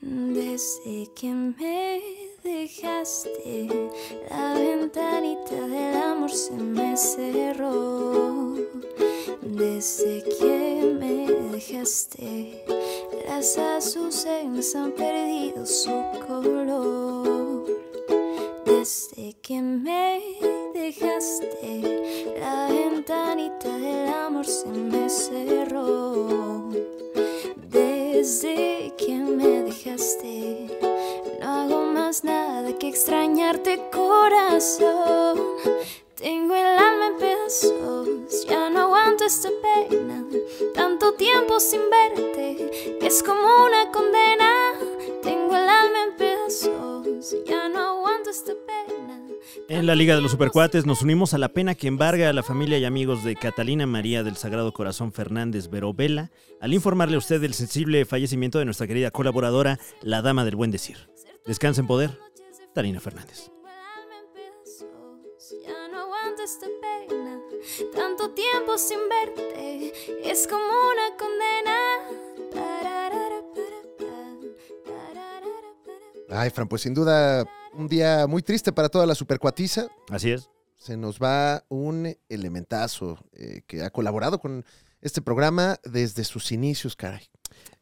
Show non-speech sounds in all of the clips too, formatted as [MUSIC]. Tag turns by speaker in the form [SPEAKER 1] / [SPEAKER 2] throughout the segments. [SPEAKER 1] Desde que me dejaste, la ventanita del amor se me cerró. Desde que me dejaste, las azucenas han perdido su color. Desde que me dejaste, la ventanita del amor se me cerró. Desde que me dejaste, no hago más nada que extrañarte, corazón. Tengo el alma en pedazos, ya no aguanto esta pena. Tanto tiempo sin verte, que es como una condena. Tengo el alma en pedazos, ya no aguanto esta pena.
[SPEAKER 2] En la Liga de los Supercuates nos unimos a la pena que embarga a la familia y amigos de Catalina María del Sagrado Corazón Fernández Verovela al informarle a usted del sensible fallecimiento de nuestra querida colaboradora, la Dama del Buen Decir. Descansa en poder, Tarina Fernández.
[SPEAKER 1] Tengo el alma en pedazos, ya no aguanto esta pena. Tanto tiempo sin verte es como una condena. Tararara, para, pa, tararara, para, pa.
[SPEAKER 3] Ay, Fran, pues sin duda un día muy triste para toda la supercuatiza.
[SPEAKER 2] Así es.
[SPEAKER 3] Se nos va un elementazo eh, que ha colaborado con este programa desde sus inicios, caray.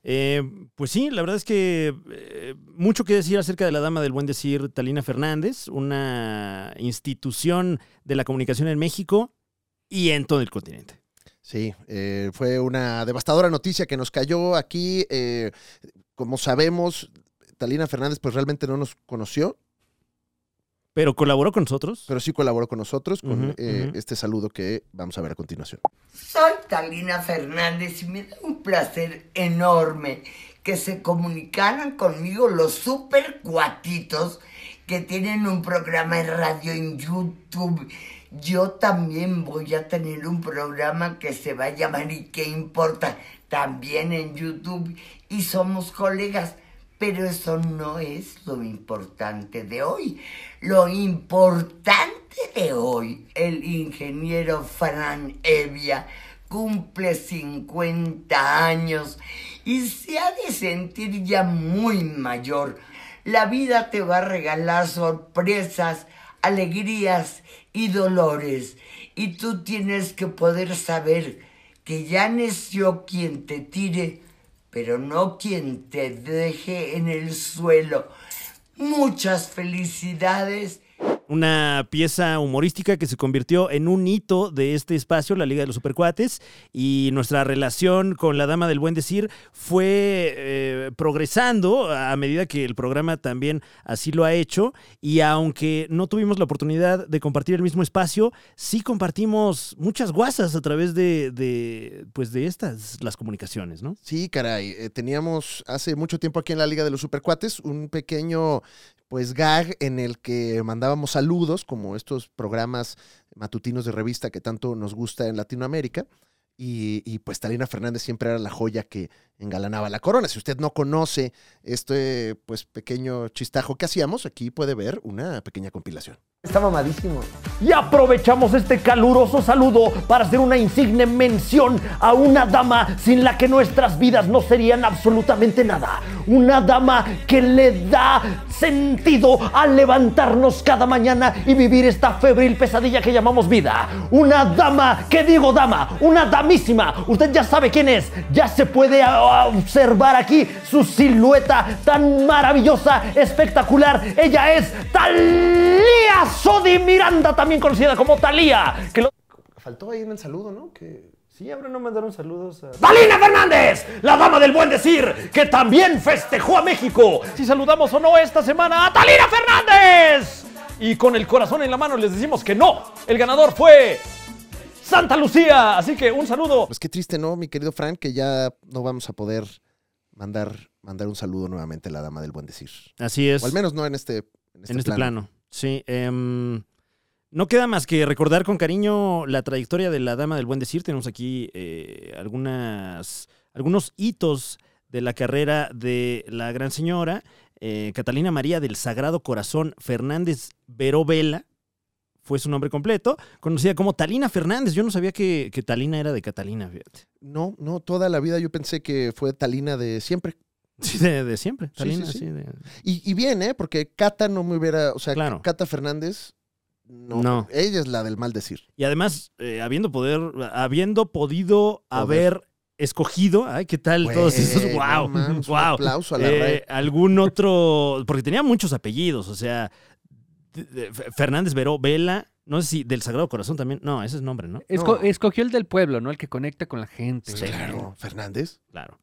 [SPEAKER 2] Eh, pues sí, la verdad es que eh, mucho que decir acerca de la dama del buen decir, Talina Fernández, una institución de la comunicación en México y en todo el continente.
[SPEAKER 3] Sí, eh, fue una devastadora noticia que nos cayó aquí. eh, como sabemos, Talina Fernández pues realmente no nos conoció,
[SPEAKER 2] Pero colaboró con nosotros.
[SPEAKER 3] pero sí colaboró con nosotros con
[SPEAKER 2] Ujú,
[SPEAKER 3] eh,
[SPEAKER 2] ujú.
[SPEAKER 3] este saludo que vamos a ver a continuación.
[SPEAKER 4] Soy Talina Fernández y me da un placer enorme que se comunicaran conmigo los super cuatitos que tienen un programa en radio en YouTube. Yo también voy a tener un programa que se va a llamar ¿Y qué importa? También en YouTube y somos colegas. Pero eso no es lo importante de hoy. Lo importante de hoy, el ingeniero Fran Evia cumple 50 años y se ha de sentir ya muy mayor. La vida te va a regalar sorpresas, alegrías y dolores. Y tú tienes que poder saber que ya nació quien te tire pero no quien te deje en el suelo. Muchas felicidades.
[SPEAKER 2] Una pieza humorística que se convirtió en un hito de este espacio, la Liga de los Supercuates, y nuestra relación con la Dama del Buen Decir fue eh, progresando a medida que el programa también así lo ha hecho, y aunque no tuvimos la oportunidad de compartir el mismo espacio, sí compartimos muchas guasas a través de, de, pues de estas, las comunicaciones, ¿no?
[SPEAKER 3] Sí, caray, eh, teníamos hace mucho tiempo aquí en la Liga de los Supercuates un pequeño pues gag en el que mandábamos saludos como estos programas matutinos de revista que tanto nos gusta en Latinoamérica. Y, y, pues Talina Fernández siempre era la joya que engalanaba la corona. Si usted no conoce este pues pequeño chistajo que hacíamos, aquí puede ver una pequeña compilación.
[SPEAKER 5] Está mamadísimo.
[SPEAKER 6] Y aprovechamos este caluroso saludo para hacer una insigne mención a una dama sin la que nuestras vidas no serían absolutamente nada. Una dama que le da sentido a levantarnos cada mañana y vivir esta febril pesadilla que llamamos vida. Una dama, que digo dama, una damísima. Usted ya sabe quién es. Ya se puede ah, ah, observar aquí su silueta tan maravillosa, espectacular. Ella es Talía Sodi Miranda, también conocida como Talía. Que lo...
[SPEAKER 5] Faltó ahí en el saludo, ¿no? Que siempre no mandaron saludos a...
[SPEAKER 6] Dalina Fernández, la dama del buen decir, que también festejó a México. Si saludamos o no esta semana a Talina Fernández. Y con el corazón en la mano les decimos que no. El ganador fue Santa Lucía. Así que un saludo.
[SPEAKER 3] Pues qué triste, ¿no, mi querido Frank? Que ya no vamos a poder mandar, mandar un saludo nuevamente a la dama del buen decir.
[SPEAKER 2] Así es.
[SPEAKER 3] O al menos no en este,
[SPEAKER 2] en este plano. Sí. em, no queda más que recordar con cariño la trayectoria de la Dama del Buen Decir. Tenemos aquí eh, algunas, algunos hitos de la carrera de la gran señora eh, Catalina María del Sagrado Corazón Fernández Verovela. Fue su nombre completo, conocida como Talina Fernández. Yo no sabía que, que Talina era de Catalina, fíjate.
[SPEAKER 3] No, no, toda la vida yo pensé que fue Talina de siempre.
[SPEAKER 2] Sí, de, de siempre. Salinas,
[SPEAKER 3] sí, sí.
[SPEAKER 2] sí, de-
[SPEAKER 3] Y, y bien, ¿eh? Porque Cata no me hubiera. O sea,
[SPEAKER 2] Claro.
[SPEAKER 3] Cata Fernández. No,
[SPEAKER 2] No.
[SPEAKER 3] Ella es la del mal decir.
[SPEAKER 2] Y además, eh, habiendo poder, habiendo podido
[SPEAKER 3] Poder.
[SPEAKER 2] haber escogido, ay, ¿qué tal todos
[SPEAKER 3] Güey,
[SPEAKER 2] esos?
[SPEAKER 3] no
[SPEAKER 2] ¡Wow!
[SPEAKER 3] mames, un
[SPEAKER 2] ¡Wow!
[SPEAKER 3] aplauso a la
[SPEAKER 2] Eh,
[SPEAKER 3] red.
[SPEAKER 2] algún otro, porque tenía muchos apellidos, o sea, de- de- F- Fernández Veró, Vela, no sé si del Sagrado Corazón también, no, ese es nombre, ¿no?
[SPEAKER 7] Esco-
[SPEAKER 3] No.
[SPEAKER 7] Escogió el del pueblo, ¿no? El que conecta con la gente.
[SPEAKER 2] Sí.
[SPEAKER 3] Claro. Fernández.
[SPEAKER 2] Claro.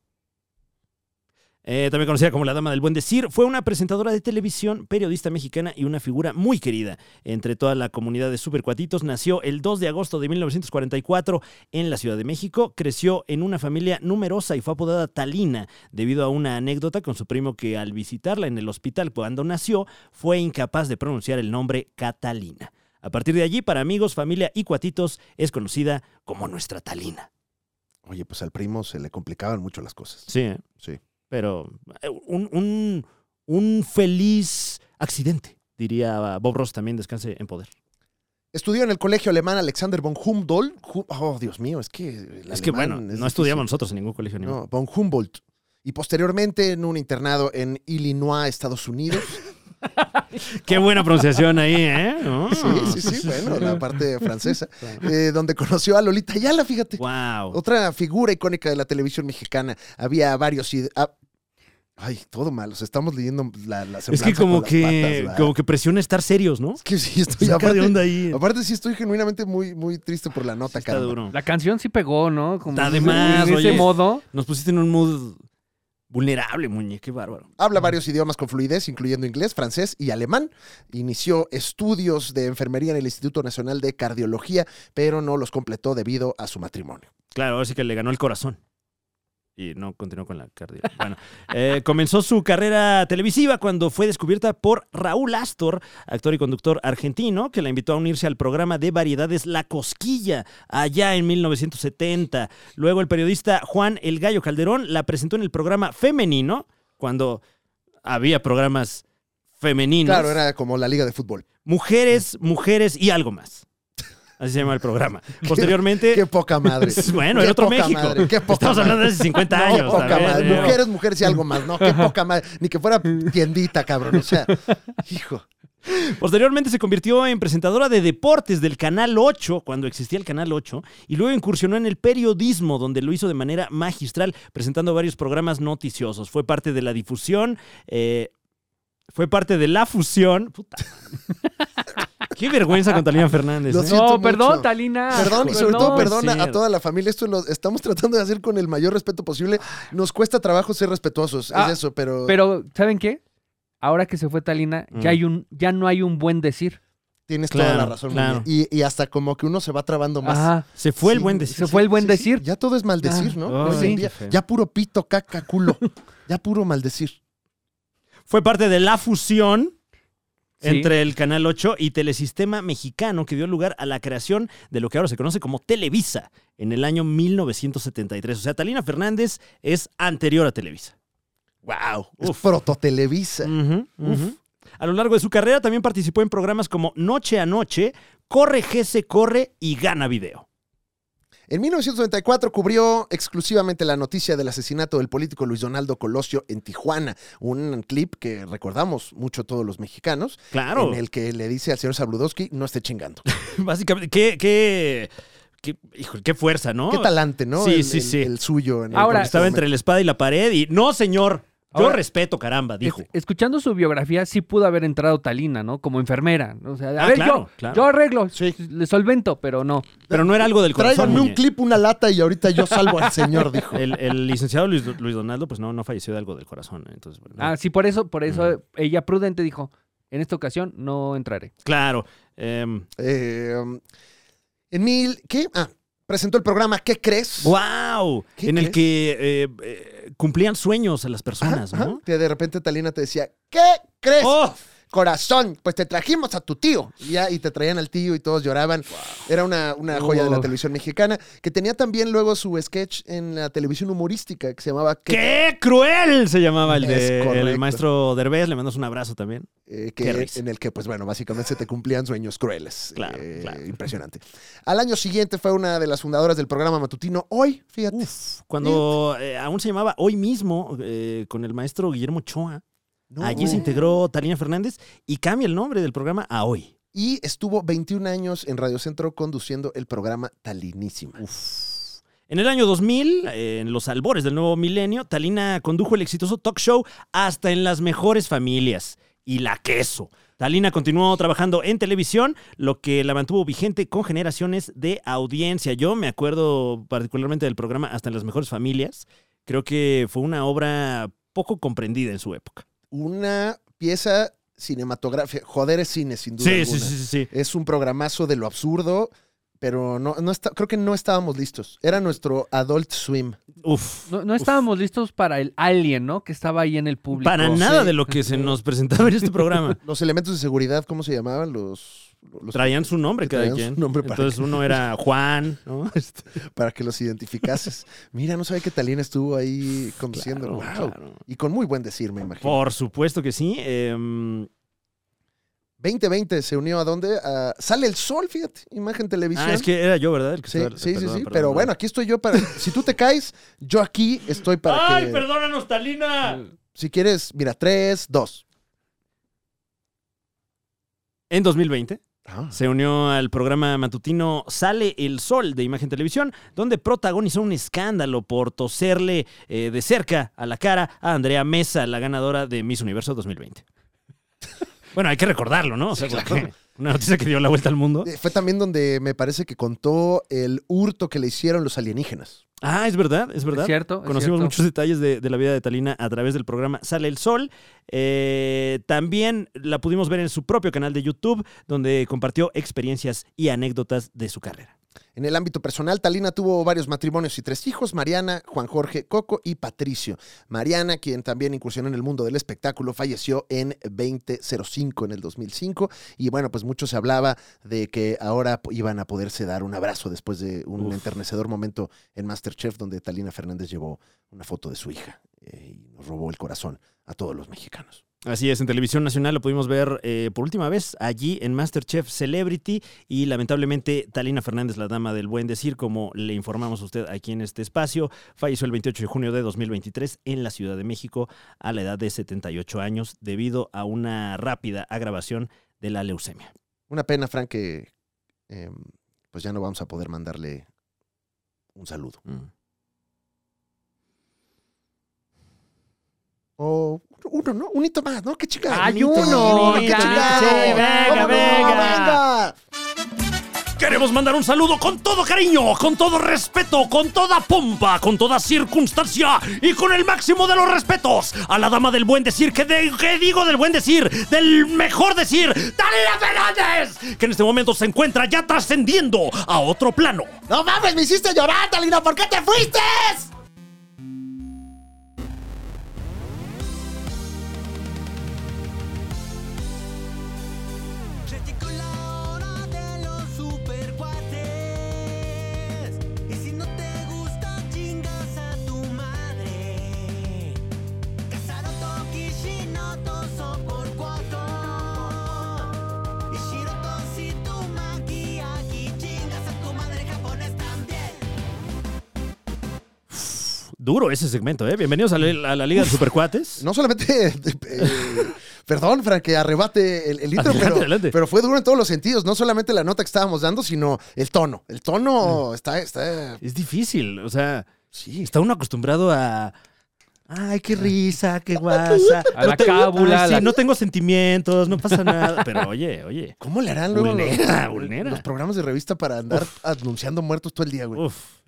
[SPEAKER 2] Eh, también conocida como la Dama del Buen Decir, fue una presentadora de televisión, periodista mexicana y una figura muy querida entre toda la comunidad de supercuatitos. Nació el 2 de agosto de 1944 en la Ciudad de México, creció en una familia numerosa y fue apodada Talina debido a una anécdota con su primo que al visitarla en el hospital cuando nació fue incapaz de pronunciar el nombre Catalina. A partir de allí, para amigos, familia y cuatitos, es conocida como nuestra Talina.
[SPEAKER 3] Oye, pues al primo se le complicaban mucho las cosas.
[SPEAKER 2] Sí, ¿eh?
[SPEAKER 3] Sí.
[SPEAKER 2] Pero eh, un, un- un feliz accidente, diría Bob Ross también, descanse en poder.
[SPEAKER 3] Estudió en el colegio alemán Alexander von Humboldt. Ju- Oh, Dios mío, es que. el
[SPEAKER 2] es que
[SPEAKER 3] alemán
[SPEAKER 2] bueno, no
[SPEAKER 3] es
[SPEAKER 2] estudiamos
[SPEAKER 3] difícil.
[SPEAKER 2] nosotros en ningún colegio alemán.
[SPEAKER 3] No, von Humboldt. Y posteriormente en un internado en Illinois, Estados Unidos.
[SPEAKER 2] Qué buena pronunciación ahí, ¿eh? No.
[SPEAKER 3] [LAUGHS] Sí, sí, sí, bueno, la parte
[SPEAKER 2] [LAUGHS]
[SPEAKER 3] francesa. eh, donde conoció a Lolita Ayala, fíjate.
[SPEAKER 2] Wow.
[SPEAKER 3] Otra figura icónica de la televisión mexicana. Había varios. id- ah, Ay, todo mal. o sea, estamos leyendo la, la
[SPEAKER 2] Es que
[SPEAKER 3] semblanza
[SPEAKER 2] como
[SPEAKER 3] con las
[SPEAKER 2] que,
[SPEAKER 3] patas, ¿verdad?
[SPEAKER 2] como que presiona estar serios, ¿no?
[SPEAKER 3] Es que sí,
[SPEAKER 2] Se
[SPEAKER 3] estoy.
[SPEAKER 2] saca
[SPEAKER 3] Aparte,
[SPEAKER 2] de onda ahí.
[SPEAKER 3] aparte sí estoy genuinamente muy, muy triste por la nota,
[SPEAKER 2] Está
[SPEAKER 3] caramba.
[SPEAKER 2] duro.
[SPEAKER 7] La canción sí pegó, ¿no? Como
[SPEAKER 2] Está de más,
[SPEAKER 7] de ese
[SPEAKER 2] oye.
[SPEAKER 7] modo.
[SPEAKER 2] Nos pusiste en un mood vulnerable, muñe, qué bárbaro.
[SPEAKER 3] Habla varios idiomas con fluidez, incluyendo inglés, francés y alemán. Inició estudios de enfermería en el Instituto Nacional de Cardiología, pero no los completó debido a su matrimonio.
[SPEAKER 2] Claro, ahora sí que le ganó el corazón. Y no continuó con la cardio. Bueno, eh, comenzó su carrera televisiva cuando fue descubierta por Raúl Astor, actor y conductor argentino, que la invitó a unirse al programa de variedades La Cosquilla, allá en 1970. Luego el periodista Juan El Gallo Calderón la presentó en el programa Femenino, cuando había programas femeninos.
[SPEAKER 3] Claro, era como la liga de fútbol.
[SPEAKER 2] Mujeres, mujeres y algo más. Así se llama el programa. Posteriormente...
[SPEAKER 3] [LAUGHS] Qué poca madre.
[SPEAKER 2] [LAUGHS] Bueno,
[SPEAKER 3] Qué
[SPEAKER 2] era otro
[SPEAKER 3] poca
[SPEAKER 2] México.
[SPEAKER 3] madre, qué poca
[SPEAKER 2] Estamos hablando de hace 50
[SPEAKER 3] No,
[SPEAKER 2] años.
[SPEAKER 3] poca
[SPEAKER 2] ¿sabes?
[SPEAKER 3] madre.
[SPEAKER 2] Eh,
[SPEAKER 3] Mujeres, mujeres y algo más. No, qué poca madre. Ni que fuera tiendita, cabrón. O sea, hijo.
[SPEAKER 2] Posteriormente se convirtió en presentadora de deportes del Canal 8, cuando existía el Canal 8, y luego incursionó en el periodismo, donde lo hizo de manera magistral, presentando varios programas noticiosos. Fue parte de la difusión, eh, fue parte de la fusión. Puta. [LAUGHS] Qué vergüenza con Talina Fernández.
[SPEAKER 3] Lo
[SPEAKER 2] ¿eh?
[SPEAKER 3] siento
[SPEAKER 7] No, perdón,
[SPEAKER 3] mucho.
[SPEAKER 7] Talina.
[SPEAKER 3] Perdón, y sobre todo
[SPEAKER 7] Ah, no,
[SPEAKER 3] perdona
[SPEAKER 2] sí.
[SPEAKER 3] a toda la familia. Esto lo estamos tratando de hacer con el mayor respeto posible. Nos cuesta trabajo ser respetuosos.
[SPEAKER 7] Ah,
[SPEAKER 3] es eso, pero.
[SPEAKER 7] Pero, ¿saben qué? Ahora que se fue Talina,
[SPEAKER 2] Mm.
[SPEAKER 7] ya, hay un, ya no hay un buen decir.
[SPEAKER 3] Tienes
[SPEAKER 2] Claro,
[SPEAKER 3] toda la razón.
[SPEAKER 2] claro.
[SPEAKER 3] Muñe. Y, y hasta como que uno se va trabando más.
[SPEAKER 7] Ajá.
[SPEAKER 2] Se fue el
[SPEAKER 3] Sí,
[SPEAKER 2] buen
[SPEAKER 3] güey,
[SPEAKER 2] decir.
[SPEAKER 7] Se Ah, fue el buen
[SPEAKER 3] Sí, sí,
[SPEAKER 7] decir. Oh,
[SPEAKER 3] Ya todo es maldecir, ¿no?
[SPEAKER 2] Ah,
[SPEAKER 3] Hoy en
[SPEAKER 7] sí.
[SPEAKER 3] día,
[SPEAKER 2] Qué feo.
[SPEAKER 3] ya puro pito, caca, culo.
[SPEAKER 2] [LAUGHS]
[SPEAKER 3] Ya puro maldecir.
[SPEAKER 2] Fue parte de la fusión
[SPEAKER 7] Sí.
[SPEAKER 2] entre el Canal 8 y Telesistema Mexicano, que dio lugar a la creación de lo que ahora se conoce como Televisa en el año 1973. O sea, Talina Fernández es anterior a Televisa.
[SPEAKER 3] Wow. Es
[SPEAKER 2] Uf.
[SPEAKER 3] prototelevisa.
[SPEAKER 2] Ujú, ujú. A lo largo de su carrera también participó en programas como Noche a Noche, Corre GC Corre y Gana Video.
[SPEAKER 3] En 1994 cubrió exclusivamente la noticia del asesinato del político Luis Donaldo Colosio en Tijuana, un clip que recordamos mucho todos los mexicanos,
[SPEAKER 2] Claro,
[SPEAKER 3] en el que le dice al señor Sabludowski, no esté chingando.
[SPEAKER 2] [LAUGHS] básicamente, qué, qué, qué, híjole, qué fuerza, ¿no?
[SPEAKER 3] Qué talante, ¿no?
[SPEAKER 2] Sí,
[SPEAKER 3] el,
[SPEAKER 2] sí,
[SPEAKER 3] el-
[SPEAKER 2] sí.
[SPEAKER 3] el suyo. en el-
[SPEAKER 7] Ahora-
[SPEAKER 3] en este
[SPEAKER 2] Estaba entre la espada y la pared y, no señor, yo
[SPEAKER 7] Ahora-
[SPEAKER 2] respeto, caramba, dijo.
[SPEAKER 3] este,
[SPEAKER 7] Es- escuchando su biografía, sí pudo haber entrado Talina, ¿no? Como enfermera. O sea, a
[SPEAKER 2] Ah,
[SPEAKER 7] ver,
[SPEAKER 2] claro,
[SPEAKER 7] yo,
[SPEAKER 2] claro.
[SPEAKER 7] yo arreglo, le solvento, pero no.
[SPEAKER 2] Pero no era algo del corazón.
[SPEAKER 3] Tráiganme un
[SPEAKER 2] Muñe.
[SPEAKER 3] clip, una lata y ahorita yo salvo al señor, dijo.
[SPEAKER 2] El, el licenciado Luis, Luis Donaldo, pues no, no falleció de algo del corazón. ¿eh? Entonces, bueno,
[SPEAKER 7] Ah, sí, por eso, por eso
[SPEAKER 2] Ujú.
[SPEAKER 7] ella prudente dijo, en esta ocasión no entraré.
[SPEAKER 2] Claro. em,
[SPEAKER 3] [LAUGHS] Eh, en mil... ¿Qué? Ah, presentó el programa ¿Qué crees?
[SPEAKER 2] ¡Wow!
[SPEAKER 3] ¿Qué
[SPEAKER 2] En el
[SPEAKER 3] crees?
[SPEAKER 2] que eh, eh, cumplían sueños a las
[SPEAKER 3] Ajá,
[SPEAKER 2] personas,
[SPEAKER 3] ajá.
[SPEAKER 2] ¿no?
[SPEAKER 3] Que de repente Talina te decía, ¿qué crees?
[SPEAKER 2] ¡Oh!
[SPEAKER 3] corazón, pues te trajimos a tu tío. Y, ya, y te traían al tío y todos lloraban. Era una, una joya de la
[SPEAKER 7] Uf.
[SPEAKER 3] televisión mexicana, que tenía también luego su sketch en la televisión humorística que se llamaba
[SPEAKER 2] ¡Qué cruel! Se llamaba el
[SPEAKER 3] Es
[SPEAKER 2] de el
[SPEAKER 3] correcto.
[SPEAKER 2] maestro Derbez. Le mandas un abrazo también.
[SPEAKER 3] eh,
[SPEAKER 2] Qué
[SPEAKER 3] que,
[SPEAKER 2] risa.
[SPEAKER 3] en el que, pues bueno, básicamente se te cumplían sueños crueles.
[SPEAKER 2] Claro,
[SPEAKER 3] Eh,
[SPEAKER 2] claro.
[SPEAKER 3] Impresionante. Al año siguiente fue una de las fundadoras del programa matutino Hoy, fíjate.
[SPEAKER 2] Cuando eh, aún se llamaba hoy mismo eh, con el maestro Guillermo Choa,
[SPEAKER 3] No. oh.
[SPEAKER 2] allí se integró Talina Fernández y cambia el nombre del programa a hoy.
[SPEAKER 3] Y estuvo 21 años en Radio Centro conduciendo el programa Talinísima.
[SPEAKER 2] En el año 2000, eh, en los albores del nuevo milenio, Talina condujo el exitoso talk show Hasta en las mejores familias y la queso. Talina continuó trabajando en televisión, lo que la mantuvo vigente con generaciones de audiencia. Yo me acuerdo particularmente del programa Hasta en las mejores familias. Creo que fue una obra poco comprendida en su época.
[SPEAKER 3] Una pieza cinematográfica. Joder, es cine, sin duda.
[SPEAKER 2] Sí, sí,
[SPEAKER 3] alguna.
[SPEAKER 2] sí, sí, sí.
[SPEAKER 3] Es un programazo de lo absurdo, pero no, no está, creo que no estábamos listos. Era nuestro Adult Swim.
[SPEAKER 2] Uf.
[SPEAKER 7] No, no
[SPEAKER 2] uf.
[SPEAKER 7] estábamos listos para el alien, ¿no? Que estaba ahí en el público.
[SPEAKER 2] Para nada
[SPEAKER 3] sí.
[SPEAKER 2] de lo que se nos presentaba en este
[SPEAKER 3] [LAUGHS]
[SPEAKER 2] programa.
[SPEAKER 3] Los elementos de seguridad, ¿cómo se llamaban? Los, los-
[SPEAKER 2] Traían su nombre
[SPEAKER 3] que
[SPEAKER 2] cada
[SPEAKER 3] traían su
[SPEAKER 2] quien.
[SPEAKER 3] nombre para
[SPEAKER 2] Entonces uno era Juan, ¿no? Este,
[SPEAKER 3] para que los
[SPEAKER 2] [LAUGHS]
[SPEAKER 3] identificases. Mira, no sabía que Talina estuvo ahí conduciendo.
[SPEAKER 2] claro,
[SPEAKER 3] Wow.
[SPEAKER 2] claro. Oh.
[SPEAKER 3] Y con muy buen decir, me imagino.
[SPEAKER 2] Por supuesto que sí. em,
[SPEAKER 3] 2020 se unió a dónde? A- sale el sol, fíjate. Imagen televisión.
[SPEAKER 2] ah, es que era yo, ¿verdad? El que
[SPEAKER 3] Sí,
[SPEAKER 2] estaba-
[SPEAKER 3] sí, sí,
[SPEAKER 2] perdón,
[SPEAKER 3] sí.
[SPEAKER 2] perdón,
[SPEAKER 3] Pero
[SPEAKER 2] perdón.
[SPEAKER 3] bueno, aquí estoy yo para.
[SPEAKER 2] [LAUGHS]
[SPEAKER 3] Si tú te caes, yo aquí estoy para
[SPEAKER 2] ¡Ay,
[SPEAKER 3] que.
[SPEAKER 2] perdónanos, Talina!
[SPEAKER 3] Si quieres, mira, tres, dos.
[SPEAKER 2] En 2020
[SPEAKER 3] Ah,
[SPEAKER 2] se unió al programa matutino Sale el Sol de Imagen Televisión, donde protagonizó un escándalo por toserle eh, de cerca a la cara a Andrea Mesa, la ganadora de Miss Universo 2020. [LAUGHS] bueno, hay que recordarlo, ¿no? O sea, porque una noticia que dio la vuelta al mundo.
[SPEAKER 3] eh, Fue también donde me parece que contó el hurto que le hicieron los alienígenas.
[SPEAKER 2] Ah, es verdad, es verdad.
[SPEAKER 7] ¿Es cierto? ¿Es
[SPEAKER 2] Conocimos
[SPEAKER 7] cierto?
[SPEAKER 2] muchos detalles de, de la vida de Talina a través del programa Sale el Sol. Eh, también la pudimos ver en su propio canal de YouTube, donde compartió experiencias y anécdotas de su carrera.
[SPEAKER 3] En el ámbito personal, Talina tuvo varios matrimonios y tres hijos, Mariana, Juan Jorge, Coco y Patricio. Mariana, quien también incursionó en el mundo del espectáculo, falleció en 2005, en el 2005. Y bueno, pues mucho se hablaba de que ahora po- iban a poderse dar un abrazo después de un
[SPEAKER 2] Uf.
[SPEAKER 3] enternecedor momento en Masterchef, donde Talina Fernández llevó una foto de su hija eh, y nos robó el corazón a todos los mexicanos.
[SPEAKER 2] Así es, en Televisión Nacional lo pudimos ver eh, por última vez allí en Masterchef Celebrity y lamentablemente Talina Fernández, la dama del buen decir, como le informamos a usted aquí en este espacio, falleció el 28 de junio de 2023 en la Ciudad de México a la edad de 78 años debido a una rápida agravación de la leucemia.
[SPEAKER 3] Una pena, Frank, que em, pues ya no vamos a poder mandarle un saludo.
[SPEAKER 7] Mm.
[SPEAKER 3] O uno, ¿no? Un hito más, ¿no? ¡Qué chingado!
[SPEAKER 7] ¡Hay
[SPEAKER 3] Un hito,
[SPEAKER 7] uno!
[SPEAKER 3] ¡Qué
[SPEAKER 7] ¡Ya!
[SPEAKER 3] chingado!
[SPEAKER 7] Sí,
[SPEAKER 2] venga,
[SPEAKER 3] ¡Cómo no!
[SPEAKER 2] venga! Queremos mandar un saludo con todo cariño, con todo respeto, con toda pompa, con toda circunstancia y con el máximo de los respetos a la dama del buen decir, que, de- que digo del buen decir, del mejor decir, Dalila Fernández, que en este momento se encuentra ya trascendiendo a otro plano.
[SPEAKER 3] ¡No mames, me hiciste llorar, Talina! ¿Por qué te fuiste?
[SPEAKER 8] Llegó la hora de los supercuates. Y si no te gusta, chingas a tu madre. Casaroto, Kishinoto, son por cuatro. Y Shiroto, si tu maki, aquí chingas a tu madre japonés también.
[SPEAKER 2] Duro ese segmento, ¿eh? Bienvenidos a la, Liga de Supercuates.
[SPEAKER 3] No solamente... [LAUGHS] eh, perdón, Frank, que arrebate el, el intro,
[SPEAKER 2] Adelante,
[SPEAKER 3] pero,
[SPEAKER 2] adelante.
[SPEAKER 3] pero fue duro en todos los sentidos. No solamente la nota que estábamos dando, sino el tono. El
[SPEAKER 2] Mm.
[SPEAKER 3] tono está... está
[SPEAKER 2] Es difícil, o sea,
[SPEAKER 3] sí.
[SPEAKER 2] está uno acostumbrado a... Ay, qué risa, [LAUGHS] qué guasa.
[SPEAKER 7] A la cábula.
[SPEAKER 2] Ay,
[SPEAKER 7] a la-
[SPEAKER 2] sí, no tengo sentimientos, no pasa nada. [LAUGHS] Pero oye, oye.
[SPEAKER 3] ¿Cómo le harán luego
[SPEAKER 2] Vulnera,
[SPEAKER 3] [LAUGHS] los,
[SPEAKER 2] vulnera.
[SPEAKER 3] los programas de revista para andar anunciando muertos todo el día, güey?
[SPEAKER 2] Uf.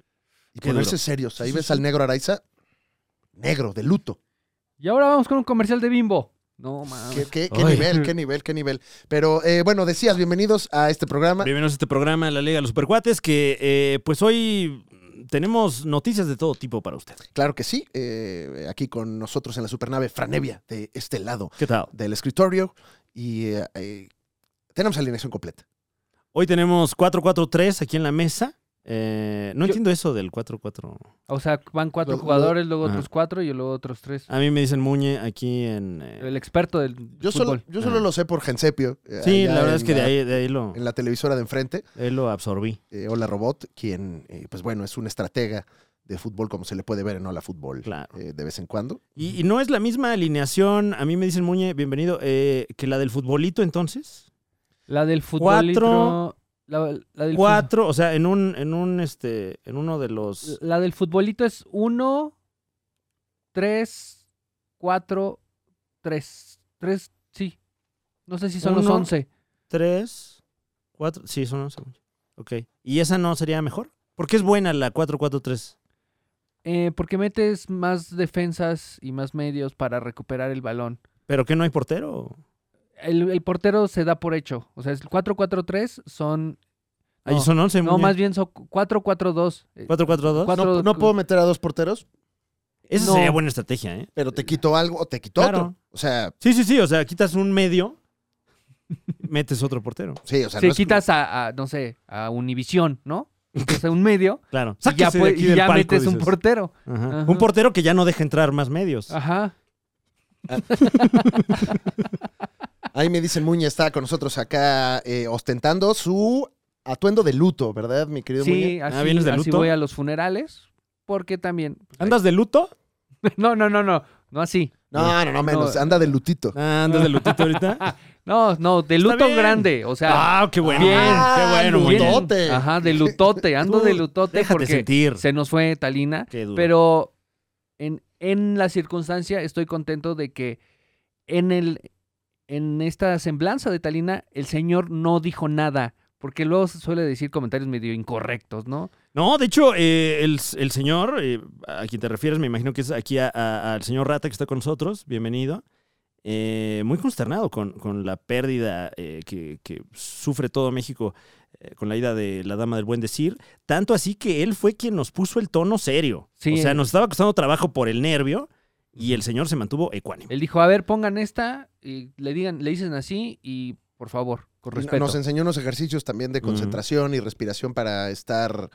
[SPEAKER 3] y
[SPEAKER 2] qué
[SPEAKER 3] ponerse
[SPEAKER 2] duro.
[SPEAKER 3] serios.
[SPEAKER 2] Sí,
[SPEAKER 3] Ahí
[SPEAKER 2] sí,
[SPEAKER 3] ves
[SPEAKER 2] sí.
[SPEAKER 3] al negro Araiza, negro, de luto.
[SPEAKER 7] Y ahora vamos con un comercial de Bimbo. No, mames.
[SPEAKER 3] ¿Qué, qué- qué
[SPEAKER 2] Ah. Ay.
[SPEAKER 3] nivel,
[SPEAKER 2] [LAUGHS]
[SPEAKER 3] qué nivel, qué nivel? Pero eh, bueno, decías, bienvenidos a este programa.
[SPEAKER 2] Bienvenidos a este programa de la Liga de los Supercuates, que eh, pues hoy tenemos noticias de todo tipo para usted.
[SPEAKER 3] Claro que sí, eh, aquí con nosotros en la supernave Franevia, de este lado
[SPEAKER 2] ¿Qué tal?
[SPEAKER 3] del escritorio. Y eh, eh, tenemos alineación completa.
[SPEAKER 2] Hoy tenemos 443 aquí en la mesa. Eh, no
[SPEAKER 7] Yo-
[SPEAKER 2] entiendo eso del 4-4.
[SPEAKER 7] O sea, van cuatro
[SPEAKER 3] Lo- lo-
[SPEAKER 7] jugadores, luego
[SPEAKER 2] Ajá. Ah,
[SPEAKER 7] otros cuatro y luego otros tres.
[SPEAKER 2] A mí me dicen Muñe aquí en... eh,
[SPEAKER 7] El experto del
[SPEAKER 3] Yo
[SPEAKER 7] fútbol.
[SPEAKER 3] solo, yo solo
[SPEAKER 2] Ah.
[SPEAKER 3] lo sé por Gensepio. eh,
[SPEAKER 2] sí,
[SPEAKER 3] allá
[SPEAKER 2] la verdad
[SPEAKER 3] en
[SPEAKER 2] es que de ahí, de ahí lo,
[SPEAKER 3] En la televisora de enfrente,
[SPEAKER 2] de ahí lo absorbí.
[SPEAKER 3] eh, Hola Robot, quien, eh, pues bueno, es un estratega de fútbol como se le puede ver en Hola Fútbol
[SPEAKER 2] Claro.
[SPEAKER 3] eh, de vez en cuando.
[SPEAKER 2] Y, y no es la misma alineación, a mí me dicen Muñe, bienvenido, eh, que la del futbolito entonces.
[SPEAKER 7] La del
[SPEAKER 2] Cuatro.
[SPEAKER 7] futbolito. La, la del
[SPEAKER 2] Cuatro, o sea, en un, en un, este, en uno de los...
[SPEAKER 7] fu- La del futbolito es uno, tres, cuatro, tres. Tres, sí. No sé si son los
[SPEAKER 2] Uno.
[SPEAKER 7] once.
[SPEAKER 2] Tres, cuatro, sí, son once. Ok. ¿Y esa no sería mejor? Porque es buena la 4-4-3.
[SPEAKER 7] Eh, porque metes más defensas y más medios para recuperar el balón.
[SPEAKER 2] ¿Pero qué no hay portero?
[SPEAKER 7] El, el portero se da por hecho. O sea, es 4-4-3 son.
[SPEAKER 2] Ahí
[SPEAKER 7] No,
[SPEAKER 2] son 11,
[SPEAKER 7] No, más bien son 4-4-2. eh,
[SPEAKER 2] 4-4-2.
[SPEAKER 7] Cuatro-
[SPEAKER 3] No, no puedo meter a dos porteros,
[SPEAKER 2] Esa
[SPEAKER 7] no.
[SPEAKER 2] sería buena estrategia, ¿eh?
[SPEAKER 3] pero te quito algo o te quito
[SPEAKER 2] Claro.
[SPEAKER 3] otro. O sea,
[SPEAKER 2] Sí, sí, sí, o sea, quitas un medio, metes otro portero.
[SPEAKER 3] sí, o sea,
[SPEAKER 7] se
[SPEAKER 3] no es-
[SPEAKER 7] quitas a, a, no sé, a Univisión, ¿no? O sea, un medio.
[SPEAKER 2] Claro.
[SPEAKER 7] y ya,
[SPEAKER 2] Sáquese de
[SPEAKER 7] puede-
[SPEAKER 2] aquí
[SPEAKER 7] y
[SPEAKER 2] del
[SPEAKER 7] ya
[SPEAKER 2] palco,
[SPEAKER 7] metes un
[SPEAKER 2] dices.
[SPEAKER 7] portero.
[SPEAKER 2] Ajá.
[SPEAKER 7] Ajá. Ah.
[SPEAKER 2] Un portero que ya no deja entrar más medios.
[SPEAKER 7] Ajá.
[SPEAKER 3] Ahí me dicen Muñe está con nosotros acá eh, ostentando su atuendo de luto, ¿verdad, mi querido Muñe?
[SPEAKER 7] Sí, así,
[SPEAKER 2] Ah, ¿vienes de
[SPEAKER 7] así
[SPEAKER 2] luto?
[SPEAKER 7] voy a los funerales. Porque también. pues,
[SPEAKER 2] ¿Andas de luto?
[SPEAKER 7] [LAUGHS] No, no, no, no. No así.
[SPEAKER 3] No, no, no, menos.
[SPEAKER 7] No.
[SPEAKER 3] Anda de lutito.
[SPEAKER 2] Ah, ¿Andas de lutito
[SPEAKER 7] [LAUGHS]
[SPEAKER 2] ahorita?
[SPEAKER 7] No, no, de luto
[SPEAKER 2] bien.
[SPEAKER 7] grande. O sea,
[SPEAKER 2] ah, qué bueno.
[SPEAKER 7] bien.
[SPEAKER 2] qué bueno,
[SPEAKER 7] bien.
[SPEAKER 2] Muñe.
[SPEAKER 3] lutote.
[SPEAKER 7] Ajá, de lutote. Ando
[SPEAKER 2] Tú
[SPEAKER 7] de lutote
[SPEAKER 2] déjate
[SPEAKER 7] porque
[SPEAKER 2] sentir.
[SPEAKER 7] se nos fue Talina.
[SPEAKER 2] Qué duro.
[SPEAKER 7] Pero en, en la circunstancia estoy contento de que en, el, en esta semblanza de Talina el señor no dijo nada. Porque luego se suele decir comentarios medio incorrectos, ¿no?
[SPEAKER 2] No, de hecho, eh, el, el señor, eh, a quien te refieres, me imagino que es aquí a- a- al señor Rata que está con nosotros, bienvenido. Eh, muy consternado con, con la pérdida eh, que, que sufre todo México eh, con la ida de la Dama del Buen Decir. Tanto así que él fue quien nos puso el tono serio.
[SPEAKER 7] Sí.
[SPEAKER 2] o sea, nos estaba costando trabajo por el nervio y el señor se mantuvo ecuánime.
[SPEAKER 7] Él dijo, a ver, pongan esta y le digan, le dicen así y por favor, con respeto.
[SPEAKER 3] Nos enseñó unos ejercicios también de concentración y respiración para estar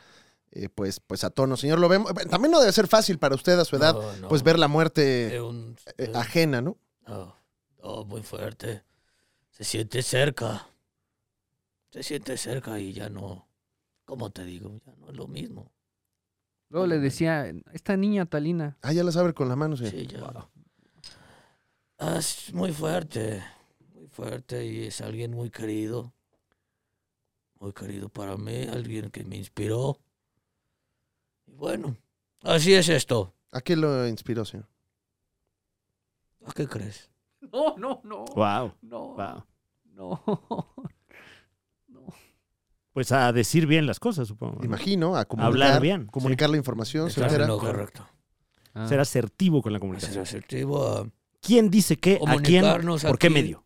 [SPEAKER 3] eh, pues, pues a tono. Señor, lo vemos. También no debe ser fácil para usted a su edad,
[SPEAKER 9] No, no,
[SPEAKER 3] pues ver la muerte
[SPEAKER 9] es un-
[SPEAKER 3] eh,
[SPEAKER 9] es-
[SPEAKER 3] ajena, ¿no?
[SPEAKER 9] no, no, Oh, muy fuerte. Se siente cerca. Se siente cerca y ya no. ¿Cómo te digo? Ya no es lo mismo.
[SPEAKER 7] Luego le decía, esta niña Talina.
[SPEAKER 3] Ah, ya las abre con la mano, señor.
[SPEAKER 9] Sí, ya. Ah, Es muy fuerte. Muy fuerte y es alguien muy querido. Muy querido para mí, alguien que me inspiró. Y bueno, así es esto.
[SPEAKER 3] ¿A qué lo inspiró, señor?
[SPEAKER 9] ¿A qué crees?
[SPEAKER 7] [LAUGHS] No, no, no.
[SPEAKER 2] Wow,
[SPEAKER 7] No,
[SPEAKER 2] wow.
[SPEAKER 7] no.
[SPEAKER 2] Pues a decir bien las cosas, supongo. ¿no?
[SPEAKER 3] Imagino, a comunicar,
[SPEAKER 2] Hablar bien.
[SPEAKER 3] comunicar la información,
[SPEAKER 9] Estás
[SPEAKER 3] señora.
[SPEAKER 9] en lo correcto. Ah.
[SPEAKER 7] Ah.
[SPEAKER 2] sí. Ser asertivo con la
[SPEAKER 9] A Ser
[SPEAKER 2] comunicación.
[SPEAKER 9] asertivo, a
[SPEAKER 2] ¿Quién dice qué? ¿A quién?
[SPEAKER 9] comunicarnos
[SPEAKER 2] ¿Por qué
[SPEAKER 9] aquí.
[SPEAKER 2] medio?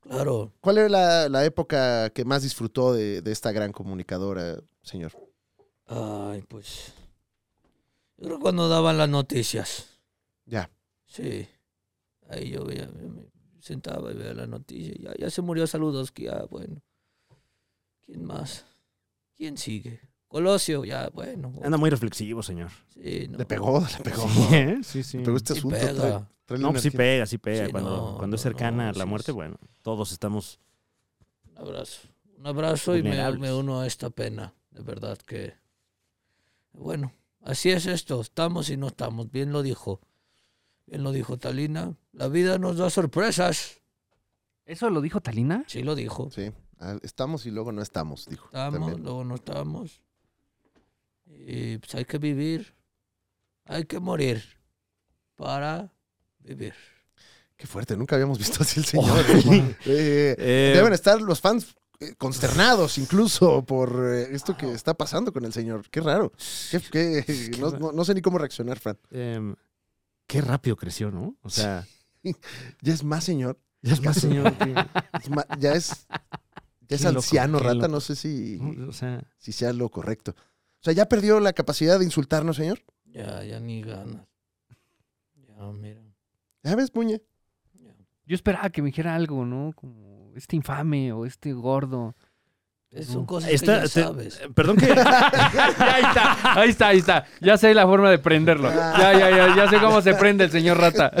[SPEAKER 9] Claro.
[SPEAKER 3] ¿Cuál era la, la época que más disfrutó de, de esta gran comunicadora, señor?
[SPEAKER 9] Ay, pues. Yo creo cuando daban las noticias.
[SPEAKER 3] Ya.
[SPEAKER 9] Sí. Ahí yo veía, yo me sentaba y veía la noticia. Ya, ya se murió Saludos, que ya, bueno. ¿Quién más? ¿Quién sigue? Colosio, ya, bueno.
[SPEAKER 2] Anda muy reflexivo,
[SPEAKER 3] [LAUGHS]
[SPEAKER 2] señor.
[SPEAKER 9] Sí, no.
[SPEAKER 3] Le pegó, le pegó. [LAUGHS]
[SPEAKER 2] Sí, ¿eh? sí, sí.
[SPEAKER 3] Le pegó este
[SPEAKER 9] Sí
[SPEAKER 3] asunto.
[SPEAKER 9] pega.
[SPEAKER 3] trae- trae la
[SPEAKER 2] No, pues sí
[SPEAKER 3] energía.
[SPEAKER 2] pega, sí pega.
[SPEAKER 9] Sí,
[SPEAKER 2] cuando
[SPEAKER 9] no,
[SPEAKER 2] cuando es
[SPEAKER 9] no, no,
[SPEAKER 2] cercana a
[SPEAKER 9] sí
[SPEAKER 2] la
[SPEAKER 9] es-
[SPEAKER 2] muerte, bueno, todos estamos.
[SPEAKER 9] Un abrazo. Un abrazo y me,
[SPEAKER 2] Vulnerables.
[SPEAKER 9] me uno a esta pena. De verdad que. Bueno, así es esto. Estamos y no estamos. Bien lo dijo. Bien lo dijo Talina. La vida nos da sorpresas.
[SPEAKER 7] ¿Eso lo dijo Talina?
[SPEAKER 9] Sí lo dijo.
[SPEAKER 3] Sí. Ah, Estamos y luego no estamos, dijo.
[SPEAKER 2] Ah,
[SPEAKER 9] Estamos,
[SPEAKER 3] también.
[SPEAKER 9] luego no estamos. Y pues hay que vivir. Hay que morir para vivir.
[SPEAKER 3] Qué fuerte, nunca habíamos
[SPEAKER 2] [LAUGHS]
[SPEAKER 3] visto así el señor. Eh, Deben estar los fans eh, consternados incluso por eh, esto que está pasando con el señor. Qué raro. Qué-
[SPEAKER 2] [LAUGHS]
[SPEAKER 3] qué- no, no- no sé ni cómo reaccionar, Fran.
[SPEAKER 2] em, qué rápido creció, ¿no? O sea,
[SPEAKER 3] [LAUGHS] Ya es más señor.
[SPEAKER 2] ya es más señor.
[SPEAKER 3] [LAUGHS]
[SPEAKER 2] que-
[SPEAKER 3] es ma- ya es, ya es
[SPEAKER 2] Qué loco,
[SPEAKER 3] anciano,
[SPEAKER 2] qué
[SPEAKER 3] rata.
[SPEAKER 2] loco. Mm.
[SPEAKER 3] No sé si,
[SPEAKER 2] ¿no? O sea,
[SPEAKER 3] si sea lo correcto. O sea, ¿ya perdió la capacidad de insultarnos, señor?
[SPEAKER 9] Ya, ya ni ganas. Ya, mira.
[SPEAKER 3] Ya ves, Muñe.
[SPEAKER 9] ya.
[SPEAKER 7] Yo esperaba que me dijera algo, ¿no? Como este infame o este gordo.
[SPEAKER 9] Son cosas
[SPEAKER 2] Esta-
[SPEAKER 9] Pues que
[SPEAKER 2] te-
[SPEAKER 9] ya sabes.
[SPEAKER 2] Perdón que.
[SPEAKER 7] Ya, ahí está, ahí está, ahí está. Ya sé la forma de prenderlo. Ya, ya, ya, ya sé cómo se prende el señor rata.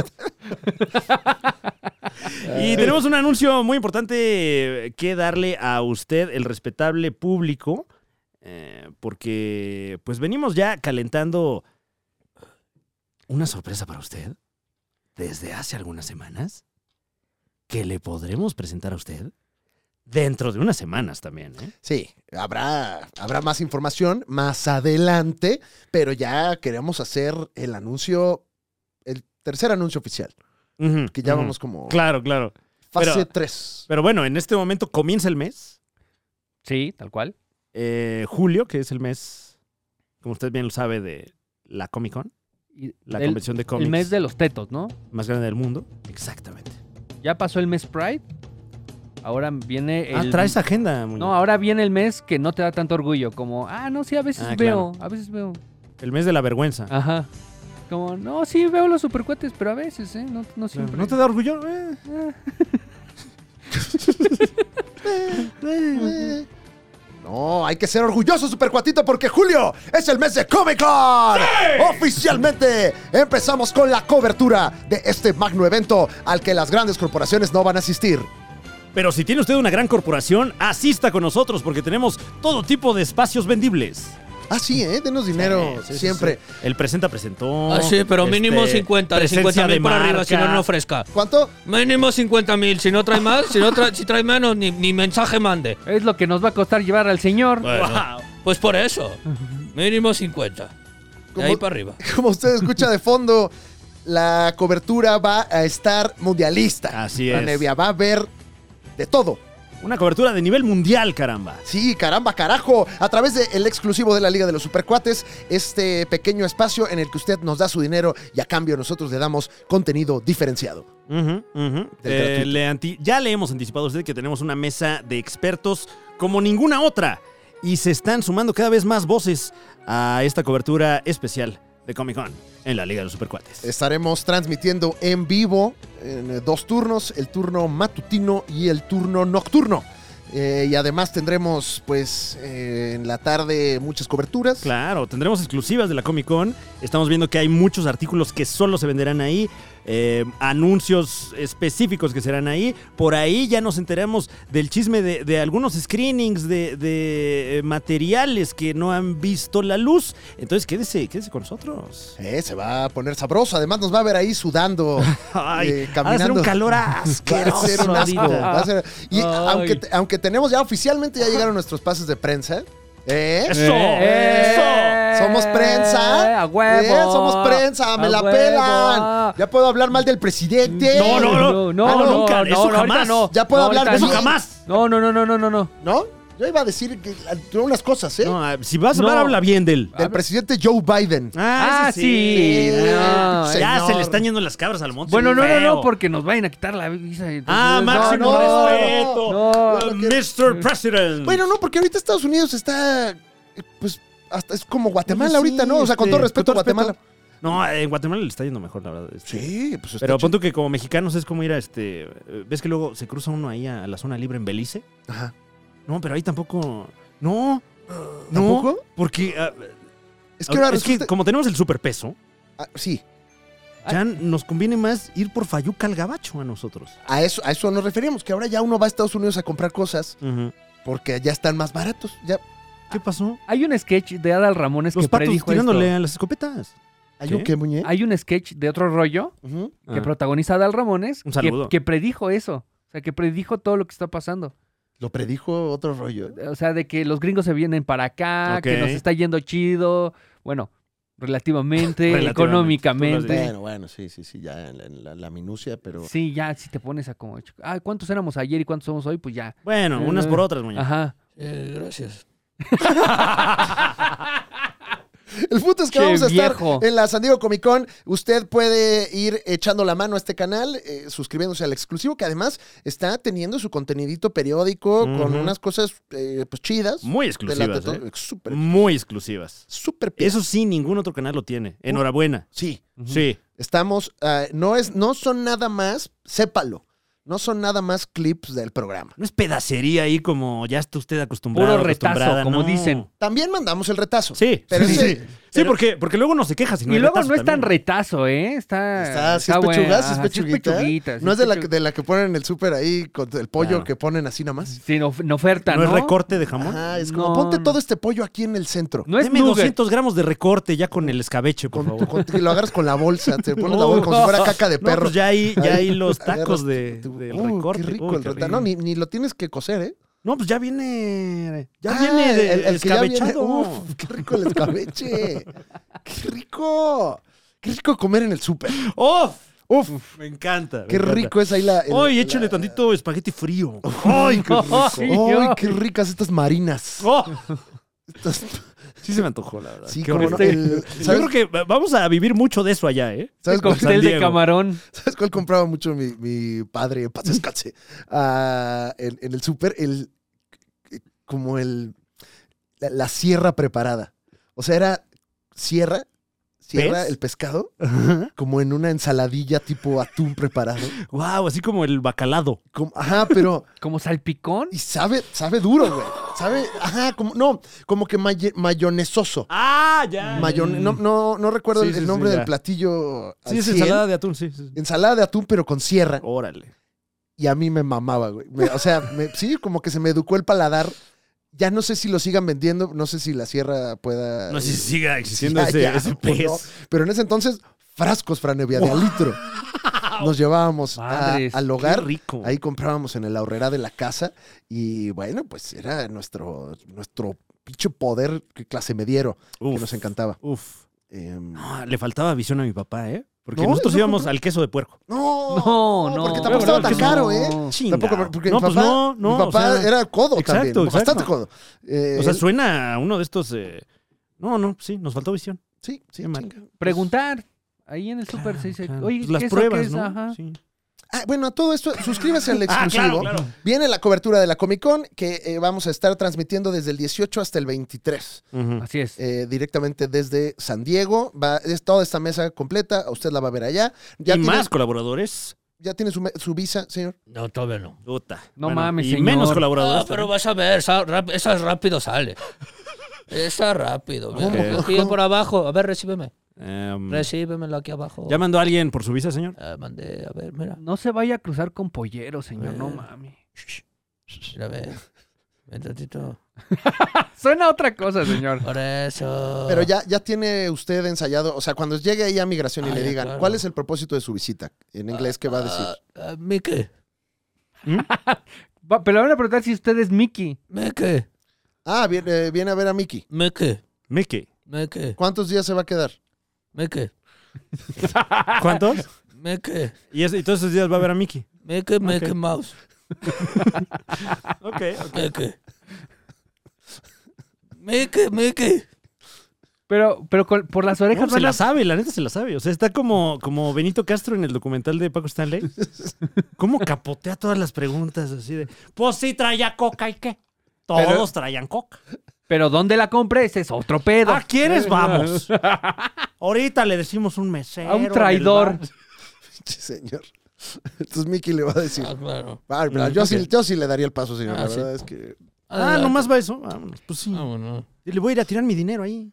[SPEAKER 2] Y tenemos un anuncio muy importante eh, que darle a usted, el respetable público, eh, porque pues venimos ya calentando una sorpresa para usted desde hace algunas semanas que le podremos presentar a usted dentro de unas semanas también. ¿eh?
[SPEAKER 3] Sí, habrá, habrá más información más adelante, pero ya queremos hacer el anuncio, el tercer anuncio oficial,
[SPEAKER 2] Ujú,
[SPEAKER 3] que ya
[SPEAKER 2] ujú.
[SPEAKER 3] vamos como
[SPEAKER 2] Claro, claro.
[SPEAKER 3] fase
[SPEAKER 2] pero-
[SPEAKER 3] 3.
[SPEAKER 2] Pero bueno, en este momento comienza el mes,
[SPEAKER 7] Sí, tal cual.
[SPEAKER 2] eh, julio, que es el mes, como usted bien lo sabe, de la Comic Con,
[SPEAKER 7] Y
[SPEAKER 2] la
[SPEAKER 7] el,
[SPEAKER 2] convención de cómics.
[SPEAKER 7] el mes de los tetos, ¿no?
[SPEAKER 2] más grande del mundo. Exactamente.
[SPEAKER 7] Ya pasó el mes Pride. Ahora viene el.
[SPEAKER 2] ah, traes agenda, muñe.
[SPEAKER 7] No, ahora viene el mes que no te da tanto orgullo. Como, ah, no, sí, a veces
[SPEAKER 2] Ah,
[SPEAKER 7] veo, a veces veo.
[SPEAKER 2] El mes de la vergüenza.
[SPEAKER 9] Ah,
[SPEAKER 7] Ajá. Como, no, sí veo los supercuates, pero a veces, ¿eh? No, no siempre.
[SPEAKER 2] ¿No te da orgullo? Eh.
[SPEAKER 3] Eh, No, hay que ser orgulloso, supercuatito, porque julio es el mes de Comic Con. Oficialmente empezamos con la cobertura de este magno evento al que las grandes corporaciones no van a asistir.
[SPEAKER 2] Pero si tiene usted una gran corporación, asista con nosotros porque tenemos todo tipo de espacios vendibles.
[SPEAKER 3] Ah, sí, ¿eh? Denos dinero,
[SPEAKER 2] Sí, sí,
[SPEAKER 3] siempre.
[SPEAKER 2] sí, sí. El presenta presentó.
[SPEAKER 9] Ah, sí, pero mínimo
[SPEAKER 2] este,
[SPEAKER 9] 50, de
[SPEAKER 2] presencia
[SPEAKER 9] 50
[SPEAKER 2] de
[SPEAKER 9] mil para arriba, si no,
[SPEAKER 2] marca.
[SPEAKER 9] no ofrezca.
[SPEAKER 3] ¿Cuánto?
[SPEAKER 9] Mínimo 50 mil, si no trae más, si, no trae, si trae menos, ni, ni mensaje mande.
[SPEAKER 7] Es lo que nos va a costar llevar al señor.
[SPEAKER 9] Bueno, Pues por eso, mínimo 50. De ahí
[SPEAKER 3] ¿Cómo?
[SPEAKER 9] para arriba.
[SPEAKER 3] [LAUGHS] Como usted escucha de fondo, la cobertura va a estar mundialista.
[SPEAKER 2] Así
[SPEAKER 3] La
[SPEAKER 2] es.
[SPEAKER 3] Nevia va a ver de todo.
[SPEAKER 2] Una cobertura de nivel mundial, caramba.
[SPEAKER 3] Sí, caramba, carajo. A través del exclusivo de la Liga de los Supercuates, este pequeño espacio en el que usted nos da su dinero y a cambio nosotros le damos contenido diferenciado.
[SPEAKER 2] Ujú, ujú.
[SPEAKER 3] Del
[SPEAKER 2] Eh,
[SPEAKER 3] gratuito.
[SPEAKER 2] le anti- ya le hemos anticipado a usted que tenemos una mesa de expertos como ninguna otra. Y se están sumando cada vez más voces a esta cobertura especial de Comic Con en la Liga de los Supercuates.
[SPEAKER 3] Estaremos transmitiendo en vivo en eh, dos turnos, el turno matutino y el turno nocturno. Eh, y además tendremos, pues, eh, en la tarde muchas coberturas.
[SPEAKER 2] Claro, tendremos exclusivas de la Comic Con. Estamos viendo que hay muchos artículos que solo se venderán ahí, eh, anuncios específicos que serán ahí. Por ahí ya nos enteramos del chisme de, de algunos screenings de, de, eh, materiales que no han visto la luz. Entonces quédese, quédese con nosotros.
[SPEAKER 3] Eh, se va a poner sabroso. Además, nos va a ver ahí
[SPEAKER 2] [LAUGHS]
[SPEAKER 3] sudando.
[SPEAKER 2] Ay,
[SPEAKER 3] Eh,
[SPEAKER 2] ha de ser un
[SPEAKER 3] caminando.
[SPEAKER 2] calor
[SPEAKER 3] [LAUGHS] Va a ser
[SPEAKER 2] asqueroso.
[SPEAKER 3] un asco.
[SPEAKER 2] ahorita.
[SPEAKER 3] va a ser- Y
[SPEAKER 7] Ay.
[SPEAKER 3] aunque, te- aunque tenemos ya oficialmente ya llegaron nuestros pases de prensa. ¿eh?
[SPEAKER 2] Eso, eso.
[SPEAKER 7] ¡Eh!
[SPEAKER 3] Somos prensa.
[SPEAKER 7] ¡A huevo!
[SPEAKER 3] ¿eh? Somos prensa, me
[SPEAKER 7] ¡A
[SPEAKER 3] la
[SPEAKER 7] huevo!
[SPEAKER 3] pelan. Ya puedo hablar mal del presidente.
[SPEAKER 2] No, no, no. Ah, no, nunca, eso
[SPEAKER 7] ahorita
[SPEAKER 2] jamás.
[SPEAKER 3] Ya puedo hablar
[SPEAKER 7] ahorita
[SPEAKER 3] de
[SPEAKER 2] Eso
[SPEAKER 3] Sí.
[SPEAKER 2] jamás.
[SPEAKER 7] No, no, no, no, no, no, no.
[SPEAKER 3] ¿No? Yo iba a decir que, eh, unas cosas, ¿eh?
[SPEAKER 2] No, ah, si vas a hablar,
[SPEAKER 7] No.
[SPEAKER 2] habla bien de él.
[SPEAKER 3] Del presidente Joe Biden.
[SPEAKER 7] Ah,
[SPEAKER 2] ese Ah,
[SPEAKER 7] sí. no.
[SPEAKER 3] Sí.
[SPEAKER 2] Ya
[SPEAKER 3] Señor.
[SPEAKER 2] se le están yendo las cabras al monte.
[SPEAKER 7] Bueno, no, no, no,
[SPEAKER 2] Feo.
[SPEAKER 7] porque nos vayan a quitar la visa. y-
[SPEAKER 2] Ah,
[SPEAKER 7] No,
[SPEAKER 2] máximo
[SPEAKER 7] no,
[SPEAKER 2] respeto.
[SPEAKER 7] No, mm.
[SPEAKER 2] Uh, Mr. President.
[SPEAKER 3] Bueno, no, porque ahorita Estados Unidos está. eh, Pues hasta es como Guatemala
[SPEAKER 2] Oye, sí,
[SPEAKER 3] ahorita, ¿no? O sea, con
[SPEAKER 2] este,
[SPEAKER 3] todo respeto,
[SPEAKER 2] con todo
[SPEAKER 3] Guatemala.
[SPEAKER 2] No, en Guatemala le está yendo mejor, la verdad. este.
[SPEAKER 3] Sí, pues está
[SPEAKER 2] Pero
[SPEAKER 3] chido.
[SPEAKER 2] punto que como mexicanos es como ir a este. eh, ¿Ves que luego se cruza uno ahí a la zona libre en Belice?
[SPEAKER 3] Ajá.
[SPEAKER 2] No, pero ahí tampoco. No. No,
[SPEAKER 3] ¿Tampoco?
[SPEAKER 2] porque ah,
[SPEAKER 3] Es que ahora
[SPEAKER 2] es que
[SPEAKER 3] resulta-
[SPEAKER 2] como tenemos el superpeso,
[SPEAKER 3] Ah, sí,
[SPEAKER 2] ya nos conviene más ir por Fayuca al Gabacho a nosotros.
[SPEAKER 3] a eso, a eso nos referíamos, que ahora ya uno va a Estados Unidos a comprar cosas porque ya están más baratos. Ya
[SPEAKER 2] ¿Qué pasó?
[SPEAKER 7] Hay un sketch de Adal Ramones
[SPEAKER 2] Los
[SPEAKER 7] que
[SPEAKER 2] patos
[SPEAKER 7] predijo esto.
[SPEAKER 2] tirándole a las escopetas.
[SPEAKER 3] hay
[SPEAKER 2] ¿Qué?
[SPEAKER 3] un que muñe.
[SPEAKER 7] Hay un sketch de otro rollo
[SPEAKER 3] Ujú.
[SPEAKER 7] que
[SPEAKER 2] Ah.
[SPEAKER 7] protagoniza Adal Ramones
[SPEAKER 2] Un
[SPEAKER 7] que-
[SPEAKER 2] saludo.
[SPEAKER 7] que predijo eso. O sea, que predijo todo lo que está pasando.
[SPEAKER 3] Lo predijo otro rollo.
[SPEAKER 7] O sea, de que los gringos se vienen para acá, que nos
[SPEAKER 2] Ok.
[SPEAKER 7] está yendo chido. Bueno, relativamente,
[SPEAKER 2] Relativamente. Tú lo
[SPEAKER 7] económicamente.
[SPEAKER 3] Bueno, bueno, sí, sí, sí, ya en la, en la- la minucia, pero.
[SPEAKER 7] Sí, ya, si te pones a como, ah, ¿cuántos éramos ayer y cuántos somos hoy? Pues ya.
[SPEAKER 2] Bueno, unas por otras, muñeca.
[SPEAKER 7] Ajá.
[SPEAKER 9] Eh, gracias.
[SPEAKER 3] El punto es que
[SPEAKER 7] Che,
[SPEAKER 3] vamos a estar
[SPEAKER 7] viejo.
[SPEAKER 3] en la San Diego Comic Con. Usted puede ir echando la mano a este canal, eh, suscribiéndose al exclusivo, que además está teniendo su contenidito periódico con
[SPEAKER 2] Ujú.
[SPEAKER 3] unas cosas eh, pues chidas.
[SPEAKER 2] Muy
[SPEAKER 3] De la- de
[SPEAKER 2] exclusivas.
[SPEAKER 3] todo-
[SPEAKER 2] ¿eh?
[SPEAKER 3] Súper,
[SPEAKER 2] Muy exclusivas.
[SPEAKER 3] súper pi-
[SPEAKER 2] Eso sí, ningún otro canal lo tiene. Enhorabuena.
[SPEAKER 3] Sí,
[SPEAKER 2] Sí.
[SPEAKER 3] estamos, ah, no es, no son nada más, sépalo. No son nada más clips del programa.
[SPEAKER 2] No es pedacería ahí como ya está usted acostumbrado.
[SPEAKER 7] Puro retazo,
[SPEAKER 2] acostumbrada,
[SPEAKER 7] como
[SPEAKER 2] no.
[SPEAKER 7] dicen.
[SPEAKER 3] También mandamos el retazo.
[SPEAKER 2] Sí,
[SPEAKER 3] [LAUGHS] Pero
[SPEAKER 2] sí,
[SPEAKER 3] ese-
[SPEAKER 2] sí. Sí,
[SPEAKER 3] pero-
[SPEAKER 2] porque, porque luego no se queja. Si no
[SPEAKER 7] Y
[SPEAKER 2] hay
[SPEAKER 7] luego
[SPEAKER 2] retazo
[SPEAKER 7] no es tan
[SPEAKER 2] también.
[SPEAKER 7] retazo, ¿eh? Está.
[SPEAKER 3] Está, sí es
[SPEAKER 7] bueno,
[SPEAKER 3] pechuga, sí
[SPEAKER 7] ajá,
[SPEAKER 3] es
[SPEAKER 7] sí
[SPEAKER 3] pechuguita.
[SPEAKER 7] pechuguita, sí
[SPEAKER 3] no es de la, que,
[SPEAKER 7] pechu-
[SPEAKER 3] de la que ponen en el súper ahí con el pollo
[SPEAKER 2] Claro.
[SPEAKER 3] que ponen así nada más.
[SPEAKER 7] Sin of- en oferta, ¿no?
[SPEAKER 2] ¿No es recorte de jamón?
[SPEAKER 3] Ajá, es como
[SPEAKER 7] No,
[SPEAKER 3] ponte
[SPEAKER 7] no.
[SPEAKER 3] todo este pollo aquí en el centro.
[SPEAKER 7] No es
[SPEAKER 2] Deme
[SPEAKER 7] nugget.
[SPEAKER 2] 200 gramos de recorte ya con el escabeche, por
[SPEAKER 3] Con,
[SPEAKER 2] favor.
[SPEAKER 3] con- y lo agarras con la bolsa, te pones la
[SPEAKER 2] [LAUGHS] No.
[SPEAKER 3] bolsa como si fuera caca de
[SPEAKER 2] No,
[SPEAKER 3] perro.
[SPEAKER 2] pues ya ahí, ya
[SPEAKER 3] [LAUGHS]
[SPEAKER 2] ahí los
[SPEAKER 3] Agarras
[SPEAKER 2] tacos
[SPEAKER 3] tu-
[SPEAKER 2] de,
[SPEAKER 3] tu-
[SPEAKER 2] del
[SPEAKER 3] Uy,
[SPEAKER 2] recorte.
[SPEAKER 3] Qué rico
[SPEAKER 2] Uy,
[SPEAKER 3] el
[SPEAKER 2] qué
[SPEAKER 3] recorte.
[SPEAKER 2] rico.
[SPEAKER 3] No, ni, ni lo tienes que cocer, ¿eh?
[SPEAKER 2] No, pues ya viene. Ya
[SPEAKER 3] Ah,
[SPEAKER 2] viene de-
[SPEAKER 3] que ya viene.
[SPEAKER 2] escabechado.
[SPEAKER 3] Uf, qué rico el
[SPEAKER 2] [LAUGHS]
[SPEAKER 3] escabeche. qué rico. Qué rico comer en el súper.
[SPEAKER 2] ¡Uf!
[SPEAKER 3] Uf,
[SPEAKER 2] Me encanta. me
[SPEAKER 3] qué
[SPEAKER 2] encanta.
[SPEAKER 3] rico es ahí la. el-
[SPEAKER 2] ¡Ay,
[SPEAKER 3] la-
[SPEAKER 2] échale tantito espagueti
[SPEAKER 3] [LAUGHS]
[SPEAKER 2] frío!
[SPEAKER 3] ¡Ay, qué
[SPEAKER 2] [LAUGHS]
[SPEAKER 3] rico! ¡Ay,
[SPEAKER 7] Dios.
[SPEAKER 3] qué ricas estas marinas!
[SPEAKER 2] ¡Oh!
[SPEAKER 3] Estas-
[SPEAKER 2] Sí Eh, se me antojó, la verdad.
[SPEAKER 3] Sí,
[SPEAKER 2] Qué
[SPEAKER 3] cómo
[SPEAKER 2] horrible.
[SPEAKER 3] no. El-
[SPEAKER 2] Yo
[SPEAKER 3] ¿sabes,
[SPEAKER 2] creo que va- vamos a vivir mucho de eso allá, ¿eh?
[SPEAKER 3] sabes cuál,
[SPEAKER 2] San
[SPEAKER 7] Cóctel de
[SPEAKER 2] Diego.
[SPEAKER 7] camarón.
[SPEAKER 3] sabes cuál compraba mucho mi, mi padre,
[SPEAKER 2] Mm.
[SPEAKER 3] en paz descanse? Ah, en, en el súper, el, eh, como el, la, la sierra preparada. O sea, era sierra, sierra
[SPEAKER 2] ¿Pez?
[SPEAKER 3] el pescado, como en una ensaladilla tipo atún preparado.
[SPEAKER 2] ¡Wow! Así como el bacalado.
[SPEAKER 3] Como- ajá, pero...
[SPEAKER 7] Como salpicón.
[SPEAKER 3] Y sabe, sabe duro, güey. Sabe, ajá, como, no, como que maye- mayonesoso.
[SPEAKER 2] ¡Ah, ya!
[SPEAKER 3] Mayone- no, no, no recuerdo
[SPEAKER 2] Sí,
[SPEAKER 3] el-
[SPEAKER 2] sí,
[SPEAKER 3] el
[SPEAKER 2] sí,
[SPEAKER 3] nombre del
[SPEAKER 2] ya.
[SPEAKER 3] platillo. al
[SPEAKER 2] Sí, es
[SPEAKER 3] 100.
[SPEAKER 2] ensalada de atún, sí. sí, sí.
[SPEAKER 3] Ensalada de atún, pero con sierra.
[SPEAKER 2] Órale.
[SPEAKER 3] Y a mí me mamaba, güey. Me- o sea, me- sí, como que se me educó el paladar. Ya no sé si lo sigan vendiendo, no sé si la sierra pueda.
[SPEAKER 2] No sé si siga existiendo
[SPEAKER 3] Ya,
[SPEAKER 2] ese,
[SPEAKER 3] ya,
[SPEAKER 2] ese
[SPEAKER 3] o
[SPEAKER 2] pez.
[SPEAKER 3] no. Pero en ese entonces, frascos, Franevia, de a litro. Nos llevábamos a-
[SPEAKER 7] Madres,
[SPEAKER 3] al
[SPEAKER 2] Qué
[SPEAKER 3] hogar.
[SPEAKER 2] rico.
[SPEAKER 3] Ahí comprábamos en el ahorrera de la casa y bueno, pues era nuestro, nuestro pinche poder que clase mediero que
[SPEAKER 2] Uf,
[SPEAKER 3] nos encantaba.
[SPEAKER 2] uf.
[SPEAKER 3] Em,
[SPEAKER 2] No, le faltaba visión a mi papá, ¿eh? Porque
[SPEAKER 3] No,
[SPEAKER 2] nosotros
[SPEAKER 3] yo no
[SPEAKER 2] íbamos
[SPEAKER 3] compré-
[SPEAKER 2] al queso de puerco.
[SPEAKER 3] no,
[SPEAKER 7] No, no.
[SPEAKER 3] porque tampoco
[SPEAKER 2] Pero
[SPEAKER 3] estaba tan
[SPEAKER 2] Ah, no,
[SPEAKER 3] caro,
[SPEAKER 7] no.
[SPEAKER 3] ¿eh?
[SPEAKER 2] Chinga.
[SPEAKER 3] Tampoco, porque
[SPEAKER 2] no,
[SPEAKER 3] mi papá,
[SPEAKER 2] pues no, no.
[SPEAKER 3] mi papá
[SPEAKER 2] o sea,
[SPEAKER 3] era codo
[SPEAKER 2] exacto,
[SPEAKER 3] también,
[SPEAKER 2] exacto.
[SPEAKER 3] bastante codo. Eh,
[SPEAKER 2] O sea,
[SPEAKER 3] él-
[SPEAKER 2] suena a uno de estos. eh, No, no, sí, nos faltó visión.
[SPEAKER 3] sí, sí,
[SPEAKER 2] qué mal.
[SPEAKER 3] chinga.
[SPEAKER 7] Preguntar. Ahí en el súper se dice.
[SPEAKER 2] Claro,
[SPEAKER 7] Oye,
[SPEAKER 2] pues
[SPEAKER 7] ¿qué
[SPEAKER 2] las
[SPEAKER 7] es eso? ¿Qué
[SPEAKER 2] pruebas,
[SPEAKER 7] es?
[SPEAKER 2] ¿no?
[SPEAKER 7] Ajá.
[SPEAKER 2] Sí.
[SPEAKER 3] Ah, bueno, a todo esto, suscríbase al
[SPEAKER 2] [LAUGHS] Ah,
[SPEAKER 3] exclusivo.
[SPEAKER 2] claro, claro.
[SPEAKER 3] Viene la cobertura de la Comic Con que eh, vamos a estar transmitiendo desde el 18 hasta el 23.
[SPEAKER 2] Ujú.
[SPEAKER 7] Así es.
[SPEAKER 3] eh, directamente desde San Diego. Va, es toda esta mesa completa, usted la va a ver allá. Ya
[SPEAKER 2] y
[SPEAKER 3] tiene,
[SPEAKER 2] más colaboradores.
[SPEAKER 3] Ya tiene su, me- su visa, señor.
[SPEAKER 9] No, todavía no.
[SPEAKER 2] Puta.
[SPEAKER 7] No mames,
[SPEAKER 2] Y
[SPEAKER 7] señor.
[SPEAKER 2] menos colaboradores.
[SPEAKER 9] Ah, pero vas a ver, sa- rap- esa rápido sale. Esa rápido. mira.
[SPEAKER 3] ¿Cómo?
[SPEAKER 9] Aquí por abajo, a ver, recíbeme.
[SPEAKER 2] también.
[SPEAKER 3] Mm.
[SPEAKER 2] Em,
[SPEAKER 9] Recíbemelo aquí abajo.
[SPEAKER 2] ¿Ya mandó a alguien por su visa, señor?
[SPEAKER 9] Ah, mandé, a ver, mira.
[SPEAKER 7] No se vaya a cruzar con pollero, señor.
[SPEAKER 2] Eh.
[SPEAKER 7] No mami.
[SPEAKER 9] Mira, a ver. Ven tantito.
[SPEAKER 7] Suena a otra cosa, señor.
[SPEAKER 9] Por
[SPEAKER 2] Ah.
[SPEAKER 9] eso.
[SPEAKER 3] Pero ya, ya tiene usted ensayado. O sea, cuando llegue ahí a migración y
[SPEAKER 9] Ah,
[SPEAKER 3] le
[SPEAKER 9] ya,
[SPEAKER 3] digan,
[SPEAKER 9] claro.
[SPEAKER 3] ¿cuál es el propósito de su visita? En inglés, ¿qué va a decir?
[SPEAKER 9] Ah, ah, Mickey,
[SPEAKER 7] Va- pero le van a preguntar si usted es Mickey.
[SPEAKER 9] Mickey,
[SPEAKER 3] Ah, viene, eh, viene a ver a Mickey.
[SPEAKER 9] Mickey,
[SPEAKER 2] Mickey.
[SPEAKER 9] Mickey,
[SPEAKER 3] ¿Cuántos días se va a quedar? [LAUGHS]
[SPEAKER 9] Mickey,
[SPEAKER 2] ¿Cuántos?
[SPEAKER 9] Mickey,
[SPEAKER 2] y, es- y todos esos días va a ver a
[SPEAKER 7] [LAUGHS]
[SPEAKER 2] Mickey.
[SPEAKER 9] Mickey, Mickey Mouse.
[SPEAKER 2] Ok, ok.
[SPEAKER 9] Mickey. Mickey, Mickey.
[SPEAKER 7] Pero, pero con- por las orejas
[SPEAKER 2] No, se
[SPEAKER 7] van
[SPEAKER 2] la
[SPEAKER 7] a...
[SPEAKER 2] sabe, la neta se la sabe. O sea, está como, como Benito Castro en el documental de Paco
[SPEAKER 7] [LAUGHS]
[SPEAKER 2] Stanley. ¿Cómo capotea todas las preguntas así de, pues sí traía coca y qué? Todos
[SPEAKER 7] Pero-
[SPEAKER 2] traían coca.
[SPEAKER 7] Pero dónde la compré, ese es otro pedo.
[SPEAKER 2] ¿A
[SPEAKER 7] [LAUGHS]
[SPEAKER 2] quiénes vamos? Ahorita le decimos un mesero.
[SPEAKER 7] A un traidor.
[SPEAKER 3] Sí, señor. Entonces Mickey le va a decir.
[SPEAKER 9] Ah, claro.
[SPEAKER 3] "Ah, pero yo, sí, yo sí le daría el paso, señor.
[SPEAKER 9] Ah,
[SPEAKER 3] la
[SPEAKER 9] sí.
[SPEAKER 3] verdad es que.
[SPEAKER 2] Ah, nomás va eso. Vámonos, pues sí.
[SPEAKER 9] Vámonos.
[SPEAKER 2] Y Le voy a ir a tirar mi dinero
[SPEAKER 3] [LAUGHS]
[SPEAKER 2] ahí.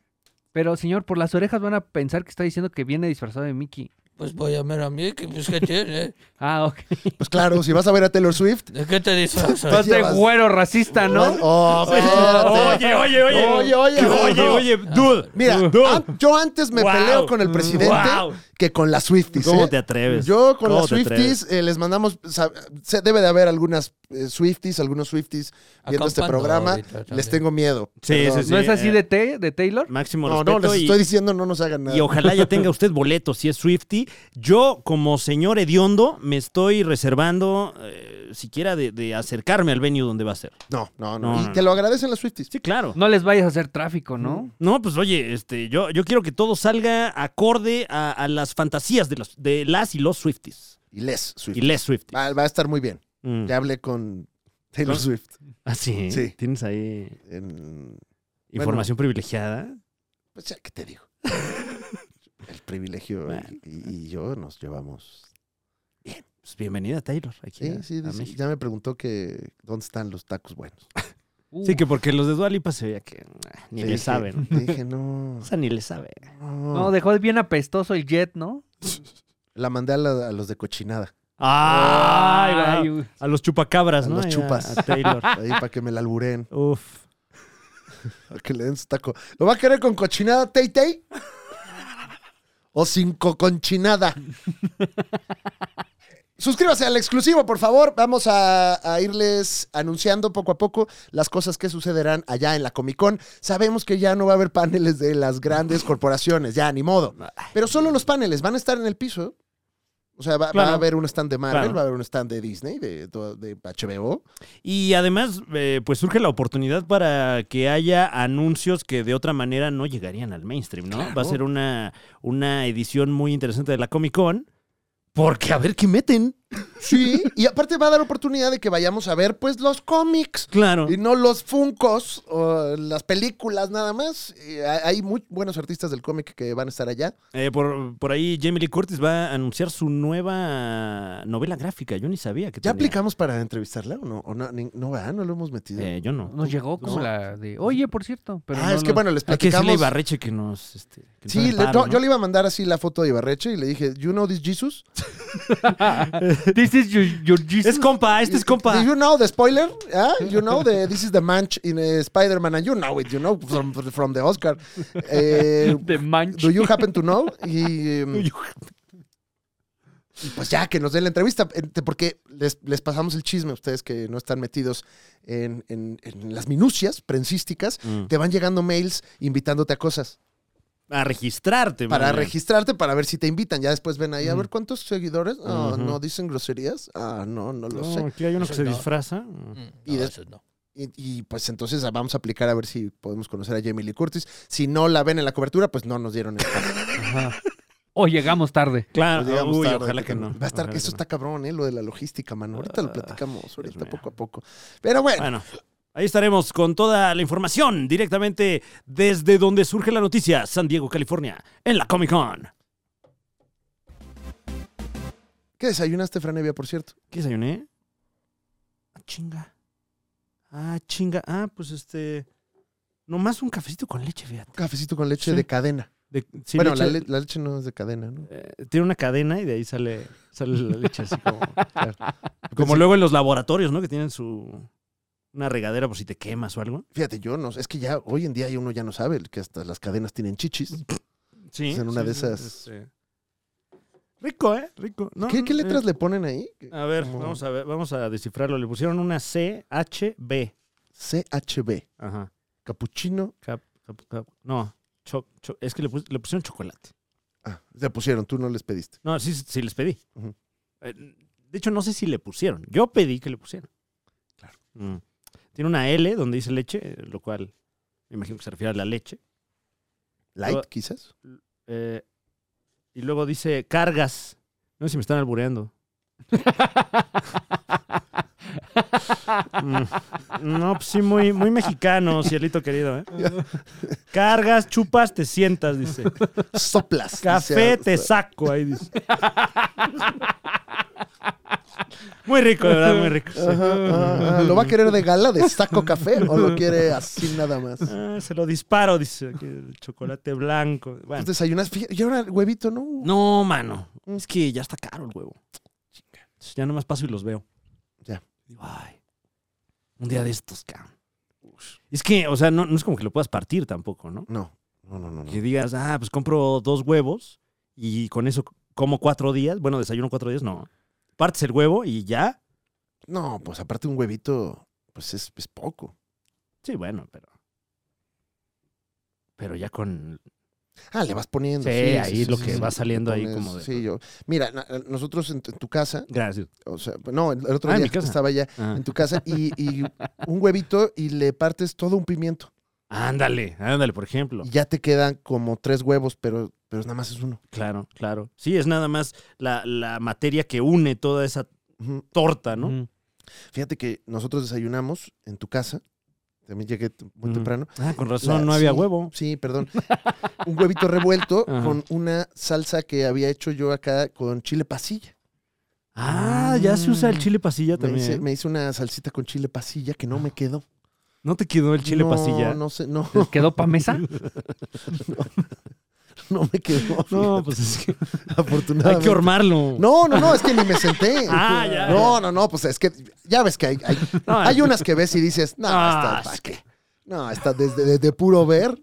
[SPEAKER 7] Pero, señor, por las orejas van a pensar que está diciendo que viene disfrazado de Mickey.
[SPEAKER 9] Pues voy a ver a Mickey, pues ¿qué tiene?
[SPEAKER 7] Ah, ok.
[SPEAKER 3] Pues claro, si vas a ver a Taylor Swift. pues
[SPEAKER 9] ¿De
[SPEAKER 2] [LAUGHS]
[SPEAKER 9] qué te disfrazas?
[SPEAKER 2] Pues
[SPEAKER 7] Estás de
[SPEAKER 3] llevas-
[SPEAKER 7] güero racista, ¿no?
[SPEAKER 3] Oh, espérate.
[SPEAKER 2] oye,
[SPEAKER 3] Oye, oye,
[SPEAKER 2] Que-
[SPEAKER 3] no.
[SPEAKER 2] dude.
[SPEAKER 3] Mira,
[SPEAKER 2] dude.
[SPEAKER 3] an- yo antes me
[SPEAKER 2] Wow.
[SPEAKER 3] peleo con el presidente
[SPEAKER 2] Wow.
[SPEAKER 3] que con las Swifties.
[SPEAKER 2] Mm, ¿Cómo
[SPEAKER 3] ¿eh?
[SPEAKER 2] te atreves?
[SPEAKER 3] Yo con
[SPEAKER 2] ¿Cómo
[SPEAKER 3] las
[SPEAKER 2] te atreves?
[SPEAKER 3] Swifties eh, les mandamos. sa- se- debe de haber algunas eh, Swifties, algunos Swifties viendo este
[SPEAKER 9] Acampando
[SPEAKER 3] programa.
[SPEAKER 9] ahorita también.
[SPEAKER 3] Les tengo miedo.
[SPEAKER 2] Sí,
[SPEAKER 3] Perdón.
[SPEAKER 2] sí,
[SPEAKER 7] ¿No es así
[SPEAKER 2] eh.
[SPEAKER 7] de, T- de Taylor?
[SPEAKER 2] Máximo
[SPEAKER 3] No,
[SPEAKER 2] respeto
[SPEAKER 3] no, les
[SPEAKER 2] y,
[SPEAKER 3] estoy diciendo no nos hagan nada.
[SPEAKER 2] y ojalá
[SPEAKER 3] [LAUGHS]
[SPEAKER 2] ya tenga usted boleto si es Swifty. Yo, como señor hediondo, me estoy reservando eh, siquiera de, de acercarme al venue donde va a ser.
[SPEAKER 3] No, no,
[SPEAKER 2] No,
[SPEAKER 3] no.
[SPEAKER 2] no,
[SPEAKER 3] Y te lo agradecen las Swifties.
[SPEAKER 2] Sí, claro.
[SPEAKER 7] No les vayas a hacer tráfico, ¿no?
[SPEAKER 2] No, pues oye, este, yo, yo quiero que todo salga acorde a, a las fantasías de, los, de las y los Swifties.
[SPEAKER 3] Y les Swift.
[SPEAKER 2] Y les Swifties.
[SPEAKER 3] Va, va a estar muy bien.
[SPEAKER 2] Mm.
[SPEAKER 3] Ah, Ya hablé con Taylor
[SPEAKER 2] ¿Con?
[SPEAKER 3] Swift.
[SPEAKER 2] Ah, sí.
[SPEAKER 3] Sí.
[SPEAKER 2] Tienes ahí
[SPEAKER 3] en-
[SPEAKER 2] información privilegiada.
[SPEAKER 3] Pues ya, ¿qué te digo? [LAUGHS] el privilegio
[SPEAKER 2] Bueno.
[SPEAKER 3] y, y yo nos llevamos.
[SPEAKER 2] Pues bienvenida, Taylor. Aquí
[SPEAKER 3] Sí,
[SPEAKER 2] a-
[SPEAKER 3] sí,
[SPEAKER 2] a
[SPEAKER 3] dice-
[SPEAKER 2] México.
[SPEAKER 3] ya me preguntó que dónde están los tacos buenos.
[SPEAKER 7] Uh,
[SPEAKER 2] Sí, que porque los de Dualipa se veía que ah, ni
[SPEAKER 3] Le
[SPEAKER 2] le
[SPEAKER 3] dije-
[SPEAKER 2] saben.
[SPEAKER 3] le Dije, no.
[SPEAKER 2] [LAUGHS] O sea, ni le sabe.
[SPEAKER 3] no.
[SPEAKER 7] No, dejó bien apestoso el jet, ¿no?
[SPEAKER 3] La mandé a, la- a los de cochinada,
[SPEAKER 2] ¡Ay, guau!
[SPEAKER 7] uy.
[SPEAKER 2] A los chupacabras,
[SPEAKER 3] A
[SPEAKER 2] ¿no?
[SPEAKER 3] los
[SPEAKER 2] Ahí
[SPEAKER 3] chupas.
[SPEAKER 2] A,
[SPEAKER 3] [LAUGHS]
[SPEAKER 2] Taylor. [LAUGHS]
[SPEAKER 3] ahí para que me la alburen,
[SPEAKER 2] Uf.
[SPEAKER 3] para que le den su taco. ¿Lo va a querer con cochinada, Tay Tay? ¿O sin
[SPEAKER 2] [LAUGHS]
[SPEAKER 3] coconchinada? Suscríbase al exclusivo, por favor. Vamos a, a irles anunciando poco a poco las cosas que sucederán allá en la Comic Con. Sabemos que ya no va a haber paneles de las grandes corporaciones, ya ni modo. Pero solo los paneles van a estar en el piso. O sea, va, va
[SPEAKER 2] Claro.
[SPEAKER 3] a haber un stand de Marvel,
[SPEAKER 2] Claro.
[SPEAKER 3] va a haber un stand de Disney, de, to- de HBO.
[SPEAKER 2] Y además, eh, pues surge la oportunidad para que haya anuncios que de otra manera no llegarían al mainstream, ¿no? Va a ser una, una edición muy interesante de la Comic Con, porque a ver qué meten.
[SPEAKER 3] Sí, [LAUGHS] y aparte va a dar oportunidad de que vayamos a ver, pues, los cómics.
[SPEAKER 2] Claro.
[SPEAKER 3] Y no los funcos o las películas nada más. Y ha- Hay muy buenos artistas del cómic que van a estar allá.
[SPEAKER 2] Eh, por, por ahí Jamie Lee Curtis va a anunciar su nueva novela gráfica. Yo ni sabía que
[SPEAKER 3] ¿Ya
[SPEAKER 2] tenía.
[SPEAKER 3] aplicamos para entrevistarla o no? ¿O no, Ni- no, ¿verdad? no lo hemos metido.
[SPEAKER 2] Eh, yo no.
[SPEAKER 7] Nos llegó como
[SPEAKER 3] No.
[SPEAKER 7] la de, oye, por cierto. Pero
[SPEAKER 3] ah,
[SPEAKER 7] no
[SPEAKER 3] es que
[SPEAKER 7] lo-
[SPEAKER 3] bueno, les
[SPEAKER 2] Hay que decirle a
[SPEAKER 3] platicamos.
[SPEAKER 2] Ibarreche que nos... este, que nos haga
[SPEAKER 3] Sí,
[SPEAKER 2] el
[SPEAKER 3] le-
[SPEAKER 2] paro,
[SPEAKER 3] no,
[SPEAKER 2] ¿no?
[SPEAKER 3] yo le iba a mandar así la foto de Ibarreche y le dije, ¿You know this Jesus?
[SPEAKER 7] [LAUGHS] This is your, your Jesus.
[SPEAKER 2] Es compa, este es compa.
[SPEAKER 3] Do you know the spoiler? Ah, You know
[SPEAKER 2] [LAUGHS]
[SPEAKER 3] the This is the Manch in eh, Spider-Man and you know it, you know, from, from the
[SPEAKER 2] [LAUGHS]
[SPEAKER 3] Oscar. Eh,
[SPEAKER 7] de mancha.
[SPEAKER 3] Do you happen to know?
[SPEAKER 2] [LAUGHS]
[SPEAKER 3] Y, em, y pues ya, que nos den la entrevista, ente- porque les, les pasamos el chisme a ustedes que no están metidos en, en- en las minucias prensísticas.
[SPEAKER 2] Mm.
[SPEAKER 3] Te van llegando mails invitándote a cosas
[SPEAKER 2] A registrarte.
[SPEAKER 3] para
[SPEAKER 2] man.
[SPEAKER 3] registrarte, para ver si te invitan. Ya después ven ahí a ver cuántos seguidores. Ah,
[SPEAKER 2] Ujú.
[SPEAKER 3] ¿No dicen groserías? Ah, no, no lo
[SPEAKER 2] No,
[SPEAKER 3] sé.
[SPEAKER 2] aquí hay uno que se
[SPEAKER 9] No.
[SPEAKER 2] disfraza.
[SPEAKER 3] Y
[SPEAKER 9] Mm, No,
[SPEAKER 3] de-
[SPEAKER 9] eso no.
[SPEAKER 3] Y, y, pues entonces ah, vamos a aplicar a ver si podemos conocer a Jamie Lee Curtis. Si no la ven en la cobertura, pues no nos dieron el espacio.
[SPEAKER 7] O llegamos tarde.
[SPEAKER 2] Claro,
[SPEAKER 3] Pues digamos
[SPEAKER 2] Ah, uy,
[SPEAKER 3] tarde,
[SPEAKER 2] ojalá que no.
[SPEAKER 3] Va a estar,
[SPEAKER 2] ojalá
[SPEAKER 3] que eso
[SPEAKER 2] no.
[SPEAKER 3] está cabrón, ¿eh? Lo de la logística, mano. Ahorita lo
[SPEAKER 2] Ah,
[SPEAKER 3] platicamos, ahorita
[SPEAKER 2] mío.
[SPEAKER 3] poco a poco. Pero bueno,
[SPEAKER 2] Bueno, ahí estaremos con toda la información directamente desde donde surge la noticia, San Diego, California, en la Comic Con.
[SPEAKER 3] ¿qué desayunaste, Franevia, por cierto?
[SPEAKER 2] ¿Qué desayuné? Ah, chinga. Ah, chinga. Ah, pues este. Nomás un cafecito con leche, fíjate.
[SPEAKER 3] Cafecito con leche
[SPEAKER 2] Sí.
[SPEAKER 3] de cadena.
[SPEAKER 2] De- sí,
[SPEAKER 3] bueno,
[SPEAKER 2] leche-
[SPEAKER 3] La, le- la leche no es de cadena, ¿no?
[SPEAKER 2] eh, tiene una cadena y de ahí sale, sale la leche así
[SPEAKER 3] [LAUGHS]
[SPEAKER 2] como.
[SPEAKER 3] Claro.
[SPEAKER 2] Ah, Como
[SPEAKER 3] Pensé-
[SPEAKER 2] luego en los laboratorios, ¿no? Que tienen su. Una regadera por si te quemas o algo.
[SPEAKER 3] Fíjate, yo no, es que ya hoy en día ya uno ya no sabe que hasta las cadenas tienen chichis.
[SPEAKER 2] Sí.
[SPEAKER 3] Pues en una
[SPEAKER 2] sí,
[SPEAKER 3] de
[SPEAKER 2] sí,
[SPEAKER 3] esas.
[SPEAKER 2] este. Rico, ¿eh? Rico. No,
[SPEAKER 3] ¿Qué,
[SPEAKER 2] no,
[SPEAKER 3] qué
[SPEAKER 2] eh,
[SPEAKER 3] letras le Oh. ponen ahí?
[SPEAKER 2] A ver,
[SPEAKER 3] Como-
[SPEAKER 2] vamos a ver, vamos a descifrarlo. Le pusieron una C, H, B.
[SPEAKER 3] CHB,
[SPEAKER 2] Ajá.
[SPEAKER 3] capuchino.
[SPEAKER 2] Cap- cap- cap- No, cho- cho- es que le, pus- le pusieron chocolate.
[SPEAKER 3] Ah, le pusieron, tú no les pediste.
[SPEAKER 2] No, sí, sí les pedí.
[SPEAKER 3] Ujú.
[SPEAKER 2] Eh, De hecho, no sé si le pusieron. Yo pedí que le pusieran. Claro. Tiene una L donde dice leche, eh, lo cual me imagino que se refiere a la leche.
[SPEAKER 3] Light,
[SPEAKER 2] Ah.
[SPEAKER 3] quizás.
[SPEAKER 2] Eh, y luego dice cargas. No sé si me están
[SPEAKER 3] [LAUGHS]
[SPEAKER 2] albureando. Mm, No, pues sí, muy, muy mexicano, cielito querido. ¿eh? Cargas, chupas, te sientas,
[SPEAKER 3] [LAUGHS]
[SPEAKER 2] dice.
[SPEAKER 3] Soplas.
[SPEAKER 2] Café,
[SPEAKER 3] dice-
[SPEAKER 2] te saco, ahí dice. Muy rico, de verdad, muy rico. sí.
[SPEAKER 3] Ajá, ajá, ajá. ¿Lo va a querer de gala, de saco café, o lo quiere así nada más?
[SPEAKER 2] Ah, se lo disparo, dice. aquí, chocolate blanco. Bueno.
[SPEAKER 3] Pues desayunas. fí- Y ahora huevito, ¿no?
[SPEAKER 2] No, mano. Es que ya está caro el huevo. Entonces, Ya nomás paso y los veo.
[SPEAKER 3] Ya.
[SPEAKER 2] Digo, ay. Un día de estos, cabrón. Es que, o sea, no, no es como que lo puedas partir tampoco, ¿no?
[SPEAKER 3] No. No, no, no. no.
[SPEAKER 2] Que digas, ah, pues compro dos huevos y con eso como cuatro días. Bueno, desayuno cuatro días, no. Partes el huevo y ya.
[SPEAKER 3] No, pues aparte un huevito, pues es, es poco.
[SPEAKER 2] Sí, bueno, pero. Pero ya con.
[SPEAKER 3] Ah, le vas poniendo.
[SPEAKER 2] Sí, ahí lo que va saliendo ahí
[SPEAKER 3] Pones-
[SPEAKER 2] como de-
[SPEAKER 3] Sí, yo. Mira, na- nosotros en tu, en tu casa,
[SPEAKER 2] Gracias.
[SPEAKER 3] o sea, no, el el otro
[SPEAKER 2] Ah, en
[SPEAKER 3] día
[SPEAKER 2] mi casa.
[SPEAKER 3] estaba ya
[SPEAKER 2] Ah.
[SPEAKER 3] en tu casa y,
[SPEAKER 2] [LAUGHS]
[SPEAKER 3] y un huevito y le partes todo un pimiento.
[SPEAKER 2] Ándale, ándale, por ejemplo.
[SPEAKER 3] Y ya te quedan como tres huevos, pero, pero nada más es uno.
[SPEAKER 2] Claro, claro. Sí, es nada más la, la materia que une toda esa
[SPEAKER 3] Ujú.
[SPEAKER 2] torta, ¿no?
[SPEAKER 7] Mm.
[SPEAKER 3] Fíjate que nosotros desayunamos en tu casa. También llegué t- muy
[SPEAKER 2] Ujú.
[SPEAKER 3] temprano.
[SPEAKER 2] Ah, con razón,
[SPEAKER 3] La-
[SPEAKER 2] no había
[SPEAKER 3] sí,
[SPEAKER 2] huevo.
[SPEAKER 3] Sí, perdón. Un huevito revuelto
[SPEAKER 2] [LAUGHS] Ajá.
[SPEAKER 3] con una salsa que había hecho yo acá con chile pasilla.
[SPEAKER 2] Ah, ya se usa el chile pasilla
[SPEAKER 3] Me
[SPEAKER 2] también. ¿eh?
[SPEAKER 3] hice, me hice una salsita con chile pasilla que no me quedó.
[SPEAKER 2] ¿No te quedó el chile
[SPEAKER 3] No,
[SPEAKER 2] pasilla?
[SPEAKER 3] No sé, no, [LAUGHS]
[SPEAKER 7] ¿Les quedó pa' mesa?
[SPEAKER 3] no me quedó.
[SPEAKER 2] [LAUGHS] [LAUGHS] No,
[SPEAKER 3] fíjate,
[SPEAKER 2] pues es que hay
[SPEAKER 3] [LAUGHS] afortunadamente.
[SPEAKER 2] que hormarlo.
[SPEAKER 3] No, no, no, es que ni me senté.
[SPEAKER 2] [LAUGHS] Ah, ya.
[SPEAKER 3] No, no, no, pues es que ya ves que hay, hay,
[SPEAKER 2] [LAUGHS] No,
[SPEAKER 3] hay
[SPEAKER 2] es-
[SPEAKER 3] unas que ves y dices, no,
[SPEAKER 2] Ah,
[SPEAKER 3] está,
[SPEAKER 2] es
[SPEAKER 3] ¿para qué? No, está desde, desde
[SPEAKER 2] [LAUGHS]
[SPEAKER 3] puro ver.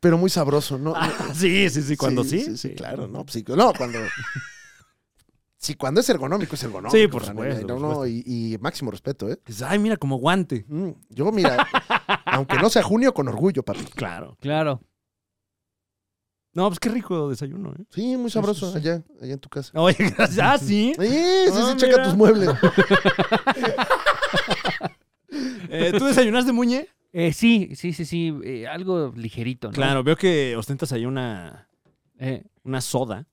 [SPEAKER 3] Pero muy sabroso, ¿no?
[SPEAKER 2] [LAUGHS] Ah, sí, sí, sí, cuando sí.
[SPEAKER 3] Sí, claro, no, pues sí, no, cuando... [LAUGHS] Sí, cuando es ergonómico, es ergonómico.
[SPEAKER 2] Sí, por
[SPEAKER 3] Fran,
[SPEAKER 2] supuesto,
[SPEAKER 3] No,
[SPEAKER 2] por
[SPEAKER 3] no, y, y máximo respeto, ¿eh?
[SPEAKER 2] Dices, Ay, mira, como guante.
[SPEAKER 3] Mm, Yo, mira, aunque no sea junio, con orgullo, papi.
[SPEAKER 2] Claro.
[SPEAKER 7] Claro.
[SPEAKER 2] No, pues qué rico desayuno, ¿eh?
[SPEAKER 3] Sí, muy sabroso allá, allá en
[SPEAKER 2] [LAUGHS]
[SPEAKER 3] tu casa.
[SPEAKER 2] Oye, gracias. Ah, sí.
[SPEAKER 3] Sí, sí, sí,
[SPEAKER 2] Ah,
[SPEAKER 3] checa
[SPEAKER 2] mira.
[SPEAKER 3] tus muebles.
[SPEAKER 2] Eh, ¿Tú desayunaste, Muñe?
[SPEAKER 7] Eh, sí, sí, sí, sí. eh, algo ligerito, ¿no?
[SPEAKER 2] Claro, veo que ostentas ahí una,
[SPEAKER 7] Eh,
[SPEAKER 2] una soda.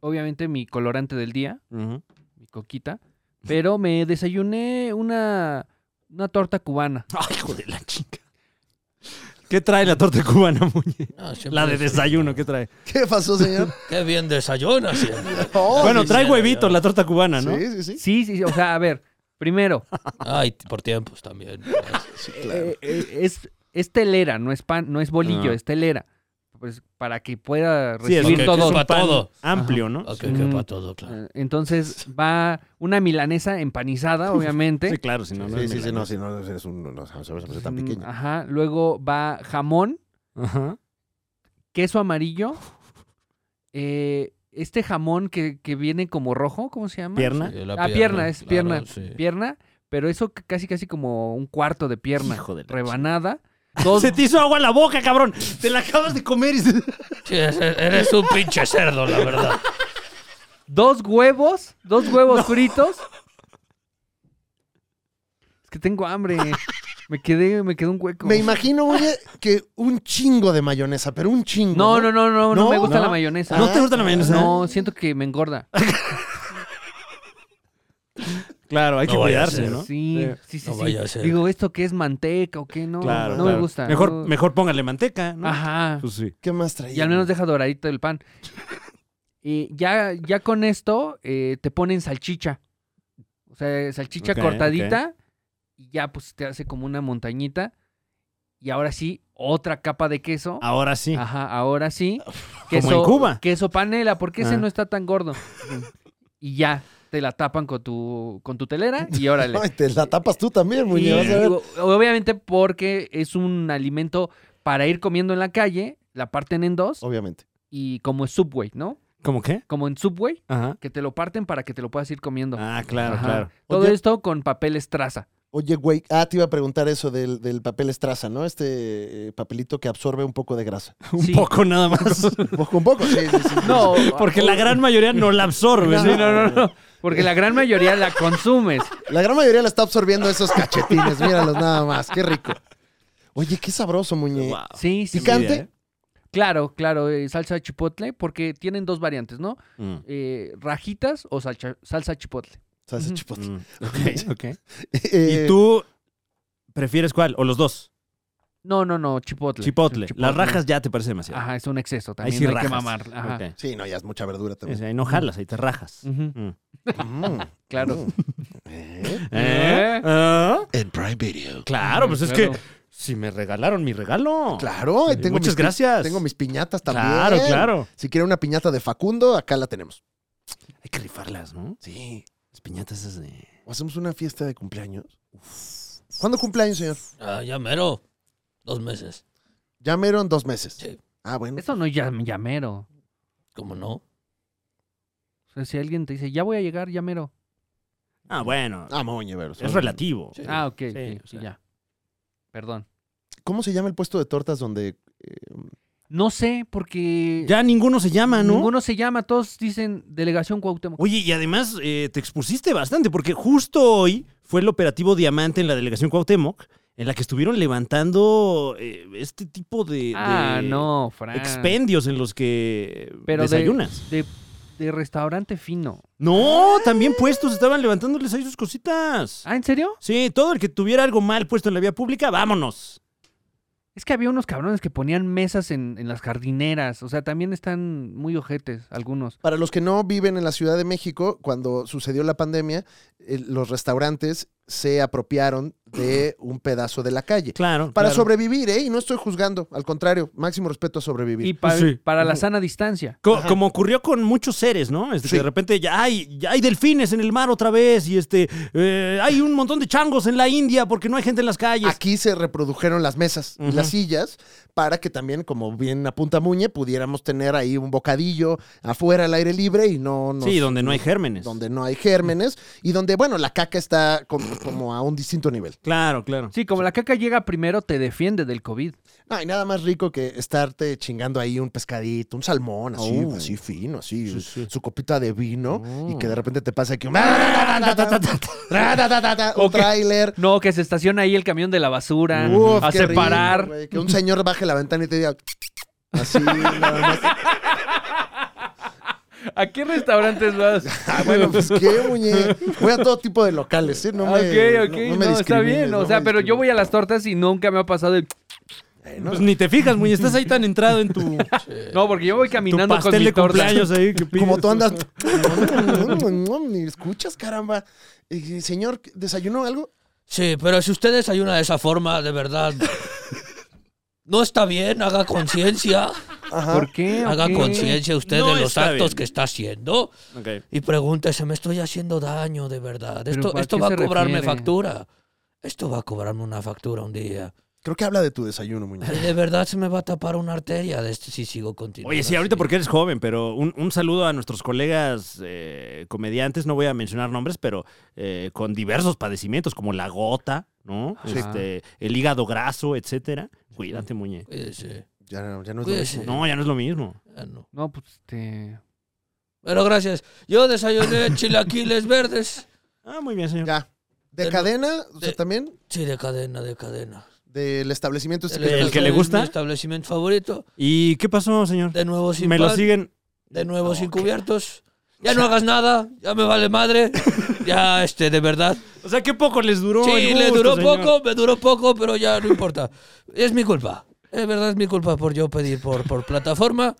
[SPEAKER 7] obviamente mi colorante del día,
[SPEAKER 2] Ujú.
[SPEAKER 7] mi coquita. Pero me desayuné una, una torta cubana.
[SPEAKER 2] Ay, hijo de la chica. ¿Qué trae la torta cubana, Muñe?
[SPEAKER 9] No, siempre
[SPEAKER 2] La de desayuno,
[SPEAKER 9] desayuno.
[SPEAKER 2] ¿qué trae?
[SPEAKER 3] ¿Qué pasó, señor?
[SPEAKER 9] Qué bien
[SPEAKER 2] [LAUGHS]
[SPEAKER 9] desayuna siempre.
[SPEAKER 3] Oh,
[SPEAKER 2] bueno,
[SPEAKER 9] sí,
[SPEAKER 2] trae
[SPEAKER 9] sí,
[SPEAKER 2] huevitos
[SPEAKER 9] sí.
[SPEAKER 2] la torta cubana, ¿no?
[SPEAKER 3] Sí, sí, sí.
[SPEAKER 7] Sí, sí, sí, o sea, a ver, primero,
[SPEAKER 2] [LAUGHS]
[SPEAKER 9] Ay, por tiempos también.
[SPEAKER 3] Sí,
[SPEAKER 7] eh, eh, es, es telera, no es pan, no es bolillo,
[SPEAKER 2] Ah.
[SPEAKER 7] es telera. Pues para que pueda
[SPEAKER 2] Sí,
[SPEAKER 7] recibir
[SPEAKER 9] que- que
[SPEAKER 7] todo.
[SPEAKER 9] es para
[SPEAKER 2] pan
[SPEAKER 9] todo.
[SPEAKER 2] Amplio, ¿no?
[SPEAKER 9] Ok,
[SPEAKER 7] Mm.
[SPEAKER 9] que para todo, claro.
[SPEAKER 7] Eh, Entonces va una milanesa empanizada, obviamente.
[SPEAKER 2] [LAUGHS] Sí, claro, si no, no
[SPEAKER 3] Sí,
[SPEAKER 2] es
[SPEAKER 3] sí, sí, no,
[SPEAKER 2] milanesa.
[SPEAKER 3] sí, no, es un, no, no, sabes, sabes, sabes, tan
[SPEAKER 7] Mm,
[SPEAKER 3] pequeño.
[SPEAKER 7] Ajá, luego va jamón,
[SPEAKER 2] Ajá.
[SPEAKER 7] queso amarillo. eh, este jamón que, que viene como rojo, ¿cómo se llama?
[SPEAKER 2] Pierna.
[SPEAKER 9] Sí, la
[SPEAKER 7] Ah, pierna, es
[SPEAKER 9] claro,
[SPEAKER 7] pierna.
[SPEAKER 9] sí.
[SPEAKER 7] Pierna, pero eso c- casi casi como un cuarto de pierna.
[SPEAKER 2] Hijo de la
[SPEAKER 7] rebanada.
[SPEAKER 2] [LAUGHS]
[SPEAKER 7] Dos,
[SPEAKER 2] Se te hizo agua en la boca, cabrón. Te la acabas de comer y se-
[SPEAKER 9] Sí, eres- eres un pinche cerdo,
[SPEAKER 2] [LAUGHS]
[SPEAKER 9] la verdad.
[SPEAKER 7] dos huevos, dos huevos fritos. Es que tengo hambre. Me quedé, me quedé un hueco.
[SPEAKER 3] Me imagino, oye, que un chingo de mayonesa, pero un chingo.
[SPEAKER 7] No, no, no, no, no,
[SPEAKER 3] ¿No?
[SPEAKER 7] me gusta
[SPEAKER 2] ¿No?
[SPEAKER 7] la mayonesa.
[SPEAKER 2] ¿No te gusta la mayonesa?
[SPEAKER 7] No, siento que me engorda.
[SPEAKER 2] Claro, hay
[SPEAKER 9] No
[SPEAKER 2] que
[SPEAKER 9] vaya a
[SPEAKER 2] cuidarse,
[SPEAKER 9] ser.
[SPEAKER 2] ¿no?
[SPEAKER 7] Sí, sí, sí.
[SPEAKER 9] No
[SPEAKER 7] sí.
[SPEAKER 9] vaya a ser.
[SPEAKER 7] Digo, ¿esto qué es manteca o qué? No,
[SPEAKER 2] Claro.
[SPEAKER 7] no me
[SPEAKER 2] claro.
[SPEAKER 7] gusta.
[SPEAKER 2] Mejor,
[SPEAKER 7] no.
[SPEAKER 2] mejor póngale manteca, ¿no?
[SPEAKER 7] Ajá.
[SPEAKER 2] Pues sí.
[SPEAKER 3] ¿Qué más traía?
[SPEAKER 7] Y al menos deja doradito
[SPEAKER 2] [LAUGHS]
[SPEAKER 7] el pan. Y ya, ya con esto eh, te ponen salchicha. O sea, salchicha
[SPEAKER 2] Ok,
[SPEAKER 7] cortadita. Y ya pues te hace como una montañita. Y ahora sí, otra capa de queso.
[SPEAKER 2] Ahora Ah, sí.
[SPEAKER 7] Ajá, ahora sí.
[SPEAKER 2] Como en Cuba.
[SPEAKER 7] Queso panela, porque ese
[SPEAKER 2] Ah.
[SPEAKER 7] no está tan gordo. y ya, te la tapan con tu, con tu telera
[SPEAKER 2] [LAUGHS]
[SPEAKER 7] y órale.
[SPEAKER 3] [LAUGHS] Ay, te la tapas tú también,
[SPEAKER 7] Y,
[SPEAKER 3] muñe, vas a ver.
[SPEAKER 7] digo, obviamente porque es un alimento para ir comiendo en la calle, la parten en dos
[SPEAKER 3] Obviamente.
[SPEAKER 7] y como en Subway, ¿no?
[SPEAKER 2] ¿Cómo qué?
[SPEAKER 7] Como en Subway,
[SPEAKER 2] Ajá.
[SPEAKER 7] que te lo parten para que te lo puedas ir comiendo.
[SPEAKER 2] Ah, claro,
[SPEAKER 7] Ajá.
[SPEAKER 2] claro.
[SPEAKER 7] Todo
[SPEAKER 3] Oye-
[SPEAKER 7] esto con papel estraza.
[SPEAKER 3] Oye, güey, ah, te iba a preguntar eso del, del papel estraza, ¿no? Este eh, papelito que absorbe un poco de grasa.
[SPEAKER 2] [LAUGHS] Un
[SPEAKER 7] Sí.
[SPEAKER 2] poco nada
[SPEAKER 7] [LAUGHS]
[SPEAKER 2] más.
[SPEAKER 3] Poco un poco, sí, sí, sí.
[SPEAKER 7] No,
[SPEAKER 2] [LAUGHS] Porque la gran mayoría no la absorbe.
[SPEAKER 7] Sí, no, no, no. Porque la gran mayoría la
[SPEAKER 2] [LAUGHS]
[SPEAKER 7] consumes.
[SPEAKER 3] La gran mayoría la está absorbiendo esos cachetines, míralos nada más, qué rico. Oye, qué sabroso, muñe.
[SPEAKER 2] Wow.
[SPEAKER 7] Sí, sí.
[SPEAKER 3] Picante.
[SPEAKER 2] envidia, ¿eh?
[SPEAKER 7] Claro, claro. eh, salsa chipotle, porque tienen dos variantes, ¿no?
[SPEAKER 2] Mm,
[SPEAKER 7] Eh, rajitas o salcha- salsa chipotle.
[SPEAKER 3] Salsa
[SPEAKER 7] Ujú.
[SPEAKER 3] chipotle.
[SPEAKER 2] mm. Ok, ok.
[SPEAKER 3] [LAUGHS] Eh,
[SPEAKER 2] ¿Y tú prefieres cuál? ¿O los dos?
[SPEAKER 7] No, no, no, chipotle.
[SPEAKER 2] Chipotle. Las rajas ya te parece demasiado.
[SPEAKER 7] Ajá, es un exceso
[SPEAKER 2] Ahí
[SPEAKER 7] también.
[SPEAKER 2] sí
[SPEAKER 7] hay
[SPEAKER 2] rajas.
[SPEAKER 7] que mamar. Ajá.
[SPEAKER 2] Ok.
[SPEAKER 3] Sí, no, ya es mucha verdura
[SPEAKER 2] Sí, sí,
[SPEAKER 3] también.
[SPEAKER 2] ahí no jalas, ahí te rajas.
[SPEAKER 7] Ujú.
[SPEAKER 2] Mm.
[SPEAKER 3] Mm,
[SPEAKER 7] Claro.
[SPEAKER 3] mm. Eh,
[SPEAKER 2] ¿Eh?
[SPEAKER 7] ¿Eh? Mm,
[SPEAKER 2] ¿Ah?
[SPEAKER 3] En Prime Video.
[SPEAKER 2] Claro, pues es
[SPEAKER 7] Claro.
[SPEAKER 2] que si me regalaron mi regalo.
[SPEAKER 3] Claro, ahí
[SPEAKER 2] Y
[SPEAKER 3] tengo
[SPEAKER 2] muchas
[SPEAKER 3] mis pi-
[SPEAKER 2] gracias.
[SPEAKER 3] Tengo mis piñatas también.
[SPEAKER 2] Claro, claro.
[SPEAKER 3] Si quiere una piñata de Facundo, acá la tenemos.
[SPEAKER 2] Hay que rifarlas, ¿no?
[SPEAKER 3] Sí.
[SPEAKER 2] Las piñatas esas de.
[SPEAKER 3] ¿O hacemos una fiesta de cumpleaños? ¿Cuándo cumpleaños, señor?
[SPEAKER 9] Ah, ya mero. Dos meses.
[SPEAKER 3] Ya mero en dos meses.
[SPEAKER 9] Sí.
[SPEAKER 3] Ah, bueno.
[SPEAKER 7] Eso no es llam- llamero.
[SPEAKER 9] ¿Cómo no?
[SPEAKER 7] O sea, si alguien te dice, ya voy a llegar, llamero.
[SPEAKER 2] Ah, bueno.
[SPEAKER 3] Ah, moñe, pero-
[SPEAKER 2] es relativo.
[SPEAKER 9] Sí.
[SPEAKER 7] Ah, ok,
[SPEAKER 2] sí,
[SPEAKER 7] ok,
[SPEAKER 2] o
[SPEAKER 7] sí,
[SPEAKER 2] sea.
[SPEAKER 7] ya. Perdón.
[SPEAKER 3] ¿Cómo se llama el puesto de tortas donde... eh,
[SPEAKER 7] No sé, porque
[SPEAKER 2] Ya ninguno se llama, ¿no?
[SPEAKER 7] ninguno se llama, todos dicen Delegación Cuauhtémoc.
[SPEAKER 2] Oye, y además eh, te expusiste bastante, porque justo hoy fue el operativo Diamante en la delegación Cuauhtémoc, en la que estuvieron levantando eh, este tipo de, de
[SPEAKER 7] ah, no, Fran.
[SPEAKER 2] expendios en los que
[SPEAKER 7] Pero de-
[SPEAKER 2] desayunas.
[SPEAKER 7] De, de restaurante fino.
[SPEAKER 2] No, también puestos estaban levantándoles ahí sus cositas.
[SPEAKER 7] Ah, ¿en serio?
[SPEAKER 2] Sí, todo el que tuviera algo mal puesto en la vía pública, vámonos.
[SPEAKER 7] Es que había unos cabrones que ponían mesas en, en las jardineras. O sea, también están muy ojetes algunos.
[SPEAKER 3] Para los que no viven en la Ciudad de México, cuando sucedió la pandemia, eh, los restaurantes se apropiaron de un pedazo de la calle.
[SPEAKER 2] Claro.
[SPEAKER 3] Para
[SPEAKER 2] claro.
[SPEAKER 3] sobrevivir, ¿eh? Y no estoy juzgando, al contrario, máximo respeto a sobrevivir.
[SPEAKER 7] Y pa-
[SPEAKER 2] Sí.
[SPEAKER 7] para la sana distancia.
[SPEAKER 2] Co- como ocurrió con muchos seres, ¿no? Este, que
[SPEAKER 3] Sí.
[SPEAKER 2] de repente ya hay, ya hay delfines en el mar otra vez y este eh, hay un montón de changos en la India porque no hay gente en las calles.
[SPEAKER 3] Aquí se reprodujeron las mesas y
[SPEAKER 2] Ujú.
[SPEAKER 3] las sillas para que también, como bien apunta Muñe, pudiéramos tener ahí un bocadillo afuera al aire libre y no... nos-
[SPEAKER 2] sí, donde no hay gérmenes.
[SPEAKER 3] donde no hay gérmenes y donde, bueno, la caca está como, como a un distinto nivel.
[SPEAKER 2] Claro, claro.
[SPEAKER 7] Sí, como la caca llega primero, te defiende del COVID.
[SPEAKER 3] No hay nada más rico que estarte chingando ahí un pescadito, un salmón, así,
[SPEAKER 2] Oh.
[SPEAKER 3] así fino, así,
[SPEAKER 2] Sí, sí. Oh.
[SPEAKER 3] su copita de vino y que de repente te pasa aquí un...
[SPEAKER 7] O
[SPEAKER 3] un
[SPEAKER 7] que-
[SPEAKER 2] [LAUGHS]
[SPEAKER 3] tráiler.
[SPEAKER 7] No, que se estaciona ahí el camión de la basura
[SPEAKER 3] Uf,
[SPEAKER 7] a
[SPEAKER 3] qué rico,
[SPEAKER 7] separar.
[SPEAKER 3] güey, que un señor baje la ventana y te diga... Así, nada más.
[SPEAKER 7] ¿A qué restaurantes vas?
[SPEAKER 2] [LAUGHS]
[SPEAKER 3] Ah, bueno, pues [LAUGHS] qué, muñe. Voy a todo tipo de locales, ¿eh? No me,
[SPEAKER 7] ok, ok,
[SPEAKER 3] no- no
[SPEAKER 7] no,
[SPEAKER 3] me
[SPEAKER 7] está
[SPEAKER 3] discrimines,
[SPEAKER 7] bien. O
[SPEAKER 3] no
[SPEAKER 7] sea,
[SPEAKER 3] me
[SPEAKER 7] pero yo
[SPEAKER 3] discrimines.
[SPEAKER 7] voy a las tortas y nunca me ha pasado el...
[SPEAKER 2] Pues ni te fijas, muy estás ahí tan entrado en [LAUGHS] tu,
[SPEAKER 7] No, porque yo voy
[SPEAKER 2] tu
[SPEAKER 7] caminando con
[SPEAKER 2] pastel
[SPEAKER 7] mi
[SPEAKER 2] de
[SPEAKER 7] torta.
[SPEAKER 2] cumpleaños ahí que pides.
[SPEAKER 3] Como tú [LAUGHS] andas. Ni escuchas, caramba. Eh, señor, ¿desayunó algo?
[SPEAKER 9] Sí, pero si usted desayuna de esa forma,
[SPEAKER 2] [LAUGHS]
[SPEAKER 9] de verdad, no está bien, haga conciencia.
[SPEAKER 3] Ajá.
[SPEAKER 7] [LAUGHS] ¿Por qué? ¿O
[SPEAKER 9] Haga
[SPEAKER 7] qué?
[SPEAKER 9] conciencia usted
[SPEAKER 2] No
[SPEAKER 9] de los
[SPEAKER 2] está
[SPEAKER 9] actos
[SPEAKER 2] bien.
[SPEAKER 9] que está haciendo
[SPEAKER 2] Ok.
[SPEAKER 9] y pregúntese, me estoy haciendo daño de verdad.
[SPEAKER 7] ¿Pero
[SPEAKER 9] Esto,
[SPEAKER 7] para
[SPEAKER 9] esto
[SPEAKER 7] qué
[SPEAKER 9] va a
[SPEAKER 7] se
[SPEAKER 9] cobrarme
[SPEAKER 7] refiere?
[SPEAKER 9] factura. Esto va a cobrarme una factura un día.
[SPEAKER 3] Creo que habla de tu desayuno, muñeco.
[SPEAKER 9] De verdad se me va a tapar una arteria de esto si sigo continuando.
[SPEAKER 2] Oye, sí, ahorita
[SPEAKER 9] así.
[SPEAKER 2] porque eres joven, pero un, un saludo a nuestros colegas eh, comediantes, no voy a mencionar nombres, pero eh, con diversos padecimientos, como la gota, ¿no?
[SPEAKER 7] Sí.
[SPEAKER 2] Este, el hígado graso, etcétera. Cuídate, muñe.
[SPEAKER 9] Cuídese,
[SPEAKER 3] Ya, no- ya no es lo
[SPEAKER 9] cuídese.
[SPEAKER 2] No, ya no es lo mismo.
[SPEAKER 9] Ya no.
[SPEAKER 7] No, pues este...
[SPEAKER 9] Pero gracias. Yo
[SPEAKER 2] [LAUGHS]
[SPEAKER 9] desayuné chilaquiles verdes.
[SPEAKER 2] Ah, muy bien,
[SPEAKER 3] mismo.
[SPEAKER 2] señor.
[SPEAKER 3] Ya. ¿De
[SPEAKER 9] De-
[SPEAKER 3] cadena? O sea,
[SPEAKER 9] de-
[SPEAKER 3] también
[SPEAKER 9] Sí, de cadena, de cadena.
[SPEAKER 3] del establecimiento. este
[SPEAKER 2] ¿El
[SPEAKER 3] que-
[SPEAKER 2] que le
[SPEAKER 9] es mi
[SPEAKER 2] gusta?
[SPEAKER 9] establecimiento favorito.
[SPEAKER 2] ¿Y qué pasó, señor?
[SPEAKER 9] De nuevo sin
[SPEAKER 2] Me lo
[SPEAKER 9] pan,
[SPEAKER 2] siguen.
[SPEAKER 9] De nuevo sin cubiertos. Ya no hagas nada, ya me
[SPEAKER 2] [LAUGHS]
[SPEAKER 9] vale madre. Ya, este, de verdad.
[SPEAKER 2] O sea, qué poco les duró.
[SPEAKER 9] Sí,
[SPEAKER 2] el
[SPEAKER 9] le
[SPEAKER 2] gusto,
[SPEAKER 9] duró
[SPEAKER 2] señor.
[SPEAKER 9] poco, me duró poco, pero ya no importa. Es mi culpa. Es verdad, es mi culpa por yo pedir por, por plataforma.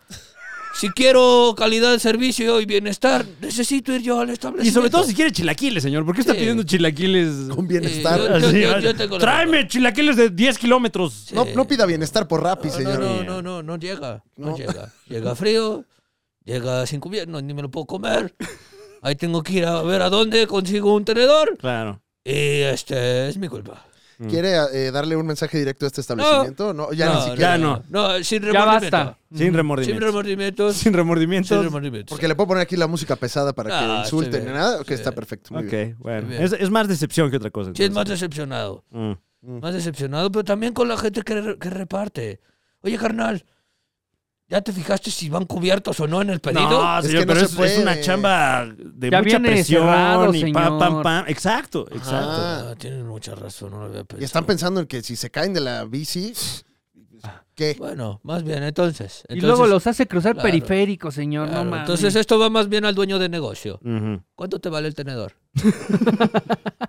[SPEAKER 9] Si quiero calidad de servicio y bienestar, necesito ir yo al
[SPEAKER 2] Y
[SPEAKER 9] establecimiento.
[SPEAKER 2] sobre todo si quiere chilaquiles, señor. ¿Por qué está
[SPEAKER 9] Sí.
[SPEAKER 2] pidiendo chilaquiles? [LAUGHS]
[SPEAKER 3] [LAUGHS] Con bienestar.
[SPEAKER 9] Eh, yo-
[SPEAKER 2] Así,
[SPEAKER 9] yo-
[SPEAKER 2] ah,
[SPEAKER 9] yo tengo la
[SPEAKER 2] Tráeme chilaquiles de 10 kilómetros.
[SPEAKER 3] No, no pida bienestar por Rappi,
[SPEAKER 9] No,
[SPEAKER 3] señor.
[SPEAKER 9] no, no, no, no llega. No, llega. Llega frío, llega sin cubierto, ni me lo puedo comer. Ahí tengo que ir a ver a dónde consigo un tenedor.
[SPEAKER 2] Claro.
[SPEAKER 9] Y este es mi culpa.
[SPEAKER 3] ¿Quiere eh, darle un mensaje directo a este establecimiento? No, ya ni
[SPEAKER 9] No,
[SPEAKER 3] siquiera.
[SPEAKER 2] Ya no.
[SPEAKER 9] No, sin
[SPEAKER 7] Ya
[SPEAKER 9] remordimiento.
[SPEAKER 7] basta.
[SPEAKER 2] Sin
[SPEAKER 9] Sin
[SPEAKER 2] remordimientos.
[SPEAKER 9] remordimientos.
[SPEAKER 2] Sin remordimientos.
[SPEAKER 9] Sin remordimientos.
[SPEAKER 3] Porque le puedo poner aquí la música pesada para
[SPEAKER 9] Ah,
[SPEAKER 3] que
[SPEAKER 9] está
[SPEAKER 3] insulten.
[SPEAKER 9] bien,
[SPEAKER 3] ¿Nada? Ok,
[SPEAKER 9] sí.
[SPEAKER 3] está perfecto. Muy bien.
[SPEAKER 2] Ok, bueno.
[SPEAKER 9] bien.
[SPEAKER 2] Es, es más decepción que otra cosa.
[SPEAKER 9] Sí, es más
[SPEAKER 2] entonces.
[SPEAKER 9] decepcionado.
[SPEAKER 2] Mm.
[SPEAKER 9] Más decepcionado, pero también con la gente que, re- que reparte. Oye, carnal, ¿ya te fijaste si van cubiertos o no en el pedido?
[SPEAKER 2] No,
[SPEAKER 3] Es
[SPEAKER 2] señor,
[SPEAKER 3] que no
[SPEAKER 2] pero
[SPEAKER 3] se
[SPEAKER 2] es, es una
[SPEAKER 3] puede.
[SPEAKER 2] chamba de
[SPEAKER 7] Ya
[SPEAKER 2] mucha
[SPEAKER 7] viene
[SPEAKER 2] presión
[SPEAKER 7] cerrado,
[SPEAKER 2] y pam, pam,
[SPEAKER 7] señor.
[SPEAKER 2] pam. Exacto, exacto.
[SPEAKER 3] Ah.
[SPEAKER 9] Ah, tienen mucha razón, no lo había
[SPEAKER 2] Pues
[SPEAKER 9] pensado.
[SPEAKER 3] Y están pensando en que si se caen de la bici,
[SPEAKER 2] [LAUGHS]
[SPEAKER 3] ¿qué?
[SPEAKER 9] Bueno, más bien, entonces.
[SPEAKER 7] y luego
[SPEAKER 9] entonces-
[SPEAKER 7] los hace cruzar
[SPEAKER 9] claro.
[SPEAKER 7] periférico, señor.
[SPEAKER 9] Claro,
[SPEAKER 7] no mames.
[SPEAKER 9] Entonces esto va más bien al dueño de negocio.
[SPEAKER 2] Ujú.
[SPEAKER 9] ¿Cuánto te vale
[SPEAKER 7] [LAUGHS]
[SPEAKER 9] el tenedor?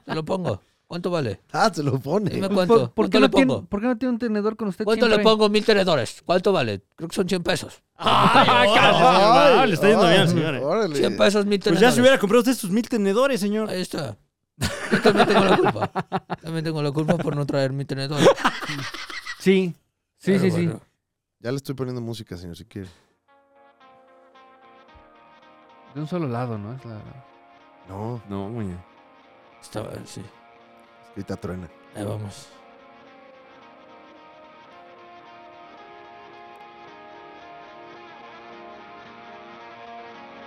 [SPEAKER 9] te lo pongo. ¿Cuánto vale?
[SPEAKER 3] Ah, se lo pone.
[SPEAKER 9] Dime
[SPEAKER 7] Pues,
[SPEAKER 9] cuánto.
[SPEAKER 7] ¿Por, por
[SPEAKER 9] ¿Cuánto
[SPEAKER 7] qué
[SPEAKER 9] le
[SPEAKER 7] no tiene,
[SPEAKER 9] pongo?
[SPEAKER 7] por qué no tiene un tenedor con usted
[SPEAKER 9] ¿Cuánto le
[SPEAKER 7] siempre? [LAUGHS]
[SPEAKER 9] pongo? Mil tenedores. ¿Cuánto vale? Creo que son 100 pesos.
[SPEAKER 7] Ah,
[SPEAKER 2] Ay,
[SPEAKER 3] [LAUGHS] Ay,
[SPEAKER 2] cabrón, le está yendo bien al
[SPEAKER 3] ay,
[SPEAKER 2] señor. eh.
[SPEAKER 3] órale.
[SPEAKER 9] 100 pesos, mil
[SPEAKER 2] Pues
[SPEAKER 9] tenedores.
[SPEAKER 2] ya se hubiera comprado usted sus mil tenedores, señor.
[SPEAKER 9] Ahí está. Yo también tengo la culpa. También tengo la culpa por no traer mi tenedor.
[SPEAKER 7] Sí, sí,
[SPEAKER 9] Pero
[SPEAKER 7] sí,
[SPEAKER 9] bueno.
[SPEAKER 3] Ya le estoy poniendo música, señor, si quiere.
[SPEAKER 7] sí. De un solo lado, ¿no? Es la-
[SPEAKER 3] No,
[SPEAKER 2] No, muñe.
[SPEAKER 9] Está bien, sí.
[SPEAKER 3] ahorita truena.
[SPEAKER 9] Ahí vamos.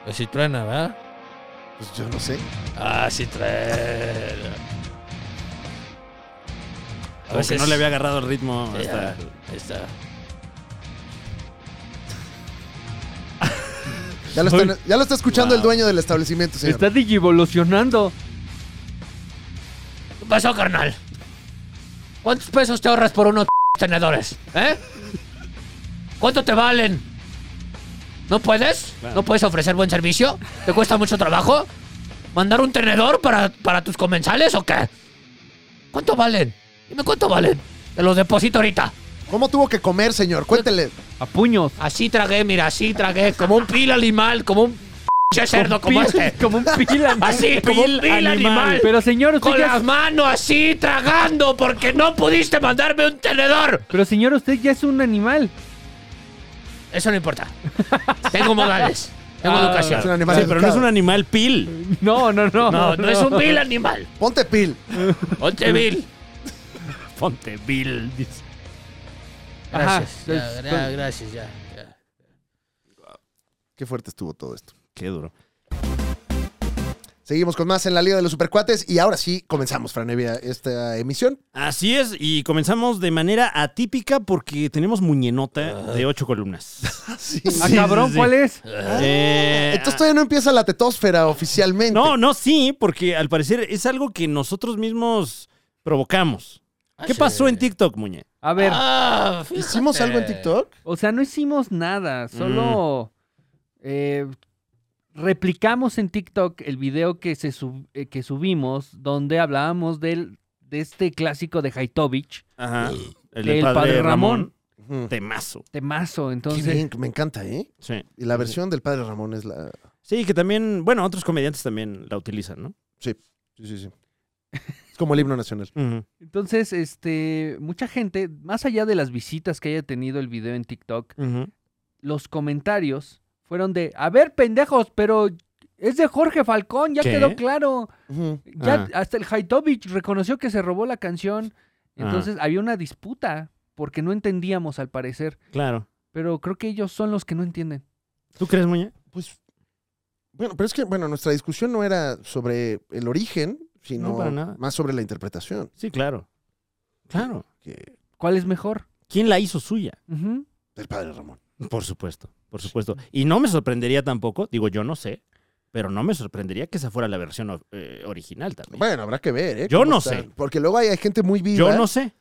[SPEAKER 9] Pues sí truena, ¿verdad?
[SPEAKER 3] Pues yo no sé.
[SPEAKER 9] Ah, sí truena.
[SPEAKER 2] Como que no le había agarrado el ritmo
[SPEAKER 9] Sí,
[SPEAKER 2] hasta.
[SPEAKER 9] ahí está.
[SPEAKER 3] Ya lo, están- ya lo está escuchando el dueño del establecimiento, señor.
[SPEAKER 7] Está digivolucionando.
[SPEAKER 9] ¿Qué pasó, carnal? ¿Cuántos pesos te ahorras por unos [LAUGHS] tenedores? ¿Eh? ¿Cuánto te valen? ¿No puedes? ¿No puedes ofrecer buen servicio? ¿Te cuesta mucho trabajo? ¿Mandar un tenedor para, para tus comensales o qué? ¿Cuánto valen? Dime cuánto valen. Te los deposito ahorita.
[SPEAKER 3] ¿Cómo tuvo que comer, señor? Cuéntele.
[SPEAKER 7] A puños.
[SPEAKER 9] Así tragué, mira, así tragué. Como un pil animal, como un pinche cerdo, como
[SPEAKER 7] Pil-
[SPEAKER 9] este.
[SPEAKER 7] [LAUGHS] Como un pil animal.
[SPEAKER 9] [LAUGHS] Así, como un pil animal.
[SPEAKER 7] Pero señor, usted
[SPEAKER 9] Con
[SPEAKER 7] ya-
[SPEAKER 9] las manos así tragando porque no pudiste mandarme un tenedor.
[SPEAKER 7] Pero señor, usted ya es un animal.
[SPEAKER 9] Eso no importa. Tengo modales. Tengo
[SPEAKER 7] Ah,
[SPEAKER 9] educación.
[SPEAKER 3] Es un animal
[SPEAKER 2] Sí, pero no es
[SPEAKER 3] educado.
[SPEAKER 2] un animal pil.
[SPEAKER 7] No, no, no.
[SPEAKER 9] No, no es un vil animal.
[SPEAKER 3] Ponte pil.
[SPEAKER 9] Ponte vil.
[SPEAKER 2] Ponte vil. dice.
[SPEAKER 7] Ajá. Ah,
[SPEAKER 9] Gracias. ya, gra- gracias, ya, ya.
[SPEAKER 3] Qué fuerte estuvo todo esto.
[SPEAKER 2] Qué duro.
[SPEAKER 3] Seguimos con más en la Liga de los Supercuates y ahora sí comenzamos, Franevia, esta emisión.
[SPEAKER 2] Así es, y comenzamos de manera atípica porque tenemos muñenota de ocho columnas.
[SPEAKER 3] Sí.
[SPEAKER 7] Ah,
[SPEAKER 2] Sí,
[SPEAKER 7] cabrón,
[SPEAKER 2] sí, sí.
[SPEAKER 7] ¿cuál es?
[SPEAKER 2] Eh,
[SPEAKER 3] Entonces todavía no empieza la tetósfera oficialmente.
[SPEAKER 2] No, no, sí, porque al parecer es algo que nosotros mismos provocamos. Ah, ¿Qué
[SPEAKER 9] sí.
[SPEAKER 2] pasó en TikTok, Muñe?
[SPEAKER 7] A ver,
[SPEAKER 9] Ah,
[SPEAKER 3] ¿Hicimos
[SPEAKER 9] fíjate.
[SPEAKER 2] Eh.
[SPEAKER 3] algo en TikTok?
[SPEAKER 7] o sea, no hicimos nada. Solo eh, replicamos en TikTok el video que, se sub- eh, que subimos donde hablábamos del, de este clásico de Haitovich,
[SPEAKER 2] Ajá. El,
[SPEAKER 7] del padre, Ramón.
[SPEAKER 3] Ujú.
[SPEAKER 2] Temazo.
[SPEAKER 7] Temazo,
[SPEAKER 3] Qué
[SPEAKER 7] entonces...
[SPEAKER 3] bien, me encanta, ¿eh?
[SPEAKER 2] Sí.
[SPEAKER 3] Y la versión del padre Ramón es la.
[SPEAKER 2] Sí, que también, bueno, otros comediantes también la utilizan, ¿no?
[SPEAKER 3] Sí, sí, sí. Es como el himno nacional.
[SPEAKER 7] Entonces, este, mucha gente, más allá de las visitas que haya tenido el video en TikTok,
[SPEAKER 2] Ujú.
[SPEAKER 7] los comentarios fueron de, a ver, pendejos, pero es de Jorge Falcón, ya
[SPEAKER 2] ¿Qué?
[SPEAKER 7] quedó claro.
[SPEAKER 3] Ujú.
[SPEAKER 7] Ya
[SPEAKER 2] Ah.
[SPEAKER 7] hasta el Haitovich reconoció que se robó la canción. Entonces había una disputa porque no entendíamos al parecer,
[SPEAKER 2] Claro.
[SPEAKER 7] pero creo que ellos son los que no entienden.
[SPEAKER 2] ¿Tú crees, Muñe?
[SPEAKER 3] Pues. Bueno, pero es que, bueno, nuestra discusión no era sobre el origen, sino
[SPEAKER 2] No, para nada.
[SPEAKER 3] más sobre la interpretación.
[SPEAKER 2] Sí, claro. Claro.
[SPEAKER 3] Que
[SPEAKER 7] ¿Cuál es mejor?
[SPEAKER 2] ¿Quién la hizo suya?
[SPEAKER 7] Ujú.
[SPEAKER 3] del padre Ramón.
[SPEAKER 2] Por supuesto, por supuesto. Y no me sorprendería tampoco, digo, yo no sé, pero no me sorprendería que esa fuera la versión o- eh, original también.
[SPEAKER 3] Bueno, habrá que ver, ¿eh?
[SPEAKER 2] Yo
[SPEAKER 3] ¿Cómo
[SPEAKER 2] no
[SPEAKER 3] está?
[SPEAKER 2] sé.
[SPEAKER 3] Porque luego hay, hay gente muy viva
[SPEAKER 2] yo no sé,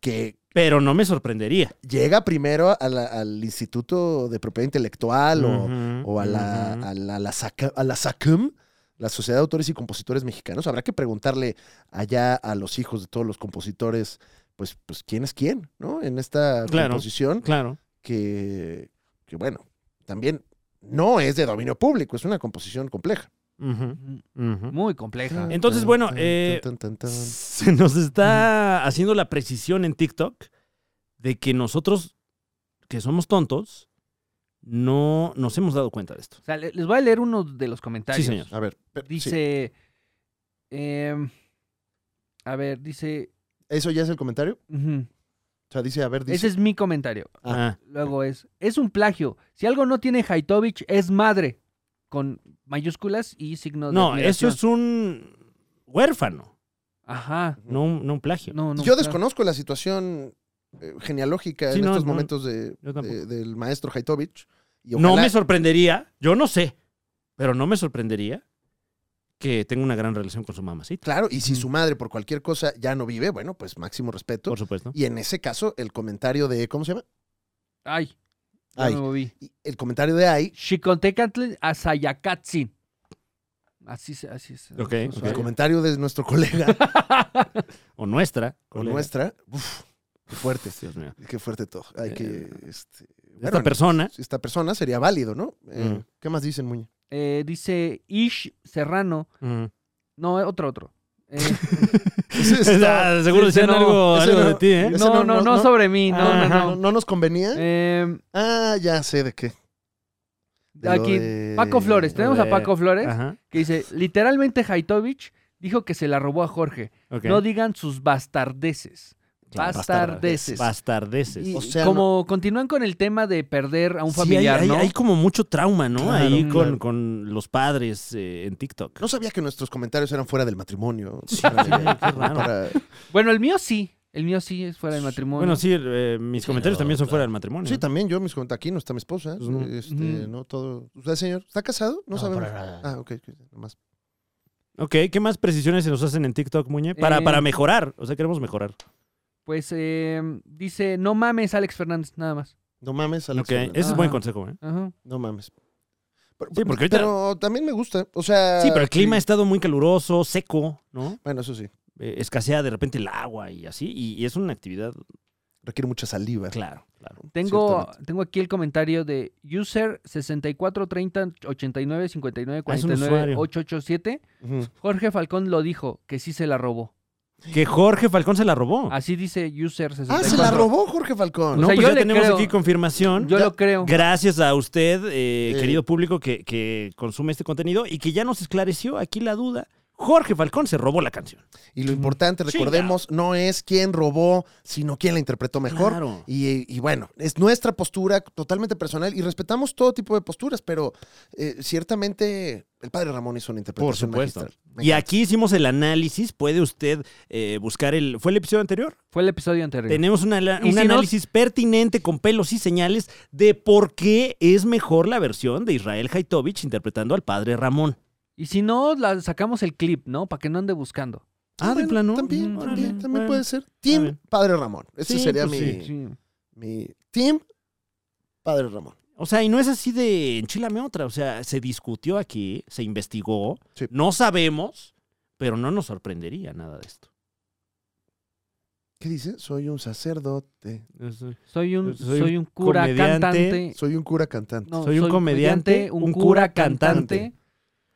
[SPEAKER 3] que
[SPEAKER 2] pero no me sorprendería.
[SPEAKER 3] llega primero a la- al Instituto de Propiedad Intelectual o-
[SPEAKER 2] Ujú,
[SPEAKER 3] o, a, la,
[SPEAKER 2] ujú.
[SPEAKER 3] a, la, a la SACA- a la SACUM, la Sociedad de Autores y Compositores Mexicanos. Habrá que preguntarle allá a los hijos de todos los compositores, pues, pues quién es quién, ¿no? En esta
[SPEAKER 2] Claro.
[SPEAKER 3] composición
[SPEAKER 2] Claro.
[SPEAKER 3] que, que, bueno, también no es de dominio público, es una composición compleja. Ah,
[SPEAKER 2] Ujú, ujú.
[SPEAKER 7] Muy compleja.
[SPEAKER 2] Entonces, bueno, eh,
[SPEAKER 3] Tan, tan,
[SPEAKER 2] [LAUGHS]
[SPEAKER 3] tan, tan.
[SPEAKER 2] Se nos está haciendo la precisión en TikTok de que nosotros, que somos tontos, no nos hemos dado cuenta de esto.
[SPEAKER 7] O sea, le- les voy a leer uno de los comentarios.
[SPEAKER 2] Sí, señor.
[SPEAKER 3] A ver, pero- sí,
[SPEAKER 7] Dice, em, a ver, dice,
[SPEAKER 3] ¿eso ya es el comentario?
[SPEAKER 7] ujú,
[SPEAKER 3] O sea, dice, a ver, dice...
[SPEAKER 7] ese es mi comentario.
[SPEAKER 2] Ah,
[SPEAKER 7] Luego es, es un plagio. Si algo no tiene Haitovich, es madre. Con mayúsculas y signo de
[SPEAKER 2] no, eso
[SPEAKER 7] admiración.
[SPEAKER 2] es un huérfano,
[SPEAKER 7] Ajá.
[SPEAKER 2] no un, no un plagio.
[SPEAKER 7] No, no,
[SPEAKER 3] Yo
[SPEAKER 7] claro.
[SPEAKER 3] desconozco la situación eh, genealógica
[SPEAKER 2] Sí,
[SPEAKER 3] en
[SPEAKER 2] no,
[SPEAKER 3] estos
[SPEAKER 2] no,
[SPEAKER 3] momentos de,
[SPEAKER 2] yo tampoco.
[SPEAKER 3] de- del maestro Haitovich. Eh, Y
[SPEAKER 2] No
[SPEAKER 3] ojalá-
[SPEAKER 2] me sorprendería, yo no sé, pero no me sorprendería que tenga una gran relación con su mamacita.
[SPEAKER 3] Claro, y si su madre por cualquier cosa ya no vive, bueno, pues máximo respeto.
[SPEAKER 2] Por supuesto.
[SPEAKER 3] Y en ese caso, el comentario de, ¿cómo se llama?
[SPEAKER 7] Ay, ya
[SPEAKER 3] Ay.
[SPEAKER 7] me moví.
[SPEAKER 3] Y El comentario de Ay,
[SPEAKER 7] Xicontecatl Asayacatsin. Así se, así es.
[SPEAKER 2] Ok,
[SPEAKER 7] Eso
[SPEAKER 2] ok.
[SPEAKER 3] el
[SPEAKER 7] es.
[SPEAKER 3] comentario de
[SPEAKER 2] [LAUGHS]
[SPEAKER 3] nuestro colega
[SPEAKER 2] O nuestra.
[SPEAKER 3] o
[SPEAKER 2] colega.
[SPEAKER 3] nuestra, uf, qué fuerte,
[SPEAKER 2] Dios mío.
[SPEAKER 3] qué fuerte todo. Hay que, este,
[SPEAKER 2] Eh, Esta persona.
[SPEAKER 3] esta persona sería válido, ¿no? Eh,
[SPEAKER 2] Mm.
[SPEAKER 3] ¿Qué más dicen,
[SPEAKER 2] [LAUGHS]
[SPEAKER 3] Muñe?
[SPEAKER 7] Eh, dice Ish Serrano.
[SPEAKER 2] Ujú.
[SPEAKER 7] No, otro, otro. Eh,
[SPEAKER 3] Ese
[SPEAKER 2] [LAUGHS]
[SPEAKER 3] está-
[SPEAKER 2] Ah, seguro
[SPEAKER 7] ese
[SPEAKER 2] decían
[SPEAKER 7] no,
[SPEAKER 2] algo,
[SPEAKER 3] ese
[SPEAKER 2] algo
[SPEAKER 3] no.
[SPEAKER 2] de ti, ¿eh?
[SPEAKER 3] Ese
[SPEAKER 7] no, no,
[SPEAKER 3] no,
[SPEAKER 7] no,
[SPEAKER 3] no.
[SPEAKER 7] sobre mí. No,
[SPEAKER 2] Ah,
[SPEAKER 7] no,
[SPEAKER 3] ¿No,
[SPEAKER 7] no.
[SPEAKER 3] no nos convenía?
[SPEAKER 7] Eh,
[SPEAKER 3] Ah, ya sé de qué. De lo
[SPEAKER 7] aquí,
[SPEAKER 3] de-
[SPEAKER 7] Paco Flores.
[SPEAKER 2] lo
[SPEAKER 7] Tenemos
[SPEAKER 2] de-
[SPEAKER 7] a Paco Flores
[SPEAKER 2] Ajá.
[SPEAKER 7] que dice: literalmente Haitovich dijo que se la robó a Jorge.
[SPEAKER 2] ok.
[SPEAKER 7] No digan sus bastardeces.
[SPEAKER 2] Claro,
[SPEAKER 7] Bastardeces.
[SPEAKER 2] Bastardeces.
[SPEAKER 7] Y
[SPEAKER 3] O sea,
[SPEAKER 7] como continúan con el tema de perder a un
[SPEAKER 2] Sí,
[SPEAKER 7] familiar,
[SPEAKER 2] hay, hay-
[SPEAKER 7] ¿no?
[SPEAKER 2] hay como mucho trauma, ¿no?
[SPEAKER 3] Claro,
[SPEAKER 2] Ahí con,
[SPEAKER 3] claro.
[SPEAKER 2] con los padres eh, en TikTok.
[SPEAKER 3] No sabía que nuestros comentarios eran fuera del matrimonio.
[SPEAKER 2] [LAUGHS] Sí,
[SPEAKER 3] Para-
[SPEAKER 2] sí, qué raro.
[SPEAKER 3] para-
[SPEAKER 7] Bueno, el mío sí. El mío sí es fuera del matrimonio.
[SPEAKER 2] Bueno, sí, eh, mis
[SPEAKER 9] Sí,
[SPEAKER 2] comentarios
[SPEAKER 9] no,
[SPEAKER 2] también son
[SPEAKER 9] claro.
[SPEAKER 2] fuera del matrimonio.
[SPEAKER 3] sí, también yo mis comentarios. Aquí no está mi esposa.
[SPEAKER 2] Pues no.
[SPEAKER 3] Este,
[SPEAKER 7] Ujú.
[SPEAKER 3] No todo. ¿Usted, señor? ¿Está casado? No,
[SPEAKER 9] No,
[SPEAKER 3] sabemos.
[SPEAKER 9] para nada.
[SPEAKER 3] Ah, ok. ok, nomás.
[SPEAKER 2] Ok, ¿qué más precisiones se nos hacen en TikTok, Muñe? Para,
[SPEAKER 7] Eh,
[SPEAKER 2] para mejorar. O sea, queremos mejorar.
[SPEAKER 7] Pues eh, dice, no mames, Alex Fernández, nada más.
[SPEAKER 3] No mames, Alex.
[SPEAKER 2] Ok,
[SPEAKER 3] Fernández.
[SPEAKER 2] ese es buen
[SPEAKER 7] Ajá.
[SPEAKER 2] consejo, ¿eh?
[SPEAKER 7] Ajá.
[SPEAKER 3] No mames. Pero,
[SPEAKER 2] Sí, porque ahorita-
[SPEAKER 3] pero también me gusta. O
[SPEAKER 7] Eh,
[SPEAKER 3] sea.
[SPEAKER 2] Sí, pero el clima ha estado muy caluroso, seco, ¿no?
[SPEAKER 3] Bueno, eso sí.
[SPEAKER 2] Eh, escasea de repente el agua y así, y, y es una actividad
[SPEAKER 3] requiere mucha saliva.
[SPEAKER 2] Claro, claro.
[SPEAKER 7] Tengo,
[SPEAKER 3] Ciertamente.
[SPEAKER 7] tengo aquí el comentario de user
[SPEAKER 2] Ah, es un usuario.
[SPEAKER 7] 64308959498887.
[SPEAKER 3] Ujú.
[SPEAKER 7] Jorge Falcón lo dijo, que sí se la robó.
[SPEAKER 2] Que Jorge Falcón se la robó.
[SPEAKER 7] Así dice user 64.
[SPEAKER 3] Ah, se la robó Jorge Falcón.
[SPEAKER 7] o
[SPEAKER 2] no,
[SPEAKER 7] sea,
[SPEAKER 2] pues
[SPEAKER 7] yo
[SPEAKER 2] ya
[SPEAKER 7] le
[SPEAKER 2] tenemos
[SPEAKER 7] creo.
[SPEAKER 2] aquí confirmación.
[SPEAKER 7] Yo lo creo.
[SPEAKER 2] Gracias a usted, eh,
[SPEAKER 3] Sí.
[SPEAKER 2] querido público, que, que consume este contenido y que ya nos esclareció aquí la duda. Jorge Falcón se robó la canción.
[SPEAKER 3] Y lo importante,
[SPEAKER 2] Chinga.
[SPEAKER 3] recordemos, no es quién robó, sino quién la interpretó mejor.
[SPEAKER 2] Claro.
[SPEAKER 3] Y, y bueno, es nuestra postura totalmente personal y respetamos todo tipo de posturas, pero eh, ciertamente el padre Ramón hizo una interpretación magistral. Me
[SPEAKER 2] Y
[SPEAKER 3] encanta.
[SPEAKER 2] aquí hicimos el análisis. Puede usted eh, buscar el. ¿Fue el episodio anterior?
[SPEAKER 7] Fue el episodio anterior.
[SPEAKER 2] Tenemos una-
[SPEAKER 7] Y
[SPEAKER 2] un
[SPEAKER 7] si no-
[SPEAKER 2] análisis pertinente con pelos y señales de por qué es mejor la versión de Israel Haitovich interpretando al padre Ramón.
[SPEAKER 7] Y si no, la sacamos el clip, ¿no? Para que no ande buscando.
[SPEAKER 2] Ah, de
[SPEAKER 3] Bueno,
[SPEAKER 2] plano.
[SPEAKER 3] También,
[SPEAKER 2] Mm,
[SPEAKER 3] también,
[SPEAKER 2] órale,
[SPEAKER 3] también
[SPEAKER 2] bueno.
[SPEAKER 3] puede ser. Team
[SPEAKER 2] bien.
[SPEAKER 3] Padre Ramón. Ese
[SPEAKER 2] Sí,
[SPEAKER 3] sería
[SPEAKER 2] pues
[SPEAKER 3] mi,
[SPEAKER 7] Sí.
[SPEAKER 3] mi team Padre Ramón.
[SPEAKER 2] O sea, y no es así de enchilame otra. O sea, se discutió aquí, se investigó.
[SPEAKER 3] Sí.
[SPEAKER 2] No sabemos, pero no nos sorprendería nada de esto.
[SPEAKER 3] ¿Qué dice? Soy un sacerdote.
[SPEAKER 7] Soy un,
[SPEAKER 2] Soy
[SPEAKER 7] soy,
[SPEAKER 2] un
[SPEAKER 7] un cura
[SPEAKER 2] comediante.
[SPEAKER 7] cantante.
[SPEAKER 3] Soy un cura cantante.
[SPEAKER 7] No,
[SPEAKER 2] Soy un comediante, un cura cantante.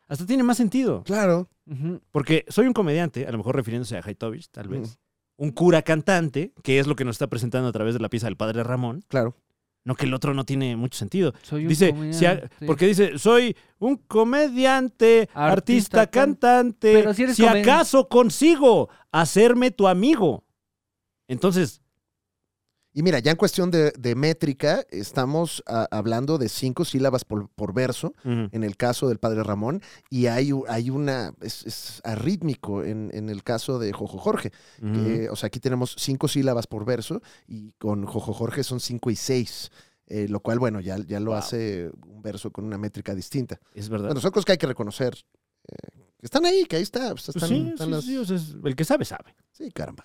[SPEAKER 2] Hasta tiene más sentido.
[SPEAKER 3] Claro.
[SPEAKER 7] Ujú.
[SPEAKER 2] Porque soy un comediante, a lo mejor refiriéndose a Haitovich, tal
[SPEAKER 3] Mm.
[SPEAKER 2] vez. Un cura cantante, que es lo que nos está presentando a través de la pieza del padre Ramón.
[SPEAKER 3] Claro.
[SPEAKER 2] No que el otro no tiene mucho sentido.
[SPEAKER 7] Soy un
[SPEAKER 2] Dice, si ha-
[SPEAKER 7] comediante.
[SPEAKER 2] porque dice, soy un comediante, artista,
[SPEAKER 7] Artista, can-
[SPEAKER 2] cantante.
[SPEAKER 7] Pero si eres comen-
[SPEAKER 2] acaso consigo hacerme tu amigo. Entonces,
[SPEAKER 3] Y mira, ya en cuestión de, de métrica, estamos ah, hablando de cinco sílabas por, por verso, en el caso del padre Ramón, y hay, u- hay una, es, es arrítmico en, en el caso de Jojo Jorge.
[SPEAKER 2] ujú.
[SPEAKER 3] que, o sea, aquí tenemos cinco sílabas por verso, y con Jojo Jorge son cinco y seis, eh, lo cual, bueno, ya, ya lo
[SPEAKER 2] Wow.
[SPEAKER 3] hace un verso con una métrica distinta.
[SPEAKER 2] es verdad.
[SPEAKER 3] Bueno, son cosas que hay que reconocer. eh, que están ahí, que ahí está. pues,
[SPEAKER 2] Pues
[SPEAKER 3] están,
[SPEAKER 2] sí,
[SPEAKER 3] están
[SPEAKER 2] sí,
[SPEAKER 3] las-
[SPEAKER 2] sí, o sea, es- el que sabe, sabe.
[SPEAKER 3] sí, caramba.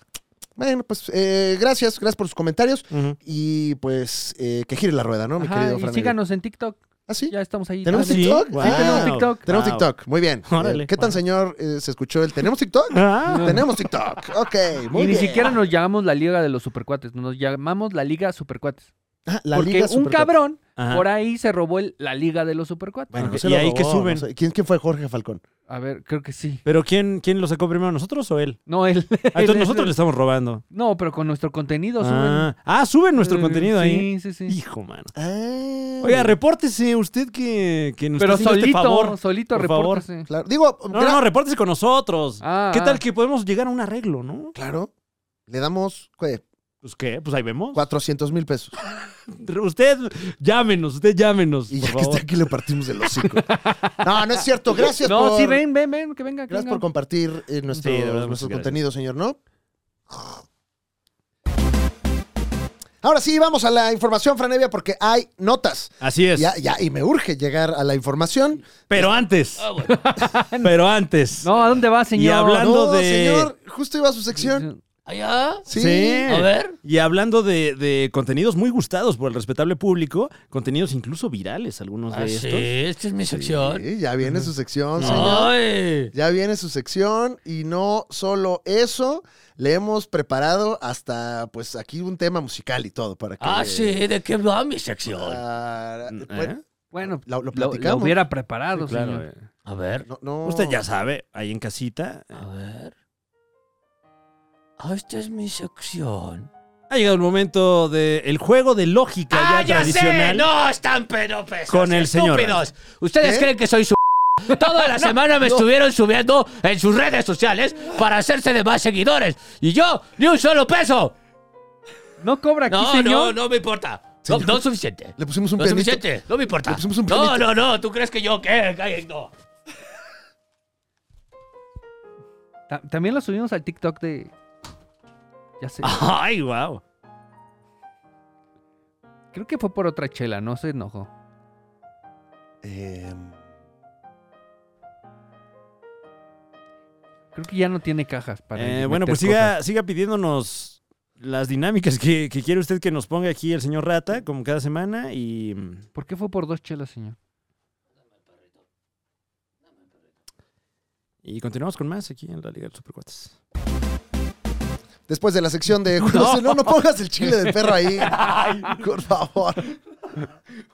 [SPEAKER 3] Bueno, pues eh, gracias, gracias por sus comentarios. Y pues eh, que gire la rueda, ¿no, mi
[SPEAKER 7] Ajá,
[SPEAKER 3] querido
[SPEAKER 7] y
[SPEAKER 3] Fran?
[SPEAKER 7] síganos en TikTok.
[SPEAKER 3] ¿Ah, sí?
[SPEAKER 7] Ya estamos ahí.
[SPEAKER 3] ¿Tenemos
[SPEAKER 2] Ah, sí.
[SPEAKER 3] TikTok?
[SPEAKER 2] Wow.
[SPEAKER 3] Sí, tenemos
[SPEAKER 7] Wow.
[SPEAKER 3] TikTok. Tenemos
[SPEAKER 2] Wow.
[SPEAKER 3] TikTok, muy bien.
[SPEAKER 2] [LAUGHS] Órale.
[SPEAKER 3] Eh, ¿Qué tan
[SPEAKER 2] Bueno.
[SPEAKER 3] señor eh, se escuchó el tenemos TikTok?
[SPEAKER 2] [LAUGHS] Ah,
[SPEAKER 3] tenemos TikTok. Ok, muy
[SPEAKER 7] y ni
[SPEAKER 3] bien.
[SPEAKER 7] siquiera nos llamamos la Liga de los Supercuates, nos llamamos la Liga Supercuates.
[SPEAKER 3] Ah, la
[SPEAKER 7] porque
[SPEAKER 3] Liga
[SPEAKER 7] un
[SPEAKER 3] Supercuatro.
[SPEAKER 7] cabrón
[SPEAKER 2] Ajá.
[SPEAKER 7] por ahí se robó el- la Liga de los Supercuates.
[SPEAKER 2] Ah. Bueno,
[SPEAKER 3] No se
[SPEAKER 2] y
[SPEAKER 3] lo
[SPEAKER 2] ahí que
[SPEAKER 3] robó,
[SPEAKER 2] suben.
[SPEAKER 3] no sé. ¿Quién, quién fue Jorge Falcón?
[SPEAKER 7] A ver, creo que sí.
[SPEAKER 2] Pero ¿quién, ¿quién lo sacó primero, nosotros o él?
[SPEAKER 7] No, [LAUGHS] él.
[SPEAKER 2] Ah,
[SPEAKER 7] él
[SPEAKER 3] [LAUGHS]
[SPEAKER 2] entonces
[SPEAKER 7] es
[SPEAKER 2] nosotros
[SPEAKER 7] el-
[SPEAKER 2] le estamos robando.
[SPEAKER 7] No, pero con nuestro contenido suben.
[SPEAKER 2] Ah, ah, suben nuestro
[SPEAKER 3] Mm,
[SPEAKER 7] Eh,
[SPEAKER 2] contenido ahí.
[SPEAKER 7] Sí, sí, sí.
[SPEAKER 2] Hijo, mano.
[SPEAKER 3] Ah,
[SPEAKER 2] Oiga, repórtese usted que, que nos
[SPEAKER 7] Pero
[SPEAKER 2] está haciendo
[SPEAKER 7] solito,
[SPEAKER 2] este favor.
[SPEAKER 7] solito
[SPEAKER 2] por favor.
[SPEAKER 7] repórtese.
[SPEAKER 3] claro. Digo,
[SPEAKER 2] No,
[SPEAKER 3] gra-
[SPEAKER 2] no, repórtese con nosotros.
[SPEAKER 7] Ah,
[SPEAKER 2] ¿Qué
[SPEAKER 7] ah.
[SPEAKER 2] tal que podemos llegar a un arreglo, no?
[SPEAKER 3] claro. Le damos ¿qué?
[SPEAKER 2] Pues qué, pues ahí vemos.
[SPEAKER 3] 400 mil pesos.
[SPEAKER 2] Usted llámenos, usted llámenos,
[SPEAKER 3] Y
[SPEAKER 2] por
[SPEAKER 3] ya que
[SPEAKER 2] favor.
[SPEAKER 3] está aquí le partimos el hocico. No, no es
[SPEAKER 2] [LAUGHS]
[SPEAKER 3] cierto. Gracias
[SPEAKER 7] No,
[SPEAKER 3] por...
[SPEAKER 7] sí, ven, ven, ven, que venga. que
[SPEAKER 3] Gracias por
[SPEAKER 7] venga.
[SPEAKER 3] compartir eh, nuestro,
[SPEAKER 2] Sí, de verdad, muchas
[SPEAKER 3] nuestro
[SPEAKER 2] gracias.
[SPEAKER 3] contenido, señor, ¿no? Ahora sí, vamos a la información, Franevia, porque hay notas.
[SPEAKER 2] Así es.
[SPEAKER 3] Ya, ya, y me urge llegar a la información.
[SPEAKER 2] Pero antes.
[SPEAKER 3] Ah,
[SPEAKER 2] Pero
[SPEAKER 3] [LAUGHS]
[SPEAKER 2] antes.
[SPEAKER 7] No, ¿a dónde va, señor?
[SPEAKER 2] Y hablando-
[SPEAKER 3] No,
[SPEAKER 2] de-
[SPEAKER 3] señor, justo iba a su sección.
[SPEAKER 9] ¿Allá?
[SPEAKER 3] Sí.
[SPEAKER 9] A ver.
[SPEAKER 2] Y hablando de, de contenidos muy gustados por el respetable público, contenidos incluso virales, algunos de
[SPEAKER 9] Ah, sí,
[SPEAKER 2] estos.
[SPEAKER 9] esta es mi sección.
[SPEAKER 3] Sí, ya viene su sección, señor.
[SPEAKER 9] Ay.
[SPEAKER 3] Ya viene su sección y no solo eso, le hemos preparado hasta pues aquí un tema musical y todo para que
[SPEAKER 9] Ah, sí, ¿de qué va mi sección?
[SPEAKER 3] para-
[SPEAKER 2] ¿Eh?
[SPEAKER 3] bueno,
[SPEAKER 7] Bueno,
[SPEAKER 3] Lo- lo platicamos.
[SPEAKER 7] lo hubiera preparado,
[SPEAKER 2] Sí, claro,
[SPEAKER 7] señor.
[SPEAKER 2] eh.
[SPEAKER 9] A ver,
[SPEAKER 3] no, no.
[SPEAKER 2] Usted ya sabe, ahí en casita.
[SPEAKER 9] a ver. Ah, esta es mi sección.
[SPEAKER 2] Ha llegado el momento del juego de lógica
[SPEAKER 9] ¡Ah,
[SPEAKER 2] ya,
[SPEAKER 9] ya sé!
[SPEAKER 2] tradicional.
[SPEAKER 9] ¡No, están pedópes!
[SPEAKER 2] Con el señor. ¿Eh?
[SPEAKER 9] estúpidos. ¿Ustedes
[SPEAKER 3] ¿Qué?
[SPEAKER 9] creen que soy su... [LAUGHS] Toda
[SPEAKER 2] [LAUGHS]
[SPEAKER 9] la semana me estuvieron subiendo en sus redes sociales para hacerse de más seguidores. Y yo, ni un solo peso.
[SPEAKER 7] No cobra aquí,
[SPEAKER 9] No, no,
[SPEAKER 7] señor.
[SPEAKER 9] no me importa. No, no es suficiente.
[SPEAKER 3] Le pusimos un
[SPEAKER 9] No es
[SPEAKER 3] pianito.
[SPEAKER 9] suficiente. No me importa.
[SPEAKER 3] Le pusimos un
[SPEAKER 9] no,
[SPEAKER 3] pianito.
[SPEAKER 9] no, no. ¿Tú crees que yo qué? Ay, No.
[SPEAKER 7] Ta- También lo subimos al TikTok de. Ya sé.
[SPEAKER 2] Ay, wow.
[SPEAKER 7] Creo que fue por otra chela, no se enojó.
[SPEAKER 3] Eh,
[SPEAKER 7] Creo que ya no tiene cajas para. meter
[SPEAKER 2] bueno, pues
[SPEAKER 7] cosas.
[SPEAKER 2] siga, siga pidiéndonos las dinámicas que, que quiere usted que nos ponga aquí el señor Rata, como cada semana. Y mm,
[SPEAKER 7] ¿Por qué fue por dos chelas, señor?
[SPEAKER 2] Y continuamos con más aquí en la Liga de los Supercuates.
[SPEAKER 3] Después de la sección de no. no, no pongas el chile de perro ahí. Por favor.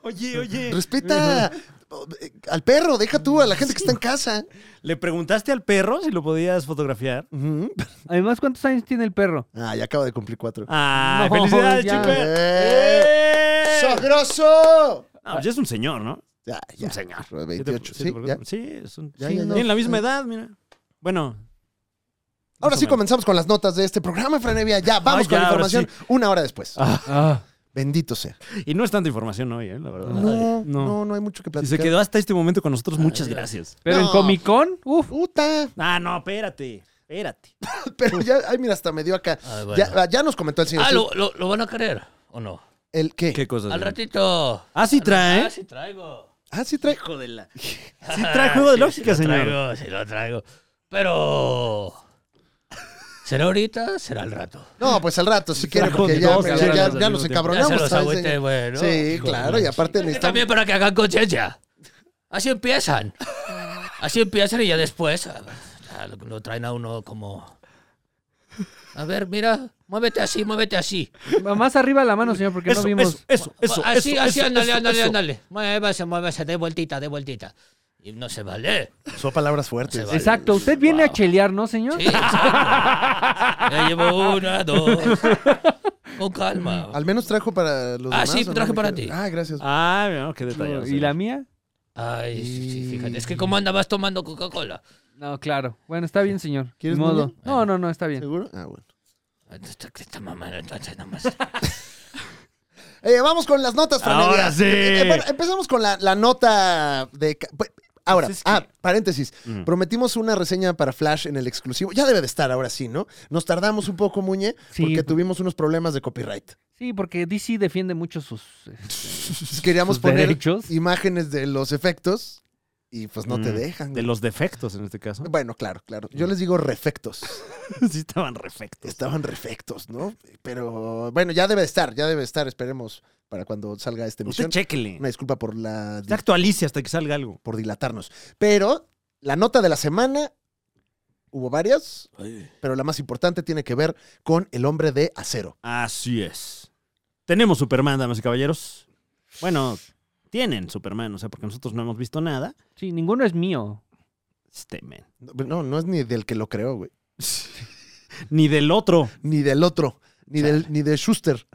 [SPEAKER 2] Oye, oye.
[SPEAKER 3] Respeta al perro, deja tú a la gente que está en casa.
[SPEAKER 2] ¿Le preguntaste al perro si lo podías fotografiar?
[SPEAKER 3] Ujú.
[SPEAKER 7] Además, ¿cuántos años tiene el perro?
[SPEAKER 3] Ah, ya acaba de cumplir cuatro.
[SPEAKER 2] ¡Ah!
[SPEAKER 7] No,
[SPEAKER 2] ¡Felicidades,
[SPEAKER 7] ya.
[SPEAKER 2] Chimper!
[SPEAKER 3] ¡Eh!
[SPEAKER 2] ¡Eh!
[SPEAKER 3] ¡Sagroso!
[SPEAKER 2] No, pues ya es un señor, ¿no?
[SPEAKER 3] Ya,
[SPEAKER 2] Es
[SPEAKER 3] ya.
[SPEAKER 2] un señor.
[SPEAKER 3] 28,
[SPEAKER 2] Siete
[SPEAKER 3] sí,
[SPEAKER 2] por-
[SPEAKER 3] ya.
[SPEAKER 2] sí, es un-
[SPEAKER 3] Ya,
[SPEAKER 2] sí,
[SPEAKER 3] ya, ya.
[SPEAKER 2] tiene la misma edad, mira. Bueno.
[SPEAKER 3] Ahora
[SPEAKER 2] más o
[SPEAKER 3] sí
[SPEAKER 2] menos.
[SPEAKER 3] comenzamos con las notas de este programa, Franevia. Ya, vamos
[SPEAKER 2] Ay,
[SPEAKER 3] con
[SPEAKER 2] ya,
[SPEAKER 3] la
[SPEAKER 2] ahora
[SPEAKER 3] información una hora después.
[SPEAKER 7] [LAUGHS] Ah,
[SPEAKER 3] Bendito sea.
[SPEAKER 2] Y no es tanta información hoy, ¿eh? La verdad.
[SPEAKER 3] No,
[SPEAKER 2] no.
[SPEAKER 3] no, no hay mucho que
[SPEAKER 2] Si
[SPEAKER 3] platicar.
[SPEAKER 2] se quedó hasta este momento con nosotros, muchas gracias.
[SPEAKER 7] pero en
[SPEAKER 3] No.
[SPEAKER 7] Comic Con, uff.
[SPEAKER 3] Puta.
[SPEAKER 2] Ah, no, espérate. Espérate.
[SPEAKER 3] Pero ya, ay, mira, hasta me dio acá.
[SPEAKER 9] Ah, bueno.
[SPEAKER 3] ya, ya nos comentó el señor.
[SPEAKER 9] Ah,
[SPEAKER 3] Sid
[SPEAKER 9] lo, lo- lo van a querer o no?
[SPEAKER 3] ¿El qué?
[SPEAKER 2] ¿Qué cosas?
[SPEAKER 9] Al ratito.
[SPEAKER 2] Ah, sí trae.
[SPEAKER 9] Ah, sí traigo.
[SPEAKER 3] Ah, sí trae.
[SPEAKER 9] Hijo
[SPEAKER 2] [LAUGHS]
[SPEAKER 9] de la. Sí
[SPEAKER 2] trae juego de lógica,
[SPEAKER 9] sí lo
[SPEAKER 2] señor.
[SPEAKER 9] Traigo, sí lo traigo. Pero. ¿Será ahorita? ¿Será al rato?
[SPEAKER 3] No, pues al rato, si quiere,
[SPEAKER 2] Trajo
[SPEAKER 3] porque ya,
[SPEAKER 2] dos
[SPEAKER 3] ya-
[SPEAKER 2] cabrones
[SPEAKER 3] ya-
[SPEAKER 2] al
[SPEAKER 3] ya
[SPEAKER 2] mismo
[SPEAKER 3] nos
[SPEAKER 2] tiempo.
[SPEAKER 9] Ya
[SPEAKER 3] encabronamos.
[SPEAKER 9] se los
[SPEAKER 3] ¿sabes?
[SPEAKER 9] agüite, bueno.
[SPEAKER 3] sí,
[SPEAKER 9] Hijo de
[SPEAKER 3] claro,
[SPEAKER 9] la
[SPEAKER 3] y aparte
[SPEAKER 9] Y
[SPEAKER 3] necesitamos.
[SPEAKER 9] también para que hagan conciencia. Así empiezan. Así empiezan y ya después ah, ya lo, lo traen a uno como... A ver, mira, muévete así, muévete así.
[SPEAKER 7] Más arriba la mano, señor, porque
[SPEAKER 2] Eso,
[SPEAKER 7] no vimos.
[SPEAKER 2] eso, eso, eso.
[SPEAKER 9] así,
[SPEAKER 2] eso,
[SPEAKER 9] Ah, así,
[SPEAKER 2] eso,
[SPEAKER 9] ándale,
[SPEAKER 2] eso,
[SPEAKER 9] ándale,
[SPEAKER 2] eso.
[SPEAKER 9] ándale. Muévase, muévase, de vueltita, de vueltita. Y no se vale.
[SPEAKER 3] Son palabras fuertes.
[SPEAKER 9] Se vale.
[SPEAKER 7] Exacto, usted viene a
[SPEAKER 9] Wow.
[SPEAKER 7] chelear, ¿no, señor? [LAUGHS]
[SPEAKER 9] Sí, exacto. Ya llevo una, dos. Con calma.
[SPEAKER 3] Al menos trajo para los
[SPEAKER 9] Ah,
[SPEAKER 3] demás.
[SPEAKER 9] sí,
[SPEAKER 3] ¿o no?
[SPEAKER 9] traje para ti.
[SPEAKER 3] Ah, gracias.
[SPEAKER 2] Ah, no, qué detallado.
[SPEAKER 7] ¿Y la mía?
[SPEAKER 9] Ay, sí, sí, fíjate. Es que como andabas tomando Coca-Cola.
[SPEAKER 7] No, claro. Bueno, está bien, señor.
[SPEAKER 3] ¿Quieres
[SPEAKER 7] Ni modo.
[SPEAKER 3] novia?
[SPEAKER 7] No, no, no, está bien.
[SPEAKER 3] ¿Seguro? Ah, bueno.
[SPEAKER 9] Esta, esta mamada, entonces nomás.
[SPEAKER 3] Eh, vamos con las notas, Fran.
[SPEAKER 2] Ahora sí.
[SPEAKER 3] Eh, eh, bueno, empezamos con la, la nota de... ca- pues, Ahora,
[SPEAKER 2] Pues es que-
[SPEAKER 3] ah, paréntesis.
[SPEAKER 2] Mm.
[SPEAKER 3] Prometimos una reseña para Flash en el exclusivo. Ya debe de estar ahora sí, ¿no? Nos tardamos un poco, Muñe,
[SPEAKER 7] Sí.
[SPEAKER 3] porque tuvimos unos problemas
[SPEAKER 2] [LAUGHS]
[SPEAKER 3] de copyright.
[SPEAKER 7] Sí, porque DC defiende mucho sus. este,
[SPEAKER 3] Queríamos
[SPEAKER 7] sus
[SPEAKER 3] poner
[SPEAKER 7] derechos.
[SPEAKER 3] imágenes de los efectos y pues no te
[SPEAKER 2] Mm.
[SPEAKER 3] dejan.
[SPEAKER 2] De Mm. los defectos en este
[SPEAKER 3] [LAUGHS]
[SPEAKER 2] caso.
[SPEAKER 3] Bueno, claro, claro. Yo les digo refectos. [LAUGHS]
[SPEAKER 2] sí estaban refectos.
[SPEAKER 3] Estaban refectos, ¿no? Pero bueno, ya debe de estar, ya debe de estar. Esperemos para cuando salga esta
[SPEAKER 2] Usted
[SPEAKER 3] emisión.
[SPEAKER 2] chéquele.
[SPEAKER 3] Una disculpa por la
[SPEAKER 2] Usted actualice hasta que salga algo.
[SPEAKER 3] por dilatarnos. Pero la nota de la semana, hubo varias,
[SPEAKER 9] Ay.
[SPEAKER 3] pero la más importante tiene que ver con el hombre de acero.
[SPEAKER 2] Así es. Tenemos Superman, damas y caballeros. Bueno, tienen Superman, o sea, porque nosotros no hemos visto nada.
[SPEAKER 7] Sí, ninguno es mío.
[SPEAKER 2] Este men.
[SPEAKER 3] No, no es ni del que lo creó, güey.
[SPEAKER 2] Ni del otro.
[SPEAKER 3] Ni del otro, ni, del, ni de Schuster.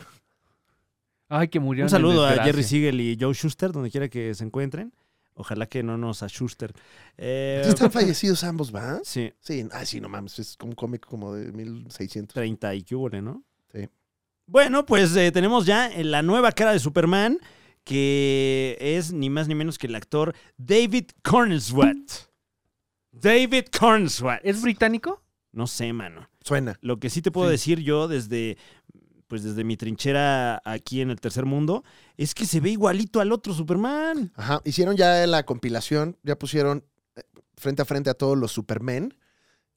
[SPEAKER 7] Ay, que murió.
[SPEAKER 2] Un saludo a Jerry Siegel y Joe Schuster, donde quiera que se encuentren. Ojalá que no nos a Schuster. Eh,
[SPEAKER 3] Ya están fallecidos ambos, ¿va?
[SPEAKER 2] sí,
[SPEAKER 3] Sí, ah, sí, no mames, es como un cómic como de 1600.
[SPEAKER 2] 30 y que hubo, ¿no?
[SPEAKER 3] Sí.
[SPEAKER 2] Bueno, pues eh, tenemos ya en la nueva cara de Superman, que es ni más ni menos que el actor David Cornswet. David Cornswet.
[SPEAKER 7] ¿Es británico?
[SPEAKER 2] No sé, mano.
[SPEAKER 3] Suena.
[SPEAKER 2] Lo que sí te puedo decir yo desde pues desde mi trinchera aquí en el tercer mundo es que se ve igualito al otro Superman.
[SPEAKER 3] Ajá, hicieron ya la compilación, ya pusieron eh, frente a frente a todos los Supermen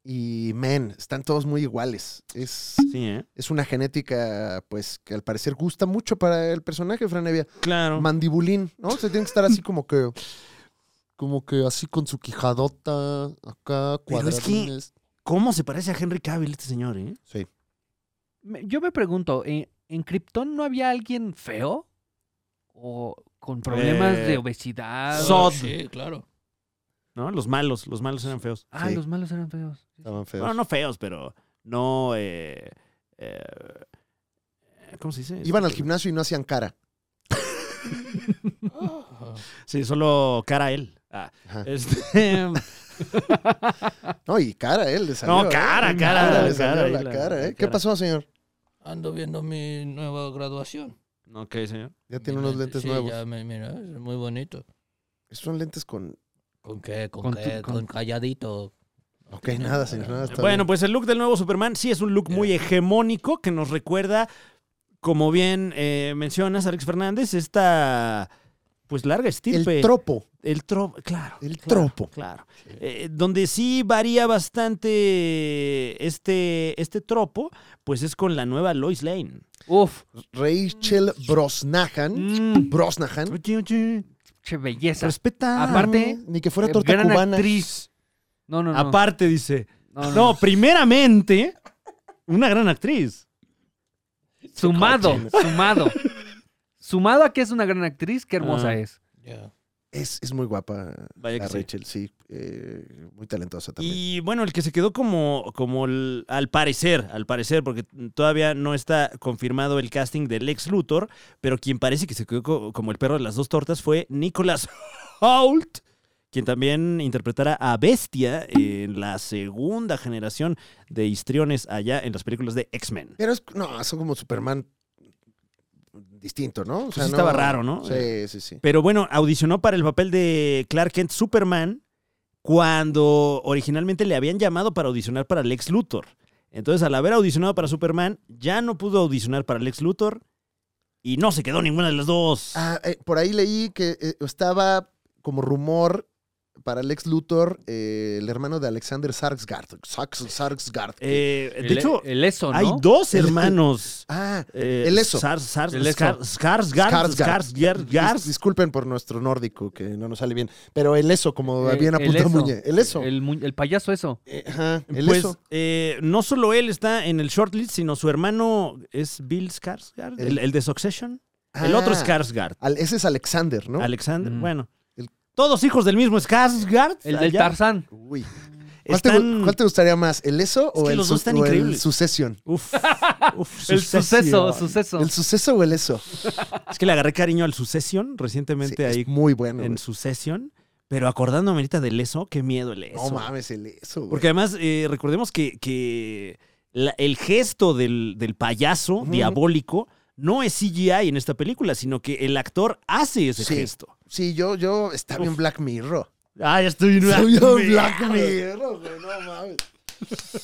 [SPEAKER 3] y men, están todos muy iguales. Es,
[SPEAKER 2] Sí, ¿eh?
[SPEAKER 3] es una genética, pues, que al parecer gusta mucho para el personaje, Franevia.
[SPEAKER 2] Claro.
[SPEAKER 3] mandibulín, ¿no? Se tiene que
[SPEAKER 2] [LAUGHS]
[SPEAKER 3] estar así como que. Como que así con su quijadota, acá,
[SPEAKER 2] Pero es que-
[SPEAKER 3] cuadradines.
[SPEAKER 2] ¿Cómo se parece a Henry Cavill este señor, eh?
[SPEAKER 3] Sí.
[SPEAKER 7] Me- Yo me pregunto, ¿en, en Krypton no había alguien feo? ¿O con problemas
[SPEAKER 2] Eh,
[SPEAKER 7] de obesidad?
[SPEAKER 2] so- Sod.
[SPEAKER 9] Sí, claro.
[SPEAKER 2] ¿No? Los malos, los malos eran feos.
[SPEAKER 7] ah,
[SPEAKER 3] Sí.
[SPEAKER 7] los malos eran feos.
[SPEAKER 3] Estaban feos.
[SPEAKER 2] Bueno, no feos, pero no eh, eh, ¿Cómo se dice? Este,
[SPEAKER 3] Iban al gimnasio y no hacían cara.
[SPEAKER 2] Sí, solo cara a él. Ah,
[SPEAKER 3] Ajá.
[SPEAKER 2] este, [LAUGHS]
[SPEAKER 3] No, y cara, él le salió.
[SPEAKER 2] no, cara,
[SPEAKER 3] ¿eh?
[SPEAKER 2] cara,
[SPEAKER 3] le salió
[SPEAKER 2] cara,
[SPEAKER 3] la
[SPEAKER 2] la-
[SPEAKER 3] cara,
[SPEAKER 2] la
[SPEAKER 3] ¿eh? ¿Qué pasó, señor?
[SPEAKER 9] Ando viendo mi nueva graduación.
[SPEAKER 2] Ok, señor.
[SPEAKER 3] Ya tiene
[SPEAKER 9] Mi
[SPEAKER 3] unos
[SPEAKER 9] lente-
[SPEAKER 3] lentes
[SPEAKER 9] sí,
[SPEAKER 3] nuevos.
[SPEAKER 9] ya me- mira, es muy bonito.
[SPEAKER 3] Son lentes con.
[SPEAKER 9] ¿Con qué? ¿Con,
[SPEAKER 7] Con
[SPEAKER 9] qué?
[SPEAKER 7] tu- con-
[SPEAKER 9] con calladito.
[SPEAKER 3] Ok, nada, señor, nada. Está
[SPEAKER 2] Bueno,
[SPEAKER 3] bien.
[SPEAKER 2] pues el look del nuevo Superman sí es un look muy hegemónico que nos recuerda, como bien eh, mencionas, Alex Fernández, esta pues larga estirpe.
[SPEAKER 3] El tropo.
[SPEAKER 2] El tro- claro.
[SPEAKER 3] El
[SPEAKER 2] claro,
[SPEAKER 3] tropo.
[SPEAKER 2] Claro. Eh, donde sí varía bastante este, este tropo, pues es con la nueva Lois Lane.
[SPEAKER 7] Uf,
[SPEAKER 3] Rachel
[SPEAKER 2] Mm.
[SPEAKER 3] Brosnahan.
[SPEAKER 7] mm,
[SPEAKER 3] Brosnahan.
[SPEAKER 2] Oye, oye,
[SPEAKER 7] che belleza.
[SPEAKER 2] respeta.
[SPEAKER 7] Aparte,
[SPEAKER 3] Ni que
[SPEAKER 7] eh,
[SPEAKER 3] fuera torta
[SPEAKER 7] gran
[SPEAKER 3] cubana.
[SPEAKER 7] actriz. No, no, no.
[SPEAKER 2] Aparte, dice.
[SPEAKER 7] no, no,
[SPEAKER 2] No, primeramente, Una gran actriz.
[SPEAKER 7] Sumado, sumado. Sumado a que es una gran actriz, qué hermosa
[SPEAKER 2] Ah.
[SPEAKER 7] es.
[SPEAKER 9] Ya.
[SPEAKER 3] Es, es muy guapa
[SPEAKER 2] Vaya
[SPEAKER 3] la
[SPEAKER 2] que sí.
[SPEAKER 3] Rachel, sí. eh, muy talentosa también.
[SPEAKER 2] Y bueno, el que se quedó como, como el- al parecer, al parecer, porque todavía no está confirmado el casting del ex Luthor, pero quien parece que se quedó co- como el perro de las dos tortas fue Nicholas [LAUGHS] Hoult, quien también interpretará a Bestia en la segunda generación de histriones allá en las películas de X-Men.
[SPEAKER 3] Pero es, no, son como Superman distinto, ¿no? O
[SPEAKER 2] Pues sí estaba raro, ¿no?
[SPEAKER 3] Sí, sí, sí.
[SPEAKER 2] Pero bueno, audicionó para el papel de Clark Kent Superman cuando originalmente le habían llamado para audicionar para Lex Luthor. Entonces, al haber audicionado para Superman, ya no pudo audicionar para Lex Luthor y no se quedó ninguna de las dos.
[SPEAKER 3] Ah, eh, por ahí leí que eh, estaba como rumor para Lex Luthor, eh, el hermano de Alexander Sargsgard. Sargs- Sargsgard. que-
[SPEAKER 2] Eh, de
[SPEAKER 7] El-
[SPEAKER 2] hecho,
[SPEAKER 7] el eso, ¿no?
[SPEAKER 2] hay
[SPEAKER 3] [LAUGHS]
[SPEAKER 2] dos hermanos.
[SPEAKER 3] ah,
[SPEAKER 2] eh,
[SPEAKER 3] el eso.
[SPEAKER 2] Sar- Sar-
[SPEAKER 7] El eso.
[SPEAKER 2] Scar- Skarsgård,
[SPEAKER 3] Skarsgård.
[SPEAKER 2] Skarsgård,
[SPEAKER 3] dis-
[SPEAKER 2] Skarsgård.
[SPEAKER 3] disculpen por nuestro nórdico, que no nos sale bien. Pero el eso, como
[SPEAKER 7] Eh,
[SPEAKER 3] bien apunta
[SPEAKER 7] eso,
[SPEAKER 3] Muñe. El eso.
[SPEAKER 7] El, mu- el payaso eso.
[SPEAKER 3] Eh, ajá, [LAUGHS] el
[SPEAKER 2] Pues
[SPEAKER 3] eso.
[SPEAKER 2] eh, no solo él está en el shortlist, sino su hermano es Bill Skarsgård,
[SPEAKER 3] El-
[SPEAKER 2] el, el de Succession. El otro
[SPEAKER 3] Ah,
[SPEAKER 2] Skarsgård.
[SPEAKER 3] al- ese es Alexander, ¿no?
[SPEAKER 2] Alexander,
[SPEAKER 7] Mm.
[SPEAKER 2] bueno.
[SPEAKER 3] El-
[SPEAKER 2] Todos hijos del mismo Skarsgård.
[SPEAKER 7] El del
[SPEAKER 2] allá,
[SPEAKER 7] Tarzán.
[SPEAKER 3] Uy. ¿Cuál, te gu-
[SPEAKER 2] Están...
[SPEAKER 3] cuál te gustaría más? ¿El eso
[SPEAKER 2] Es
[SPEAKER 3] o
[SPEAKER 2] que
[SPEAKER 3] el,
[SPEAKER 2] los
[SPEAKER 3] su-
[SPEAKER 2] dos están
[SPEAKER 3] o el
[SPEAKER 2] increíbles.
[SPEAKER 3] sucesión?
[SPEAKER 2] [LAUGHS]
[SPEAKER 7] [LAUGHS]
[SPEAKER 2] Uf, uf,
[SPEAKER 7] El
[SPEAKER 2] Succession.
[SPEAKER 7] suceso, suceso.
[SPEAKER 3] ¿El suceso o el eso?
[SPEAKER 2] Es que le agarré cariño al Succession
[SPEAKER 3] Sí,
[SPEAKER 2] recientemente
[SPEAKER 3] es
[SPEAKER 2] ahí
[SPEAKER 3] muy bueno.
[SPEAKER 2] en
[SPEAKER 3] güey.
[SPEAKER 2] Succession. Pero acordándome ahorita del eso, qué miedo el eso.
[SPEAKER 3] No mames, el eso. güey.
[SPEAKER 2] Porque además, eh, recordemos que, que la- el gesto del, del payaso
[SPEAKER 3] Ujú.
[SPEAKER 2] diabólico no es CGI en esta película, sino que el actor hace ese
[SPEAKER 3] Sí.
[SPEAKER 2] gesto.
[SPEAKER 3] Sí, yo, yo estaba en
[SPEAKER 2] [LAUGHS]
[SPEAKER 3] Black Mirror.
[SPEAKER 2] Ah, ya estoy en
[SPEAKER 3] Estaba bien Black Mirror, güey, no mames.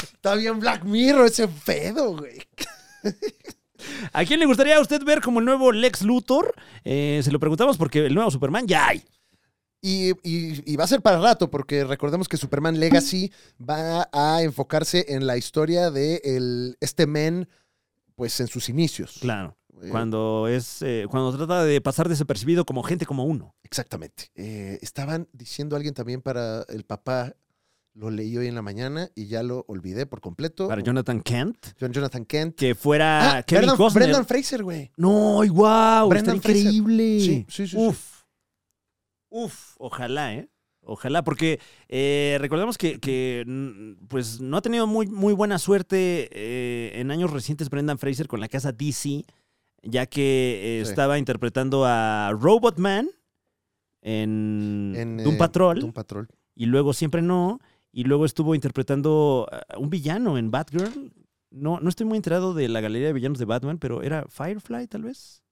[SPEAKER 3] Está bien Black Mirror ese pedo, güey.
[SPEAKER 2] ¿A quién le gustaría a usted ver como el nuevo Lex Luthor? Eh, se lo preguntamos porque el nuevo Superman ya hay.
[SPEAKER 3] Y, y- y va a ser para rato, porque recordemos que Superman Legacy va a enfocarse en la historia de el- este men, pues en sus inicios.
[SPEAKER 2] Claro.
[SPEAKER 3] Eh,
[SPEAKER 2] Cuando es eh, cuando trata de pasar desapercibido como gente como uno.
[SPEAKER 3] Exactamente. Eh, estaban diciendo alguien también para el papá, lo leí hoy en la mañana y ya lo olvidé por completo.
[SPEAKER 2] Para Jonathan Kent,
[SPEAKER 3] John Jonathan Kent.
[SPEAKER 2] que fuera
[SPEAKER 3] Oh. Ah,
[SPEAKER 2] Kevin
[SPEAKER 3] Brendan,
[SPEAKER 2] Costner.
[SPEAKER 3] Brendan Fraser, güey.
[SPEAKER 2] No, ay, guau, está
[SPEAKER 3] Brendan Fraser.
[SPEAKER 2] increíble.
[SPEAKER 3] Sí, sí, sí, sí.
[SPEAKER 2] Uf. Uf, ojalá, ¿eh? Ojalá, porque eh, recordemos que, que, mm, pues no ha tenido muy, muy buena suerte eh, en años recientes Brendan Fraser con la casa DC, ya que eh,
[SPEAKER 3] Sí.
[SPEAKER 2] estaba interpretando a Robotman en,
[SPEAKER 3] En,
[SPEAKER 2] Mm, Doom
[SPEAKER 3] eh,
[SPEAKER 2] Patrol
[SPEAKER 3] Doom Patrol.
[SPEAKER 2] y luego siempre no, y luego estuvo interpretando a un villano en Batgirl. No, no estoy muy enterado de la galería de villanos de Batman, pero era Firefly tal vez.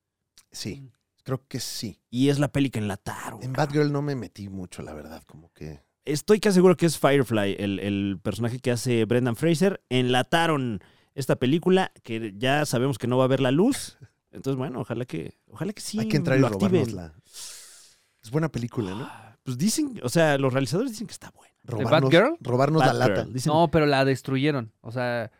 [SPEAKER 3] Sí, creo que sí.
[SPEAKER 2] Y es la peli que enlataron.
[SPEAKER 3] En
[SPEAKER 2] Oh, cabrón.
[SPEAKER 3] Batgirl no me metí mucho, la verdad, como que...
[SPEAKER 2] Estoy casi seguro que es Firefly, el, el personaje que hace Brendan Fraser. Enlataron esta película que ya sabemos que no va a ver la luz. Entonces, bueno, ojalá que, ojalá que sí
[SPEAKER 3] Hay que entrar y
[SPEAKER 2] lo activen.
[SPEAKER 3] robárnosla. Es buena película, ¿no?
[SPEAKER 2] Pues dicen, o sea, los realizadores dicen que está buena.
[SPEAKER 3] Robarnos,
[SPEAKER 7] Batgirl?
[SPEAKER 3] robarnos la
[SPEAKER 2] Batgirl,
[SPEAKER 3] lata.
[SPEAKER 2] dicen-
[SPEAKER 7] No, pero la destruyeron. O sea,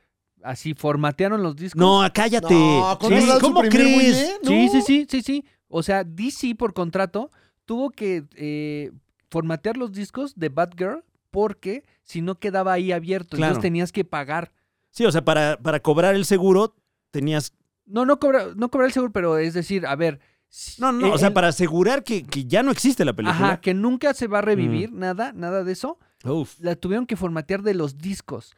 [SPEAKER 7] así formatearon los discos.
[SPEAKER 2] no, cállate.
[SPEAKER 3] No,
[SPEAKER 2] Sí,
[SPEAKER 3] controlado
[SPEAKER 2] ¿Cómo
[SPEAKER 3] suprimir, muy
[SPEAKER 2] crees?
[SPEAKER 3] bien,
[SPEAKER 7] Sí,
[SPEAKER 3] ¿no?
[SPEAKER 7] sí, sí, sí, sí. O sea, DC por contrato tuvo que eh, formatear los discos de Batgirl porque si no quedaba ahí abierto,
[SPEAKER 2] Claro.
[SPEAKER 7] entonces tenías que pagar.
[SPEAKER 2] Sí, o sea, para, para cobrar el seguro tenías
[SPEAKER 7] No, no cobrar, no cobrar el seguro, pero es decir, a ver. si-
[SPEAKER 2] No, no,
[SPEAKER 7] eh,
[SPEAKER 2] o sea,
[SPEAKER 7] el-
[SPEAKER 2] para asegurar que, que ya no existe la
[SPEAKER 7] Ajá,
[SPEAKER 2] película. Mm.
[SPEAKER 7] que nunca se va a revivir, nada, nada de eso.
[SPEAKER 2] Uf.
[SPEAKER 7] La tuvieron que formatear de los discos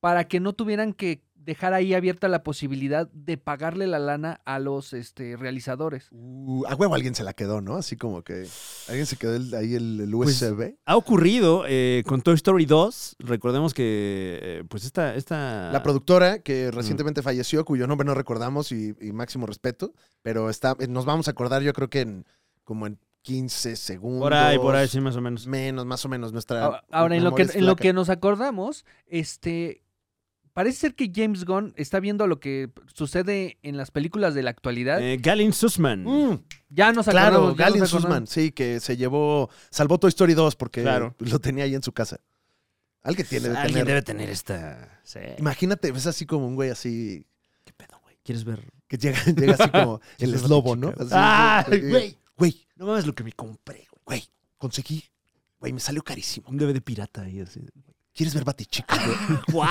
[SPEAKER 7] para que no tuvieran que dejar ahí abierta la posibilidad de pagarle la lana a los este, realizadores.
[SPEAKER 3] Uh, a huevo alguien se la quedó, ¿no? Así como que... Alguien se quedó el- ahí el, el
[SPEAKER 2] Pues-
[SPEAKER 3] USB.
[SPEAKER 2] Ha ocurrido eh, con Toy Story 2. Recordemos que, eh, pues, esta. esta...
[SPEAKER 3] La productora que recientemente falleció, cuyo nombre no recordamos y, y máximo respeto, pero está, eh, nos vamos a acordar yo creo que en como en 15 segundos.
[SPEAKER 2] Por ahí, por ahí, sí, más o menos.
[SPEAKER 3] Menos, más o menos nuestra...
[SPEAKER 7] Ahora, Ah, ahora, en, lo que,
[SPEAKER 3] memoria es
[SPEAKER 7] en lo
[SPEAKER 3] flaca.
[SPEAKER 7] que nos acordamos, este, parece ser que James Gunn está viendo lo que sucede en las películas de la actualidad.
[SPEAKER 2] Eh, Galen Sussman.
[SPEAKER 3] Mm,
[SPEAKER 7] ya nos
[SPEAKER 3] claro,
[SPEAKER 7] acordamos. ya nos
[SPEAKER 3] Galen
[SPEAKER 7] acordamos.
[SPEAKER 3] Sussman, sí, que se llevó... Salvó Toy Story 2 porque
[SPEAKER 2] Claro.
[SPEAKER 3] lo tenía ahí en su casa. Alguien tiene de
[SPEAKER 2] Alguien
[SPEAKER 3] tener...
[SPEAKER 2] debe tener esta. Sí.
[SPEAKER 3] Imagínate, ves así como un güey así...
[SPEAKER 2] ¿Qué pedo, güey? ¿Quieres ver?
[SPEAKER 3] Que llega, [LAUGHS] llega así como el
[SPEAKER 2] Chica,
[SPEAKER 3] eslobo,
[SPEAKER 2] chica.
[SPEAKER 3] ¿no? Así,
[SPEAKER 2] Ay,
[SPEAKER 3] que llega,
[SPEAKER 2] güey.
[SPEAKER 3] Güey,
[SPEAKER 2] No mames lo que me compré, güey.
[SPEAKER 3] güey, conseguí. Güey, me salió carísimo.
[SPEAKER 2] Un DVD pirata ahí, así.
[SPEAKER 3] ¿Quieres ver Batichica? [LAUGHS]
[SPEAKER 2] ¡Wow!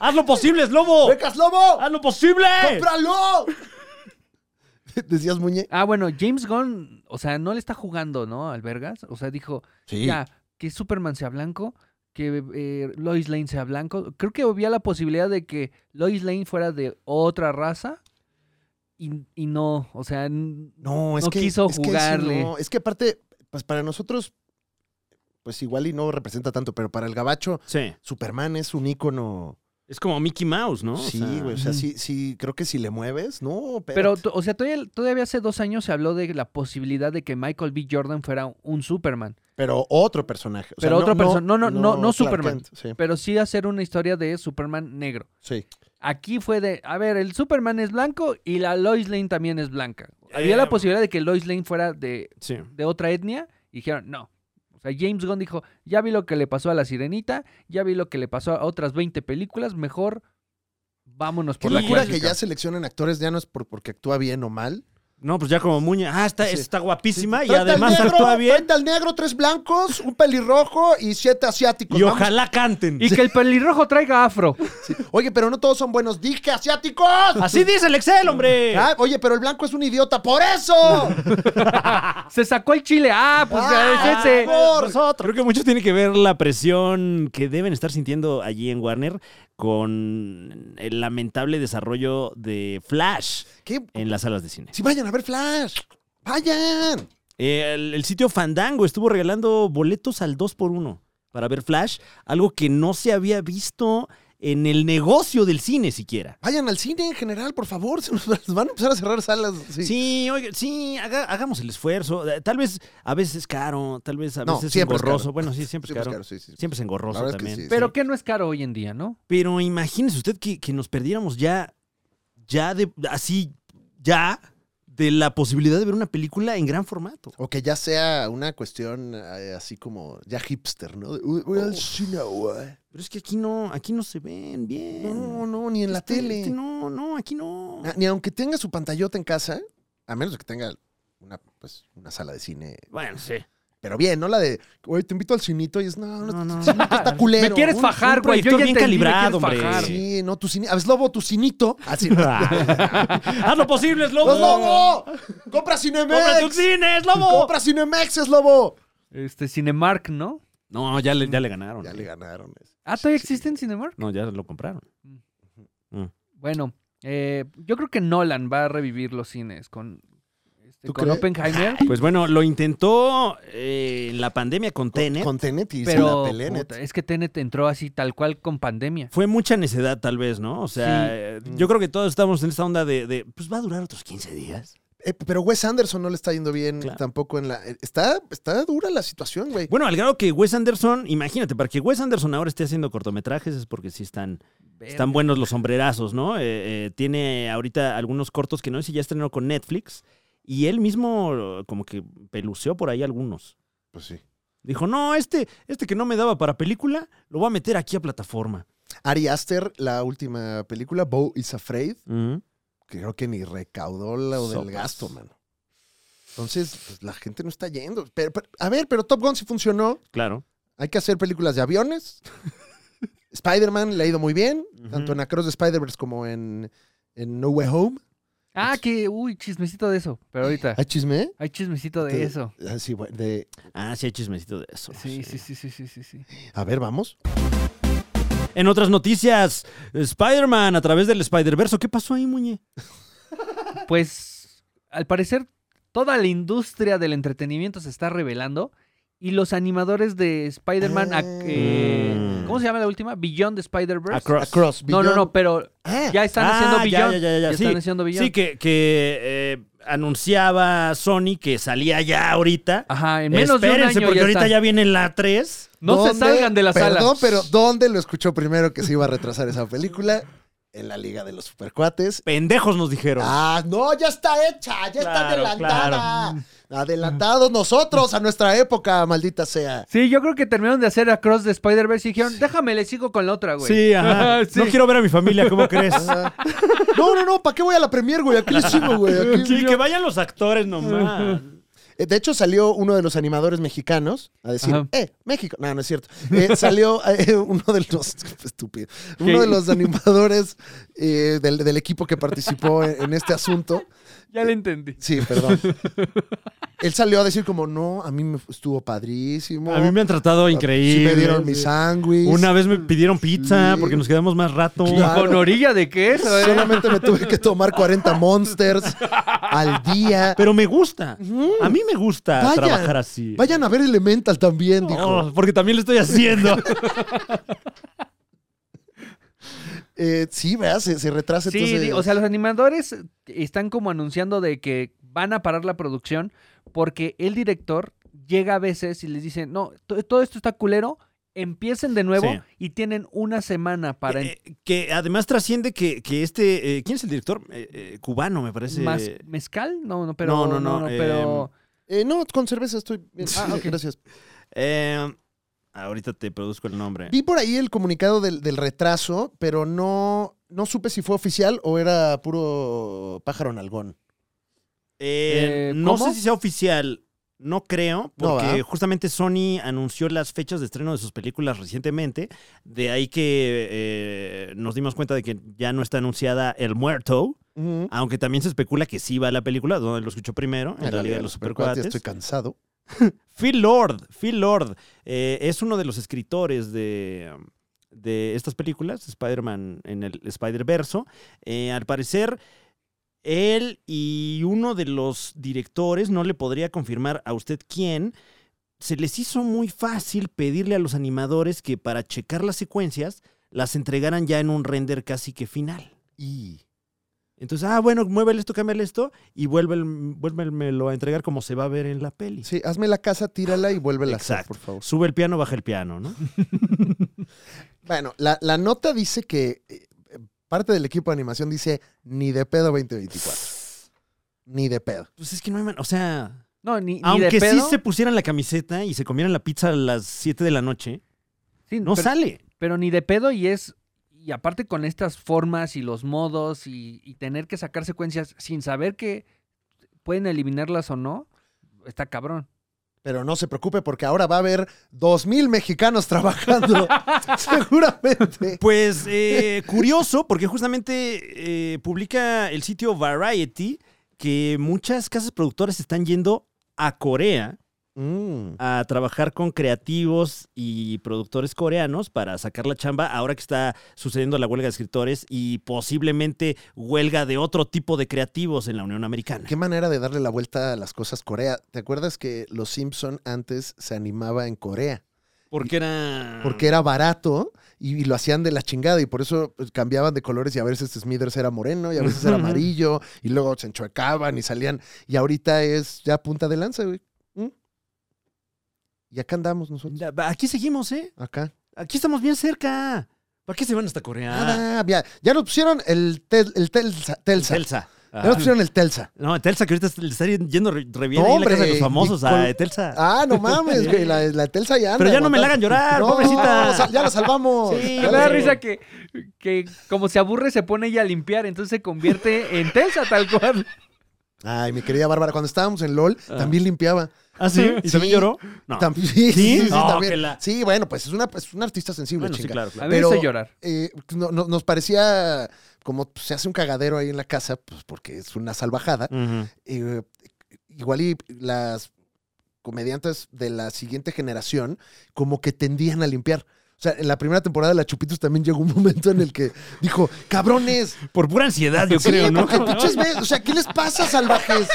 [SPEAKER 2] ¡Haz lo posible, Slobo!
[SPEAKER 3] ¡Becas Lobo!
[SPEAKER 2] ¡Haz lo posible!
[SPEAKER 3] ¡Cómpralo! ¿Decías Muñe?
[SPEAKER 7] Ah, bueno, James Gunn, o sea, no le está jugando, ¿no? Al Vergas. O sea, dijo,
[SPEAKER 3] Sí.
[SPEAKER 7] ya, que Superman sea blanco, que eh, Lois Lane sea blanco. Creo que había la posibilidad de que Lois Lane fuera de otra raza y, y no, o sea, n-
[SPEAKER 3] No, es
[SPEAKER 7] No
[SPEAKER 3] que.
[SPEAKER 7] quiso
[SPEAKER 3] es que eso
[SPEAKER 7] jugarle.
[SPEAKER 3] no. Es que aparte, pues para nosotros, pues igual y no representa tanto, pero para el gabacho,
[SPEAKER 2] Sí.
[SPEAKER 3] Superman es un ícono.
[SPEAKER 2] Es como Mickey Mouse, ¿no? O
[SPEAKER 3] sí,
[SPEAKER 2] sea,
[SPEAKER 3] güey. O sea,
[SPEAKER 7] ujú.
[SPEAKER 3] sí, sí, creo que si le mueves, no,
[SPEAKER 7] pero,
[SPEAKER 3] pero.
[SPEAKER 7] to- o sea, todavía, todavía hace dos años se habló de la posibilidad de que Michael B. Jordan fuera un Superman.
[SPEAKER 3] Pero otro personaje. O sea,
[SPEAKER 7] Pero otro perso- no, no, no, no
[SPEAKER 3] Clark
[SPEAKER 7] Superman.
[SPEAKER 3] Kent, Sí,
[SPEAKER 7] Pero sí hacer una historia de Superman negro.
[SPEAKER 3] sí.
[SPEAKER 7] Aquí fue de, a ver, el Superman es blanco y la Lois Lane también es blanca. Había
[SPEAKER 2] Eh,
[SPEAKER 7] la posibilidad de que Lois Lane fuera de,
[SPEAKER 2] sí.
[SPEAKER 7] de otra etnia y dijeron, no. O sea, James Gunn dijo, ya vi lo que le pasó a La Sirenita, ya vi lo que le pasó a otras 20 películas, mejor vámonos
[SPEAKER 3] Qué
[SPEAKER 7] por la
[SPEAKER 3] locura que
[SPEAKER 7] clásica".
[SPEAKER 3] ya seleccionen actores, ya no es por, porque actúa bien o mal.
[SPEAKER 2] No, pues ya como Muña. Ah, está, está guapísima y
[SPEAKER 3] Frente al
[SPEAKER 2] además
[SPEAKER 3] negro,
[SPEAKER 2] actúa bien.
[SPEAKER 3] frente al negro, tres blancos, un pelirrojo y siete asiáticos.
[SPEAKER 2] Y
[SPEAKER 3] Pues Vamos.
[SPEAKER 2] ojalá canten.
[SPEAKER 7] Y que el pelirrojo traiga afro.
[SPEAKER 3] Oye, pero no todos son buenos. ¡Dije asiáticos!
[SPEAKER 2] Así dice el Excel, hombre.
[SPEAKER 3] Ah, oye, pero el blanco es un idiota, ¡por eso!
[SPEAKER 7] Se sacó el chile. Ah, pues
[SPEAKER 3] Ah,
[SPEAKER 7] es ese.
[SPEAKER 3] por-
[SPEAKER 2] Creo que mucho tiene que ver la presión que deben estar sintiendo allí en Warner con el lamentable desarrollo de Flash
[SPEAKER 3] ¿Qué?
[SPEAKER 2] en las salas de cine.
[SPEAKER 3] Si vayan a ver Flash. ¡Vayan!
[SPEAKER 2] Eh, El, el sitio Fandango estuvo regalando boletos al 2x1 para ver Flash, algo que no se había visto en el negocio del cine siquiera.
[SPEAKER 3] Vayan al cine en general, por favor. [LAUGHS] Se nos van a empezar a cerrar salas. Sí,
[SPEAKER 2] Sí, oiga, sí, haga- hagamos el esfuerzo. Eh, Tal vez a veces es caro, tal vez a
[SPEAKER 3] No,
[SPEAKER 2] veces es
[SPEAKER 3] siempre es
[SPEAKER 2] engorroso.
[SPEAKER 3] caro.
[SPEAKER 2] bueno, sí, siempre,
[SPEAKER 3] Siempre es
[SPEAKER 2] es caro.
[SPEAKER 3] caro, sí, sí.
[SPEAKER 2] Siempre es engorroso
[SPEAKER 3] La verdad es que
[SPEAKER 2] también.
[SPEAKER 3] sí, sí.
[SPEAKER 7] Pero que no es caro hoy en día, ¿no?
[SPEAKER 2] Pero imagínese usted que, que nos perdiéramos ya, ya de, así, ya, de la posibilidad de ver una película en gran formato.
[SPEAKER 3] O que ya sea una cuestión eh, así como ya hipster, ¿no? De, "Uy, voy al cine, güey".
[SPEAKER 2] Pero es que aquí no, aquí no se ven bien.
[SPEAKER 3] No, no, ni en la
[SPEAKER 2] Este-
[SPEAKER 3] tele. Ah.
[SPEAKER 2] este no, no, aquí no.
[SPEAKER 3] Na- Ni aunque tenga su pantallota en casa, a menos de que tenga una, pues, una sala de cine.
[SPEAKER 2] Bueno, sí.
[SPEAKER 3] Pero bien, no la de, güey, te invito al cinito y es, no, no,
[SPEAKER 2] No, no.
[SPEAKER 3] tu cinito está culero.
[SPEAKER 7] Ah, Me quieres
[SPEAKER 3] Un-
[SPEAKER 7] fajar,
[SPEAKER 2] un
[SPEAKER 7] güey. Yo
[SPEAKER 2] proyector
[SPEAKER 7] ya
[SPEAKER 2] bien
[SPEAKER 7] entendí, me
[SPEAKER 2] calibrado,
[SPEAKER 7] quieres
[SPEAKER 2] hombre.
[SPEAKER 7] fajar.
[SPEAKER 3] Sí, no, tu cinito. A ver, Lobo, tu cinito. Ah,
[SPEAKER 2] [LAUGHS]
[SPEAKER 3] Así.
[SPEAKER 2] [LAUGHS] Haz lo posible, Slobo.
[SPEAKER 3] ¡Los Lobo! ¡Compra Cinemex!
[SPEAKER 2] ¡Cómprate un cine, Slobo!
[SPEAKER 3] ¡Compra Cinemex, es Lobo!
[SPEAKER 7] Este, Cinemark, ¿no?
[SPEAKER 2] No, ya le, ya le ganaron.
[SPEAKER 3] Ya le ganaron. eso.
[SPEAKER 7] Ah, ¿todavía existen Cinemark?
[SPEAKER 2] No, ya lo compraron.
[SPEAKER 7] Bueno, eh, yo creo que Nolan va a revivir los cines con, este,
[SPEAKER 3] ¿Tú
[SPEAKER 7] con
[SPEAKER 3] crees?
[SPEAKER 7] Oppenheimer.
[SPEAKER 2] Pues bueno, lo intentó eh, en la pandemia con Tenet.
[SPEAKER 3] Con Tenet y se
[SPEAKER 7] Pero
[SPEAKER 3] la pelé, net.
[SPEAKER 7] puta, es que Tenet entró así tal cual con pandemia.
[SPEAKER 2] Fue mucha necedad, tal vez, ¿no? O sea, eh,
[SPEAKER 7] Mm.
[SPEAKER 2] yo creo que todos estamos en esta onda de, de, pues va a durar otros 15 días.
[SPEAKER 3] Eh, pero Wes Anderson no le está yendo bien
[SPEAKER 2] Claro.
[SPEAKER 3] tampoco en la... eh, Está, está dura la situación, güey.
[SPEAKER 2] Bueno, al grado que Wes Anderson, imagínate, para que Wes Anderson ahora esté haciendo cortometrajes es porque sí están, están buenos los sombrerazos, ¿no? Eh, eh, tiene ahorita algunos cortos que no sé si ya estrenó con Netflix y él mismo eh, como que peluceó por ahí algunos.
[SPEAKER 3] Pues sí.
[SPEAKER 2] Dijo, no, este, este que no me daba para película, lo voy a meter aquí a plataforma.
[SPEAKER 3] Ari Aster, la última película, Bo is Afraid, que creo que ni recaudó lo del
[SPEAKER 2] Sopas.
[SPEAKER 3] gasto, mano. Entonces, pues, la gente no está yendo. Pero, pero- a ver, pero Top Gun sí funcionó.
[SPEAKER 2] Claro.
[SPEAKER 3] Hay que hacer películas de aviones. [LAUGHS] Spider-Man le ha ido muy bien, tanto en Across the Spider-Verse como en, en No Way Home.
[SPEAKER 7] Ah, que, uy, chismecito de eso. Pero ahorita
[SPEAKER 3] ¿Ah, chisme?
[SPEAKER 7] hay chismecito de
[SPEAKER 3] Te-
[SPEAKER 7] eso.
[SPEAKER 3] ah, sí, bueno, de-
[SPEAKER 2] Ah, sí hay chismecito de eso.
[SPEAKER 7] Sí, sí, sí, sí, sí, sí. sí.
[SPEAKER 3] a ver, vamos.
[SPEAKER 2] En otras noticias, Spider-Man a través del Spider-Verse. ¿Qué pasó ahí, Muñe?
[SPEAKER 7] Pues, al parecer, toda la industria del entretenimiento se está revelando. Y los animadores de Spider-Man... ac-
[SPEAKER 3] Ah.
[SPEAKER 7] eh, ¿Cómo se llama la última? Beyond the Spider-Verse.
[SPEAKER 3] Across.
[SPEAKER 7] No, no,
[SPEAKER 3] Beyond.
[SPEAKER 7] no, pero
[SPEAKER 3] Ah,
[SPEAKER 7] ya están
[SPEAKER 2] Ah,
[SPEAKER 7] haciendo
[SPEAKER 2] ya,
[SPEAKER 7] Beyond.
[SPEAKER 2] ya, ya, ya, ya, sí.
[SPEAKER 7] están haciendo Beyond.
[SPEAKER 2] Sí, que, que, eh, anunciaba Sony que salía ya ahorita.
[SPEAKER 7] Ajá, Ah, en menos
[SPEAKER 2] Espérense,
[SPEAKER 7] de un año
[SPEAKER 2] porque
[SPEAKER 7] ya
[SPEAKER 2] ahorita
[SPEAKER 7] está.
[SPEAKER 2] ya viene la 3.
[SPEAKER 7] No se
[SPEAKER 3] ¿Dónde-
[SPEAKER 7] salgan de la sala.
[SPEAKER 3] Perdón, pero ¿dónde lo escuchó primero que se iba a retrasar esa película? En la Liga de los Supercuates.
[SPEAKER 2] Pendejos nos dijeron.
[SPEAKER 3] Ah, no, ya está hecha, ya está
[SPEAKER 2] Claro,
[SPEAKER 3] adelantada. Adelantados nosotros a nuestra época, maldita sea.
[SPEAKER 7] Sí, yo creo que terminaron de hacer Across the Spider-Verse y dijeron, déjame, le sigo con la otra, güey. Ah,
[SPEAKER 2] sí,
[SPEAKER 7] [LAUGHS]
[SPEAKER 2] ajá.
[SPEAKER 7] Sí.
[SPEAKER 2] No quiero ver a mi familia, ¿cómo
[SPEAKER 7] [LAUGHS]
[SPEAKER 2] crees?
[SPEAKER 3] Ah. No, no, no, ¿para qué voy a la premier, güey? Aquí le sigo, güey. Aquí-
[SPEAKER 2] Sí, que vayan los actores nomás.
[SPEAKER 3] Eh, De hecho, salió uno de los animadores mexicanos a decir,
[SPEAKER 7] Ajá.
[SPEAKER 3] ¡eh, México! No, no es cierto. Eh, salió eh, uno de los... [LAUGHS] Estúpido. Uno de los animadores eh, del, del equipo que participó en- en este asunto.
[SPEAKER 7] Ya le entendí.
[SPEAKER 3] Sí, perdón. Él salió a decir como, no, a mí me estuvo padrísimo.
[SPEAKER 2] A mí me han tratado increíble.
[SPEAKER 3] Sí me dieron mi sándwich.
[SPEAKER 2] Una vez me pidieron pizza
[SPEAKER 3] Sí.
[SPEAKER 2] porque nos quedamos más rato.
[SPEAKER 3] Claro.
[SPEAKER 7] Con orilla de queso, ¿eh?
[SPEAKER 3] Solamente me tuve que tomar 40 monsters al día.
[SPEAKER 2] Pero me gusta. A mí me gusta
[SPEAKER 3] Vaya,
[SPEAKER 2] trabajar así.
[SPEAKER 3] Vayan a ver Elemental también, dijo.
[SPEAKER 2] Oh, porque también lo estoy
[SPEAKER 3] [LAUGHS]
[SPEAKER 2] haciendo.
[SPEAKER 3] Eh, sí, ¿verdad? Se, se retrasa
[SPEAKER 7] Sí,
[SPEAKER 3] entonces.
[SPEAKER 7] di- o sea, los animadores están como anunciando de que van a parar la producción porque el director llega a veces y les dice, no, to- todo esto está culero, empiecen de nuevo
[SPEAKER 2] Sí.
[SPEAKER 7] y tienen una semana para... en-
[SPEAKER 2] Eh, que además trasciende que, que este. eh, ¿Quién es el director? Eh, eh, cubano, me parece.
[SPEAKER 7] ¿Mas- ¿Mezcal? No, no, pero...
[SPEAKER 2] no, no,
[SPEAKER 7] No, no,
[SPEAKER 2] no, em,
[SPEAKER 7] pero...
[SPEAKER 3] Eh, no, con cerveza estoy bien.
[SPEAKER 7] Ah, ok.
[SPEAKER 3] Gracias.
[SPEAKER 2] Eh, ahorita te produzco el nombre.
[SPEAKER 3] Vi por ahí el comunicado del, del retraso, pero no, no supe si fue oficial o era puro pájaro nalgón.
[SPEAKER 2] Eh,
[SPEAKER 7] Eh,
[SPEAKER 2] no
[SPEAKER 7] ¿cómo?
[SPEAKER 2] sé si sea oficial. No creo,
[SPEAKER 3] No,
[SPEAKER 2] porque
[SPEAKER 3] ¿verdad?
[SPEAKER 2] justamente Sony anunció las fechas de estreno de sus películas recientemente. De ahí que eh, nos dimos cuenta de que ya no está anunciada El Muerto,
[SPEAKER 3] Ujú.
[SPEAKER 2] aunque también se especula que sí va la película, donde lo escuchó primero, en la Liga de los Supercuates.
[SPEAKER 3] Estoy cansado.
[SPEAKER 2] Phil Lord, Phil Lord, eh, es uno de los escritores de, de estas películas, Spider-Man en el Spider-Verso. Eh, al parecer, él y uno de los directores, no le podría confirmar a usted quién, se les hizo muy fácil pedirle a los animadores que para checar las secuencias las entregaran ya en un render casi que final.
[SPEAKER 3] Y
[SPEAKER 2] Entonces, ah, bueno, muévele esto, cámbiale esto y vuelve- vuélvemelo a entregar como se va a ver en la peli.
[SPEAKER 3] sí, hazme la casa, tírala y vuélvela a hacer,
[SPEAKER 2] Exacto.
[SPEAKER 3] por favor.
[SPEAKER 2] Pues Sube el piano, baja el piano,
[SPEAKER 7] [LAUGHS]
[SPEAKER 2] ¿no?
[SPEAKER 3] Bueno, la, la nota dice que eh, parte del equipo de animación dice ni de pedo 2024. Ni de pedo.
[SPEAKER 2] Pues es que no hay man- O sea,
[SPEAKER 7] No, ni, ni de
[SPEAKER 2] aunque sí
[SPEAKER 7] pedo.
[SPEAKER 2] se pusieran la camiseta y se comieran la pizza a las 7 de la noche,
[SPEAKER 7] Sí,
[SPEAKER 2] no
[SPEAKER 7] pero-
[SPEAKER 2] sale.
[SPEAKER 7] pero ni de pedo y es y aparte con estas formas y los modos y, y tener que sacar secuencias sin saber que pueden eliminarlas o no está cabrón
[SPEAKER 3] Pero no se preocupe porque ahora va a haber 2.000 mexicanos [LAUGHS] trabajando. seguramente.
[SPEAKER 2] Pues
[SPEAKER 7] [LAUGHS]
[SPEAKER 2] eh, curioso, porque justamente eh, publica el sitio Variety que muchas casas productoras están yendo a Corea
[SPEAKER 3] Mm.
[SPEAKER 2] a trabajar con creativos y productores coreanos para sacar la chamba ahora que está sucediendo la huelga de escritores y posiblemente huelga de otro tipo de creativos en la Unión Americana.
[SPEAKER 3] Qué manera de darle la vuelta a las cosas Corea. ¿Te acuerdas que Los Simpson antes se animaba en Corea?
[SPEAKER 2] Porque era...
[SPEAKER 3] Porque era barato y, y lo hacían de la chingada y por eso pues, cambiaban de colores y a veces Smithers era moreno y a veces era amarillo y luego se enchuecaban y salían. Y ahorita es ya punta de lanza, güey. Mm. Y acá andamos nosotros.
[SPEAKER 2] La- ba- Aquí seguimos, ¿eh?
[SPEAKER 3] Acá.
[SPEAKER 2] Aquí estamos bien cerca. ¿Para qué se van hasta Corea?
[SPEAKER 3] Nada, ya, ya nos pusieron el, tel- el telsa, Ah, telsa.
[SPEAKER 2] Ah. Telsa. Ah.
[SPEAKER 3] Ya nos pusieron el Telsa.
[SPEAKER 2] No, Telsa, que ahorita le está yendo re re bien
[SPEAKER 3] No,
[SPEAKER 2] ahí en la casa de
[SPEAKER 3] hombre,
[SPEAKER 2] los famosos a
[SPEAKER 3] Nicole-
[SPEAKER 2] eh, Telsa.
[SPEAKER 3] Ah, no mames, güey. La, la Telsa ya anda
[SPEAKER 2] Pero ya no me la hagan
[SPEAKER 3] aguantando.
[SPEAKER 2] llorar,
[SPEAKER 3] No,
[SPEAKER 2] pobrecita.
[SPEAKER 3] sal- ya la salvamos.
[SPEAKER 2] Sí,
[SPEAKER 3] Ya la
[SPEAKER 7] me da
[SPEAKER 2] claro.
[SPEAKER 7] risa que, que como se aburre se pone ella a limpiar entonces se convierte en Telsa tal cual
[SPEAKER 3] Ay, mi querida Bárbara, cuando estábamos en LOL, también limpiaba.
[SPEAKER 2] ¿Ah, sí? ¿Y
[SPEAKER 3] Sí.
[SPEAKER 2] también lloró? No.
[SPEAKER 3] Tam- [LAUGHS] sí, sí, sí, sí,
[SPEAKER 2] No,
[SPEAKER 3] también.
[SPEAKER 2] que la-
[SPEAKER 3] Sí, bueno, pues es una, es una artista sensible,
[SPEAKER 2] Bueno, sí,
[SPEAKER 3] chinga.
[SPEAKER 2] claro,
[SPEAKER 7] a
[SPEAKER 2] claro.
[SPEAKER 7] mí
[SPEAKER 3] Pero-
[SPEAKER 7] me hizo llorar
[SPEAKER 3] Eh, no- no- nos parecía como pues, se hace un cagadero ahí en la casa, pues porque es una salvajada.
[SPEAKER 2] Ujú.
[SPEAKER 3] Eh, igual y las comediantes de la siguiente generación como que tendían a limpiar. O sea, en la primera temporada de La Chupitos también llegó un momento en el que dijo, cabrones,
[SPEAKER 2] Por pura ansiedad, yo
[SPEAKER 3] Sí,
[SPEAKER 2] creo, ¿no?
[SPEAKER 3] porque pinches veces, o sea, ¿qué les pasa, salvajes?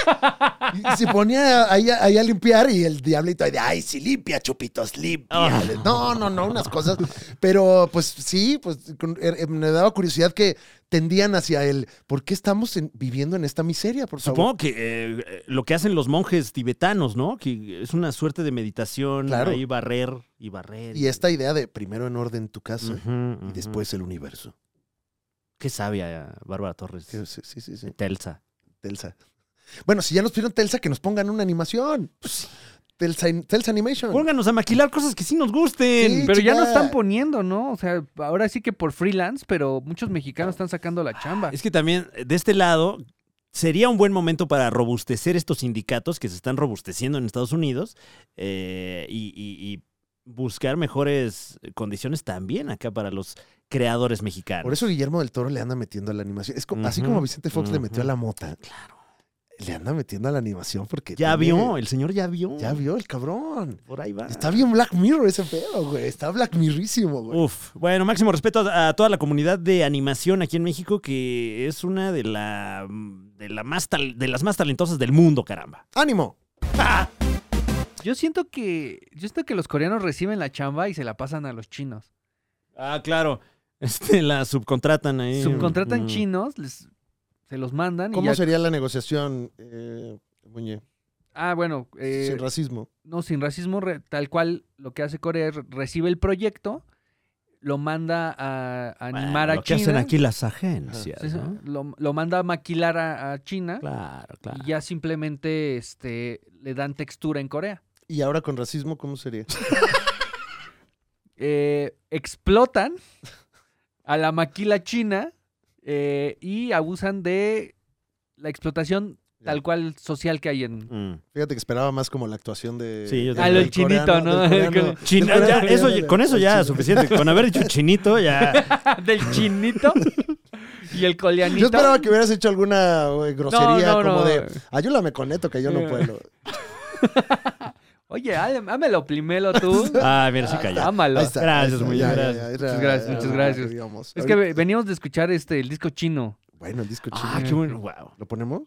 [SPEAKER 3] Y se ponía ahí, a- ahí a limpiar y el diablito ahí de, ay, sí, limpia, chupitos,
[SPEAKER 2] Ah.
[SPEAKER 3] limpia. No, no, no, unas cosas. Pero pues sí, pues con- er- er, me daba curiosidad que tendían hacia él. ¿Por qué estamos en- viviendo en esta miseria, por favor?
[SPEAKER 2] Supongo que eh, eh, lo que hacen los monjes tibetanos, ¿no? Que es una suerte de meditación,
[SPEAKER 3] Claro.
[SPEAKER 2] ahí barrer y barrer.
[SPEAKER 3] Y esta idea de primero en orden tu casa
[SPEAKER 2] Ujú,
[SPEAKER 3] y
[SPEAKER 2] ujú.
[SPEAKER 3] después el universo.
[SPEAKER 2] Qué sabia, Bárbara Torres.
[SPEAKER 3] Sí, sí, sí, sí, sí.
[SPEAKER 2] Telsa.
[SPEAKER 3] Telsa. Bueno, si ya nos pidieron Telsa, que nos pongan una animación. Pues Telsa, Telsa Animation.
[SPEAKER 2] Pónganos a maquilar cosas que sí nos gusten.
[SPEAKER 3] Sí,
[SPEAKER 7] pero ya no
[SPEAKER 3] chica.
[SPEAKER 7] están poniendo no o sea
[SPEAKER 2] [LAUGHS]
[SPEAKER 7] ahora sí que por freelance pero muchos mexicanos están sacando la chamba
[SPEAKER 2] Es que también eh, de este lado sería un buen momento para robustecer estos sindicatos que se están robusteciendo en Estados Unidos eh, y, y- y buscar mejores condiciones también acá para los creadores mexicanos.
[SPEAKER 3] Por eso Guillermo del Toro le anda metiendo a la animación. Es como- así
[SPEAKER 2] Ujú,
[SPEAKER 3] como Vicente Fox le metió a
[SPEAKER 2] ujú.
[SPEAKER 3] la mota. Claro. Le anda metiendo a la animación porque.
[SPEAKER 2] ya
[SPEAKER 3] tiene-
[SPEAKER 2] vio, el señor ya vio.
[SPEAKER 3] Ya vio el cabrón.
[SPEAKER 2] Por ahí va.
[SPEAKER 3] Está bien Black Mirror ese pedo, güey. Está Black Mirrorísimo, güey.
[SPEAKER 2] Uf, bueno, máximo respeto a, a toda la comunidad de animación aquí en México, que es una de, la, de, la más tal- de las más talentosas del mundo, caramba.
[SPEAKER 3] ¡Ánimo!
[SPEAKER 7] Yo siento que yo siento que los coreanos reciben la chamba y se la pasan a los chinos.
[SPEAKER 2] Ah, claro. [LAUGHS] Este, la subcontratan ahí.
[SPEAKER 7] Subcontratan
[SPEAKER 2] Mm.
[SPEAKER 7] chinos, les, se los mandan y
[SPEAKER 3] ¿Cómo
[SPEAKER 7] ya-
[SPEAKER 3] sería la negociación, eh, Muñe?
[SPEAKER 7] Ah, bueno, eh,
[SPEAKER 3] Sin racismo.
[SPEAKER 7] no sin racismo re- tal cual lo que hace Corea es re- recibe el proyecto, lo manda a, a
[SPEAKER 2] Bueno,
[SPEAKER 7] animar a
[SPEAKER 2] lo que
[SPEAKER 7] China.
[SPEAKER 2] hacen aquí las agencias,
[SPEAKER 7] Sí, sí,
[SPEAKER 2] ¿no?
[SPEAKER 7] lo, lo manda a maquilar a, a China
[SPEAKER 2] Claro, claro.
[SPEAKER 7] y ya simplemente este, le dan textura en Corea.
[SPEAKER 3] Y ahora con racismo, ¿cómo sería?
[SPEAKER 7] eh, explotan a la maquila china eh, y abusan de la explotación tal cual social que hay en... [LAUGHS]
[SPEAKER 2] Mm.
[SPEAKER 3] [LAUGHS] Fíjate que esperaba más como la actuación de.
[SPEAKER 2] Sí, yo
[SPEAKER 3] del-
[SPEAKER 2] también. Ah,
[SPEAKER 7] lo
[SPEAKER 3] del
[SPEAKER 7] chinito,
[SPEAKER 3] coreano-
[SPEAKER 7] ¿no?
[SPEAKER 3] del
[SPEAKER 7] [LAUGHS]
[SPEAKER 3] coreano-
[SPEAKER 2] Chin-
[SPEAKER 3] del
[SPEAKER 2] ya,
[SPEAKER 3] coreano
[SPEAKER 2] eso-
[SPEAKER 3] del-
[SPEAKER 2] con eso
[SPEAKER 3] del
[SPEAKER 2] ya
[SPEAKER 3] chino.
[SPEAKER 2] es suficiente. Con haber dicho chinito,
[SPEAKER 7] [LAUGHS]
[SPEAKER 2] ya.
[SPEAKER 7] del chinito y el coleanito.
[SPEAKER 3] Yo esperaba que hubieras hecho alguna güey, grosería
[SPEAKER 7] no,
[SPEAKER 3] como
[SPEAKER 7] no.
[SPEAKER 3] de ayúdame con esto que yo no
[SPEAKER 7] Eh.
[SPEAKER 3] puedo.
[SPEAKER 7] Oye, ámelo primero tú.
[SPEAKER 2] [LAUGHS] Ah, mira, sí calla.
[SPEAKER 7] Ámalo.
[SPEAKER 3] Ahí está,
[SPEAKER 2] Gracias,
[SPEAKER 3] ahí está,
[SPEAKER 2] muy
[SPEAKER 3] ya,
[SPEAKER 2] bien,
[SPEAKER 3] ya,
[SPEAKER 2] gracias.
[SPEAKER 3] ya, era-
[SPEAKER 7] Muchas gracias,
[SPEAKER 3] era
[SPEAKER 7] muchas
[SPEAKER 3] lo que
[SPEAKER 7] gracias.
[SPEAKER 3] queríamos.
[SPEAKER 7] Es que
[SPEAKER 3] Ahorita-
[SPEAKER 7] ve- veníamos de escuchar este el disco chino.
[SPEAKER 3] Bueno, el disco chino.
[SPEAKER 2] Ah, qué bueno. Wow.
[SPEAKER 3] ¿Lo ponemos?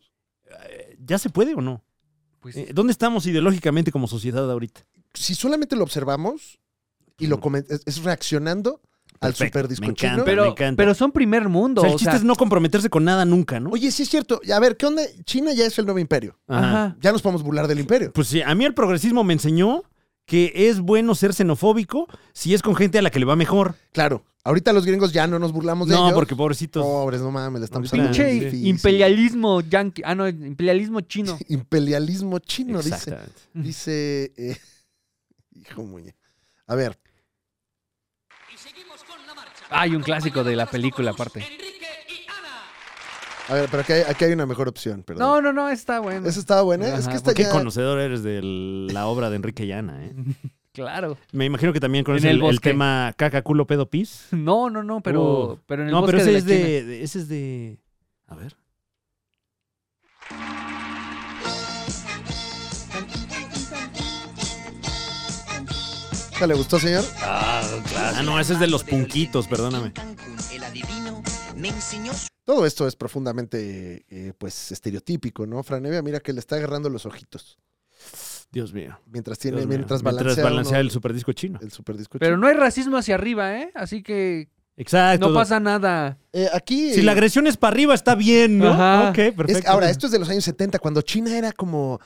[SPEAKER 2] Eh, ¿Ya se puede o no?
[SPEAKER 7] Pues,
[SPEAKER 2] Eh, ¿Dónde estamos ideológicamente como sociedad ahorita?
[SPEAKER 3] Si solamente lo observamos y lo comen- es, es reaccionando al
[SPEAKER 2] Perfecto,
[SPEAKER 3] super
[SPEAKER 2] me
[SPEAKER 3] disco
[SPEAKER 2] encanta.
[SPEAKER 3] chino.
[SPEAKER 2] me
[SPEAKER 7] pero,
[SPEAKER 2] encanta.
[SPEAKER 7] pero son primer
[SPEAKER 2] O
[SPEAKER 7] mundo.
[SPEAKER 2] sea, el
[SPEAKER 7] o
[SPEAKER 2] chiste
[SPEAKER 7] sea,
[SPEAKER 2] es no comprometerse con nada nunca, ¿no?
[SPEAKER 3] Oye, sí es cierto. A ver, ¿qué onda? China ya es el nuevo imperio.
[SPEAKER 2] Ajá.
[SPEAKER 7] ajá.
[SPEAKER 3] Ya nos podemos burlar del imperio.
[SPEAKER 2] Pues sí, a mí el progresismo me enseñó que es bueno ser xenofóbico si es con gente a la que le va mejor.
[SPEAKER 3] Claro. Ahorita los gringos ya no nos burlamos de
[SPEAKER 2] No,
[SPEAKER 3] ellos.
[SPEAKER 2] porque pobrecitos.
[SPEAKER 3] Pobres, no mames, le estamos
[SPEAKER 2] Pinche
[SPEAKER 3] hablando muy
[SPEAKER 7] Che,
[SPEAKER 3] difícil.
[SPEAKER 7] imperialismo yanqui. Ah, no, imperialismo chino.
[SPEAKER 3] Imperialismo chino, dice.
[SPEAKER 2] Exactamente.
[SPEAKER 3] Dice. eh, [LAUGHS] hijo muñe. A ver,
[SPEAKER 7] Hay un clásico de la película aparte.
[SPEAKER 3] a ver, pero aquí hay, aquí hay una mejor opción, perdón.
[SPEAKER 7] No, no, no, está bueno.
[SPEAKER 3] Esa estaba buena. es
[SPEAKER 7] Ajá,
[SPEAKER 3] que esta
[SPEAKER 2] Qué
[SPEAKER 3] ya.
[SPEAKER 2] conocedor eres de la obra de Enrique Llana, ¿eh?
[SPEAKER 7] Claro.
[SPEAKER 2] Me imagino que también conoces
[SPEAKER 7] En el
[SPEAKER 2] el, el
[SPEAKER 7] bosque.
[SPEAKER 2] tema caca, culo, pedo, pis.
[SPEAKER 7] No, no, no, pero,
[SPEAKER 2] Uf.
[SPEAKER 7] pero en el
[SPEAKER 2] No, pero
[SPEAKER 7] bosque
[SPEAKER 2] ese
[SPEAKER 7] de la
[SPEAKER 2] es
[SPEAKER 7] China.
[SPEAKER 2] de, de- Ese es de. A ver.
[SPEAKER 3] ¿Esta ¿Le gustó, señor?
[SPEAKER 2] Ah, no, ese es de los punquitos, perdóname.
[SPEAKER 3] Todo esto es profundamente, eh, pues, estereotípico, ¿no? Franevia, mira que le está agarrando los ojitos.
[SPEAKER 2] Dios mío.
[SPEAKER 3] Mientras
[SPEAKER 2] Dios
[SPEAKER 3] tiene,
[SPEAKER 2] mío.
[SPEAKER 3] mientras balancea, uno-
[SPEAKER 2] el superdisco chino.
[SPEAKER 3] el superdisco
[SPEAKER 7] Pero
[SPEAKER 3] chino.
[SPEAKER 7] no hay racismo hacia arriba, ¿eh? Así que
[SPEAKER 2] Exacto.
[SPEAKER 7] no pasa nada.
[SPEAKER 3] Eh, aquí.
[SPEAKER 2] Si la agresión es para arriba, está bien, ¿no?
[SPEAKER 7] Ajá.
[SPEAKER 2] Ok,
[SPEAKER 3] es-
[SPEAKER 2] perfecto.
[SPEAKER 3] ahora, esto es de los años 70, cuando China era como.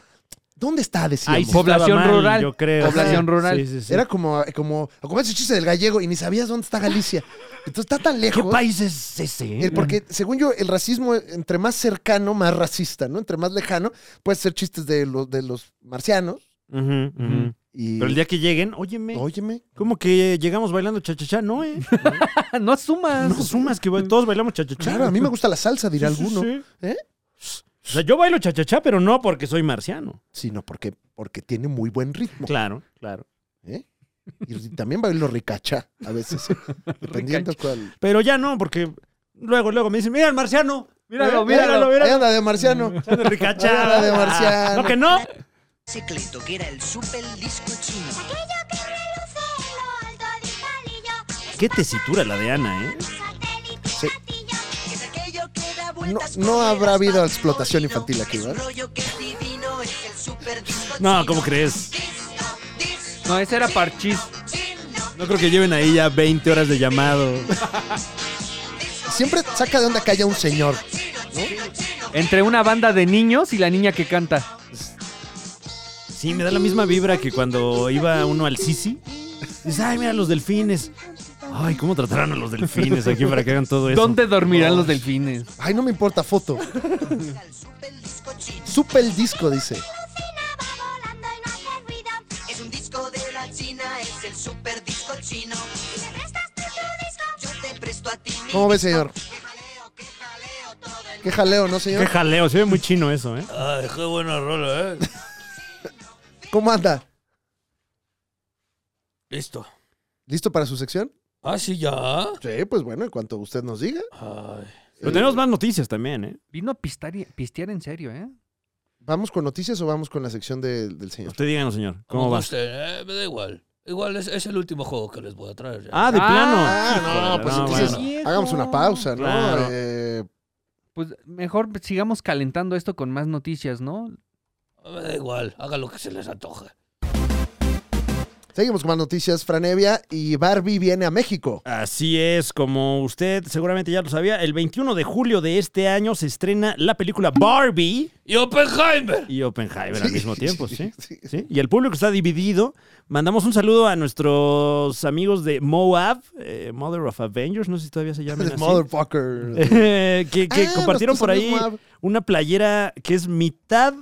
[SPEAKER 3] ¿Dónde está? Decíamos.
[SPEAKER 2] Ahí sí
[SPEAKER 7] Población
[SPEAKER 2] estaba mal,
[SPEAKER 7] rural.
[SPEAKER 2] Yo creo.
[SPEAKER 7] Población
[SPEAKER 2] Sí,
[SPEAKER 7] rural.
[SPEAKER 2] sí, sí, sí.
[SPEAKER 3] Era como, eh, como, como ese chiste del gallego y ni sabías dónde está Galicia. Entonces está tan
[SPEAKER 2] ¿Qué
[SPEAKER 3] lejos.
[SPEAKER 2] país es ese? eh?
[SPEAKER 3] El- porque, según yo, el racismo, entre más cercano, más racista, ¿no? Entre más lejano, puede ser chistes de, los de los marcianos.
[SPEAKER 2] Ujú, ujú.
[SPEAKER 3] Y,
[SPEAKER 2] Pero el día que lleguen, óyeme,
[SPEAKER 3] Óyeme.
[SPEAKER 2] ¿cómo que llegamos bailando chachachá? No,
[SPEAKER 3] [LAUGHS]
[SPEAKER 2] ¿eh?
[SPEAKER 7] no asumas.
[SPEAKER 2] No sumas que ba- todos bailamos chachachá.
[SPEAKER 3] Claro, a mí me gusta la salsa, dirá
[SPEAKER 2] Sí, sí,
[SPEAKER 3] alguno.
[SPEAKER 2] sí.
[SPEAKER 3] ¿eh?
[SPEAKER 2] O sea, yo bailo chachachá, pero no porque soy marciano.
[SPEAKER 3] Sino porque, porque tiene muy buen ritmo.
[SPEAKER 2] Claro, claro.
[SPEAKER 3] ¿eh? Y también bailo ricacha a
[SPEAKER 2] [LAUGHS]
[SPEAKER 3] veces. dependiendo cuál.
[SPEAKER 2] Pero ya no, porque luego, luego me dicen, mira el marciano.
[SPEAKER 7] Míralo,
[SPEAKER 2] Eh,
[SPEAKER 7] míralo.
[SPEAKER 3] Ahí anda de marciano.
[SPEAKER 2] Anda de ricacha.
[SPEAKER 3] Anda de marciano.
[SPEAKER 2] No, que no.
[SPEAKER 8] Secreto que era el super disco chino.
[SPEAKER 2] Qué tesitura la de Ana, ¿eh?
[SPEAKER 3] Sí.
[SPEAKER 8] Es aquello que da
[SPEAKER 3] No,
[SPEAKER 8] vueltas
[SPEAKER 3] no
[SPEAKER 8] como
[SPEAKER 3] habrá
[SPEAKER 8] el
[SPEAKER 3] habido
[SPEAKER 8] asfalto
[SPEAKER 3] explotación
[SPEAKER 8] divino.
[SPEAKER 3] infantil aquí,
[SPEAKER 8] Es un
[SPEAKER 3] ¿verdad?
[SPEAKER 8] rollo que es divino, es el super disco
[SPEAKER 2] No,
[SPEAKER 8] chino.
[SPEAKER 2] ¿cómo crees?
[SPEAKER 8] Disco, disco,
[SPEAKER 7] No, ese era parchís.
[SPEAKER 8] chino,
[SPEAKER 2] No creo que lleven ahí ya 20 horas de llamado.
[SPEAKER 3] Siempre saca de onda que haya un señor.
[SPEAKER 7] Entre una banda de niños y la niña que canta.
[SPEAKER 2] Sí, me da la misma vibra que cuando iba uno al Sisi. Dices, ay, mira, los delfines. Ay, ¿cómo tratarán a los delfines aquí para que hagan todo eso?
[SPEAKER 7] ¿Dónde dormirán los delfines?
[SPEAKER 3] Ay, no me importa, foto.
[SPEAKER 8] al super disco chino.
[SPEAKER 3] Supe el disco, dice.
[SPEAKER 8] Es un disco de la China, es el super disco chino. Si me prestas tú tu disco, yo te presto a ti mi
[SPEAKER 3] ¿Cómo ve,
[SPEAKER 8] disco.
[SPEAKER 3] señor?
[SPEAKER 8] Que jaleo, que jaleo todo el
[SPEAKER 3] Qué jaleo, ¿no,
[SPEAKER 2] Qué
[SPEAKER 3] señor?
[SPEAKER 2] jaleo, se ve muy chino eso, ¿eh?
[SPEAKER 9] Ay, qué buena rola, ¿eh?
[SPEAKER 3] ¿Cómo anda?
[SPEAKER 9] Listo.
[SPEAKER 3] ¿Listo para su sección?
[SPEAKER 9] Ah, sí, ya.
[SPEAKER 3] Sí, pues bueno, en cuanto usted nos diga.
[SPEAKER 9] Ay.
[SPEAKER 2] Pero tenemos más noticias también, ¿eh?
[SPEAKER 7] Vino a pistar y- pistear en serio, ¿eh?
[SPEAKER 3] ¿Vamos con noticias o vamos con la sección de- del señor?
[SPEAKER 2] Usted díganos, señor. ¿Cómo
[SPEAKER 9] Como
[SPEAKER 2] va?
[SPEAKER 9] gusten, eh, Me da igual. Igual es, es el último juego que les voy a traer. ya.
[SPEAKER 2] Ah, de
[SPEAKER 7] Ah,
[SPEAKER 2] plano.
[SPEAKER 3] ah,
[SPEAKER 2] Híjole,
[SPEAKER 3] no, pues
[SPEAKER 2] no,
[SPEAKER 3] entonces
[SPEAKER 2] bueno.
[SPEAKER 7] bueno.
[SPEAKER 3] hagamos una pausa, ¿no?
[SPEAKER 2] Claro.
[SPEAKER 3] Eh,
[SPEAKER 7] Pues mejor sigamos calentando esto con más noticias, ¿no?
[SPEAKER 9] Me da igual. Hagan lo que se les antoje.
[SPEAKER 3] seguimos con más noticias, Franevia, y Barbie viene a México.
[SPEAKER 2] Así es, como usted seguramente ya lo sabía, el 21 de julio de este año se estrena la película Barbie
[SPEAKER 9] ¡Y Oppenheimer!
[SPEAKER 2] y Oppenheimer al
[SPEAKER 3] Sí,
[SPEAKER 2] mismo tiempo, ¿sí?
[SPEAKER 3] sí, sí.
[SPEAKER 2] ¿Sí? Y el público está dividido. Mandamos un saludo a nuestros amigos de Moab, eh, Mother of Avengers, no sé si todavía se
[SPEAKER 3] [LAUGHS]
[SPEAKER 2] llaman así.
[SPEAKER 3] Motherfucker.
[SPEAKER 2] [LAUGHS] Eh, que que
[SPEAKER 3] Ah,
[SPEAKER 2] compartieron
[SPEAKER 3] nuestros
[SPEAKER 2] por ahí
[SPEAKER 3] amigos Moab.
[SPEAKER 2] una playera que es mitad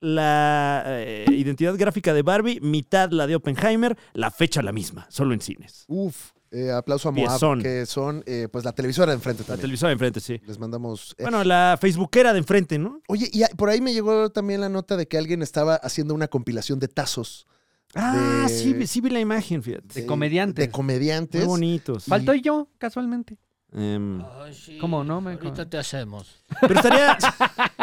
[SPEAKER 2] la eh, identidad gráfica de Barbie, mitad la de Oppenheimer, la fecha la misma, solo en cines.
[SPEAKER 3] Uf, eh, aplauso a Moab,
[SPEAKER 2] Piezón.
[SPEAKER 3] que son eh, pues la televisora de enfrente
[SPEAKER 2] La
[SPEAKER 3] también.
[SPEAKER 2] televisora de enfrente, sí.
[SPEAKER 3] Les mandamos. eh.
[SPEAKER 2] Bueno, la facebookera de enfrente, ¿no?
[SPEAKER 3] Oye, y a- por ahí me llegó también la nota de que alguien estaba haciendo una compilación de tazos.
[SPEAKER 2] Ah,
[SPEAKER 3] de-
[SPEAKER 2] sí, vi- sí vi la imagen, fíjate.
[SPEAKER 7] De comediantes.
[SPEAKER 3] De comediantes.
[SPEAKER 2] Muy bonitos.
[SPEAKER 7] Faltó yo, casualmente.
[SPEAKER 2] Em,
[SPEAKER 9] Ay, sí.
[SPEAKER 7] ¿Cómo no, me-
[SPEAKER 9] Ahorita te hacemos.
[SPEAKER 2] pero
[SPEAKER 3] [LAUGHS]
[SPEAKER 2] estaría,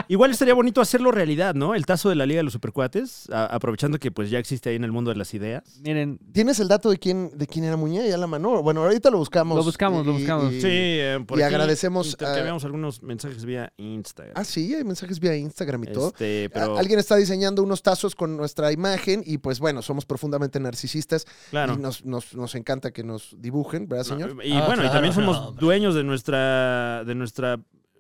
[SPEAKER 2] igual estaría bonito hacerlo realidad, ¿no? El tazo de la Liga de los Supercuates, a- aprovechando que pues ya existe ahí en el mundo de las ideas.
[SPEAKER 7] Miren,
[SPEAKER 3] ¿Tienes el dato de quién, de quién era Muñe? Ya la mano. Bueno, ahorita lo buscamos.
[SPEAKER 7] Lo buscamos, lo buscamos.
[SPEAKER 2] Sí, eh, por
[SPEAKER 3] y
[SPEAKER 2] aquí
[SPEAKER 3] agradecemos a-
[SPEAKER 2] intercambiamos algunos mensajes vía Instagram.
[SPEAKER 3] Ah, sí, hay mensajes vía Instagram y todo.
[SPEAKER 2] Este,
[SPEAKER 3] A-
[SPEAKER 2] pero
[SPEAKER 3] Alguien está diseñando unos tazos con nuestra imagen y pues bueno, somos profundamente narcisistas
[SPEAKER 2] claro.
[SPEAKER 3] y nos, nos- nos encanta que nos dibujen, ¿verdad,
[SPEAKER 2] No,
[SPEAKER 3] señor?
[SPEAKER 2] y
[SPEAKER 9] Ah,
[SPEAKER 2] bueno, y
[SPEAKER 9] claro,
[SPEAKER 2] también
[SPEAKER 9] no,
[SPEAKER 2] somos
[SPEAKER 9] hombre.
[SPEAKER 2] dueños de nuestra de nuestra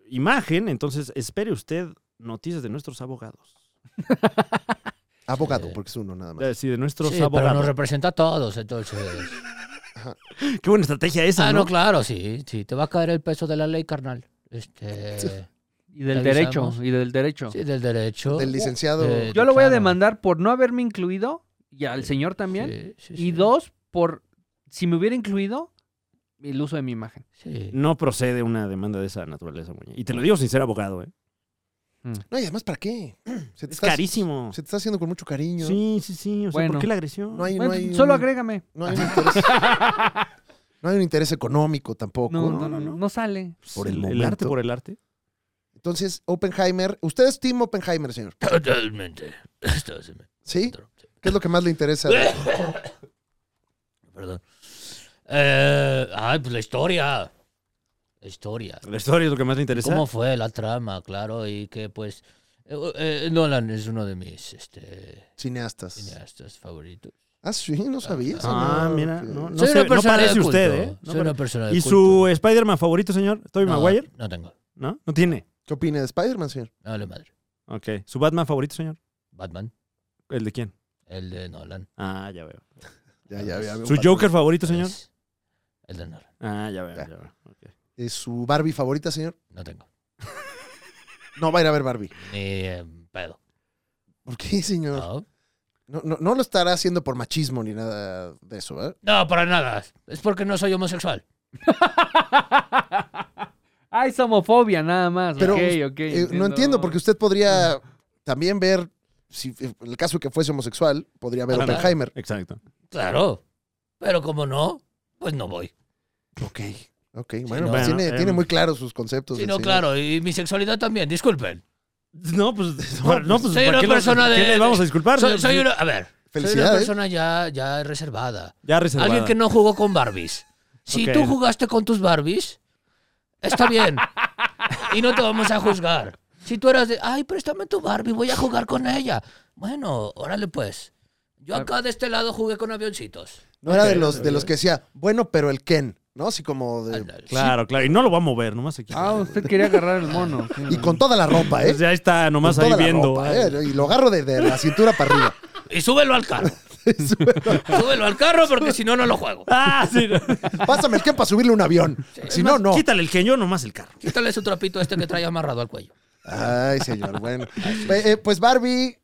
[SPEAKER 2] imagen, entonces espere usted noticias de nuestros abogados.
[SPEAKER 3] Abogado,
[SPEAKER 9] Sí.
[SPEAKER 3] porque es uno nada más.
[SPEAKER 2] Eh, Sí, de nuestros
[SPEAKER 9] Sí, pero nos
[SPEAKER 2] abogados.
[SPEAKER 9] representa a
[SPEAKER 7] [LAUGHS]
[SPEAKER 9] todos, entonces.
[SPEAKER 2] Qué buena estrategia esa,
[SPEAKER 9] ah,
[SPEAKER 2] ¿no?
[SPEAKER 9] no, claro, sí, sí. Te va a caer el peso de la ley, carnal. Este,
[SPEAKER 7] y del
[SPEAKER 9] Te
[SPEAKER 7] derecho,
[SPEAKER 9] avisamos.
[SPEAKER 7] y del derecho.
[SPEAKER 9] sí, del derecho.
[SPEAKER 3] Del licenciado.
[SPEAKER 9] Eh,
[SPEAKER 7] Yo lo voy a
[SPEAKER 9] claro.
[SPEAKER 7] demandar por no haberme incluido, y al señor también.
[SPEAKER 9] Sí, sí,
[SPEAKER 7] Y
[SPEAKER 9] sí.
[SPEAKER 7] dos, por si me hubiera incluido, el uso de mi imagen.
[SPEAKER 9] Sí.
[SPEAKER 2] No procede una demanda de esa naturaleza, Muñe. Y te lo digo sin ser abogado, ¿eh?
[SPEAKER 3] No, y además, ¿para qué? Se
[SPEAKER 2] Es
[SPEAKER 3] te está-
[SPEAKER 2] carísimo.
[SPEAKER 3] Se te está haciendo con mucho cariño.
[SPEAKER 2] Sí, sí, sí. O sea,
[SPEAKER 7] Bueno.
[SPEAKER 2] ¿por qué la agresión?
[SPEAKER 3] No hay, no
[SPEAKER 7] Bueno,
[SPEAKER 3] hay
[SPEAKER 7] solo
[SPEAKER 3] un,
[SPEAKER 7] agrégame.
[SPEAKER 3] no hay un
[SPEAKER 2] [LAUGHS]
[SPEAKER 3] interés. no hay un interés económico tampoco.
[SPEAKER 7] No,
[SPEAKER 3] ¿no?
[SPEAKER 7] no, no, no, no sale.
[SPEAKER 2] Pues,
[SPEAKER 3] por el
[SPEAKER 2] arte
[SPEAKER 3] momento.
[SPEAKER 2] por el arte.
[SPEAKER 3] Entonces, Oppenheimer, usted es Team Oppenheimer, señor.
[SPEAKER 9] Totalmente. Esto se me-
[SPEAKER 3] ¿Sí? ¿Qué es lo que más le interesa?
[SPEAKER 9] [COUGHS]
[SPEAKER 2] [LAUGHS]
[SPEAKER 9] Perdón. Eh, ay, pues la historia. La historia.
[SPEAKER 2] La historia es lo que más le interesa.
[SPEAKER 9] ¿Cómo fue la trama? Claro, y que pues. eh, eh, Nolan es uno de mis este,
[SPEAKER 3] Cineastas.
[SPEAKER 9] cineastas favoritos.
[SPEAKER 3] Ah, sí, no sabía.
[SPEAKER 2] Ah,
[SPEAKER 3] señor,
[SPEAKER 2] mira,
[SPEAKER 3] que-
[SPEAKER 2] no, no,
[SPEAKER 9] Soy
[SPEAKER 2] se-
[SPEAKER 9] una
[SPEAKER 2] no
[SPEAKER 9] persona de
[SPEAKER 2] parece
[SPEAKER 9] culto,
[SPEAKER 2] usted, ¿eh? No
[SPEAKER 9] Soy
[SPEAKER 2] pare-
[SPEAKER 9] una persona de
[SPEAKER 2] ¿Y
[SPEAKER 9] culto.
[SPEAKER 2] su Spider-Man favorito, señor? ¿Tobey
[SPEAKER 9] No,
[SPEAKER 2] Maguire?
[SPEAKER 9] No tengo.
[SPEAKER 2] ¿No? ¿No tiene?
[SPEAKER 3] ¿Qué opina de Spider-Man, señor?
[SPEAKER 9] No, la madre.
[SPEAKER 2] Ok. ¿Su Batman favorito, señor?
[SPEAKER 9] Batman,
[SPEAKER 2] ¿El de quién?
[SPEAKER 9] el de Nolan.
[SPEAKER 2] Ah, ya veo.
[SPEAKER 3] Ya, ya, ya veo
[SPEAKER 2] ¿Su
[SPEAKER 3] un patrón.
[SPEAKER 2] Joker favorito, señor?
[SPEAKER 9] Es El de Nolan.
[SPEAKER 2] Ah, ya veo,
[SPEAKER 3] Ya.
[SPEAKER 2] ya veo. Ok.
[SPEAKER 3] ¿Es ¿Su Barbie favorita, señor?
[SPEAKER 9] No tengo.
[SPEAKER 3] No va a ir a ver Barbie.
[SPEAKER 9] Ni eh, pedo.
[SPEAKER 3] ¿Por qué, señor?
[SPEAKER 9] No.
[SPEAKER 3] No, no, no lo estará haciendo por machismo ni nada de eso, ¿eh? ¿verdad?
[SPEAKER 9] no, para nada. Es porque no soy homosexual.
[SPEAKER 7] Ah, es homofobia nada más.
[SPEAKER 3] Pero,
[SPEAKER 7] ok, ok.
[SPEAKER 3] Eh, no entiendo, porque usted podría también ver, si en el caso que fuese homosexual, podría ver
[SPEAKER 2] Ah, claro.
[SPEAKER 3] Oppenheimer.
[SPEAKER 2] Exacto.
[SPEAKER 9] Claro. Pero como no, pues no voy.
[SPEAKER 3] Ok. Ok, bueno,
[SPEAKER 9] no.
[SPEAKER 3] pues
[SPEAKER 2] Bueno,
[SPEAKER 3] tiene,
[SPEAKER 2] em.
[SPEAKER 3] tiene muy claros sus conceptos.
[SPEAKER 9] Sí,
[SPEAKER 3] el
[SPEAKER 9] no,
[SPEAKER 3] señor.
[SPEAKER 9] claro. Y mi sexualidad también, disculpen.
[SPEAKER 2] No, pues, [LAUGHS] no, pues,
[SPEAKER 9] soy
[SPEAKER 2] ¿para
[SPEAKER 9] una
[SPEAKER 2] qué lo-
[SPEAKER 9] persona
[SPEAKER 2] ¿qué
[SPEAKER 9] de-
[SPEAKER 2] le vamos a disculpar?
[SPEAKER 9] Soy, soy una, a ver, soy una
[SPEAKER 3] Felicidades.
[SPEAKER 9] persona ya, ya reservada.
[SPEAKER 2] Ya reservada.
[SPEAKER 3] ah.
[SPEAKER 9] Alguien que no jugó con Barbies. Si
[SPEAKER 2] Ok.
[SPEAKER 9] tú jugaste con tus Barbies,
[SPEAKER 3] [LAUGHS]
[SPEAKER 9] está bien. y no te vamos a juzgar. Si tú eras de, ay, préstame tu Barbie, voy a jugar con ella. Bueno, órale pues. Yo
[SPEAKER 3] Ah.
[SPEAKER 9] acá de este lado jugué con avioncitos.
[SPEAKER 3] No era de los, de los que decía, bueno, pero el Ken, ¿no? Así como de...
[SPEAKER 9] Ándale.
[SPEAKER 2] Claro, claro. Y no lo va a mover, nomás aquí.
[SPEAKER 3] [LAUGHS]
[SPEAKER 7] Ah, usted quería agarrar el mono. sí,
[SPEAKER 3] Y
[SPEAKER 7] ¿no?
[SPEAKER 3] con toda la ropa, ¿eh?
[SPEAKER 2] Pues ya está nomás
[SPEAKER 3] Con
[SPEAKER 2] ahí
[SPEAKER 3] toda la
[SPEAKER 2] viendo.
[SPEAKER 3] ropa, ¿eh? Y lo agarro de, de la cintura para arriba. [LAUGHS]
[SPEAKER 9] Y súbelo al carro. súbelo al carro porque si no, no lo juego.
[SPEAKER 2] Ah, sí. no.
[SPEAKER 3] Pásame el Ken para subirle un avión. Si no, no.
[SPEAKER 2] Quítale el genio, nomás el carro.
[SPEAKER 9] Quítale su trapito este que trae amarrado al cuello.
[SPEAKER 3] Ay, señor, bueno. Eh, eh, pues Barbie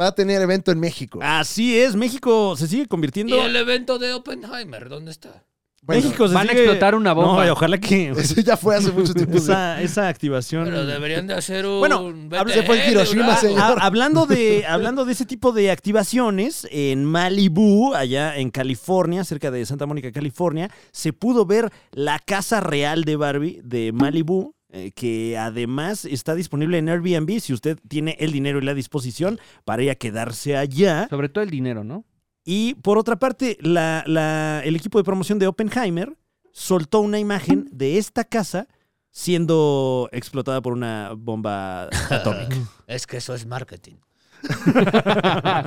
[SPEAKER 3] va a tener
[SPEAKER 9] Ah,
[SPEAKER 3] evento en México.
[SPEAKER 2] Así es, México se sigue
[SPEAKER 9] ¿Y
[SPEAKER 2] convirtiendo.
[SPEAKER 9] el evento de Oppenheimer? ¿Dónde está?
[SPEAKER 3] Bueno,
[SPEAKER 2] México se
[SPEAKER 7] van a
[SPEAKER 2] sigue-
[SPEAKER 7] explotar una bomba.
[SPEAKER 2] No, ojalá que [LAUGHS]
[SPEAKER 3] Eso ya fue hace mucho tiempo. sí.
[SPEAKER 2] esa, esa activación.
[SPEAKER 9] Pero deberían de hacer un.
[SPEAKER 2] Bueno,
[SPEAKER 9] BTR
[SPEAKER 3] se fue en
[SPEAKER 9] de
[SPEAKER 3] Hiroshima,
[SPEAKER 9] Durango.
[SPEAKER 3] señor.
[SPEAKER 2] Ah, hablando, de, hablando de ese tipo de activaciones, en Malibu, allá en California, cerca de Santa Mónica, California, se pudo ver la casa real de Barbie de Malibu. eh, que además está disponible en Airbnb si usted tiene el dinero y la disposición para ir a quedarse allá.
[SPEAKER 7] Sobre todo el dinero, ¿no? [LAUGHS]
[SPEAKER 2] Y por otra parte, la- la- el equipo de promoción de Oppenheimer soltó una imagen de esta casa siendo explotada por una bomba atómica.
[SPEAKER 9] Es que eso es marketing.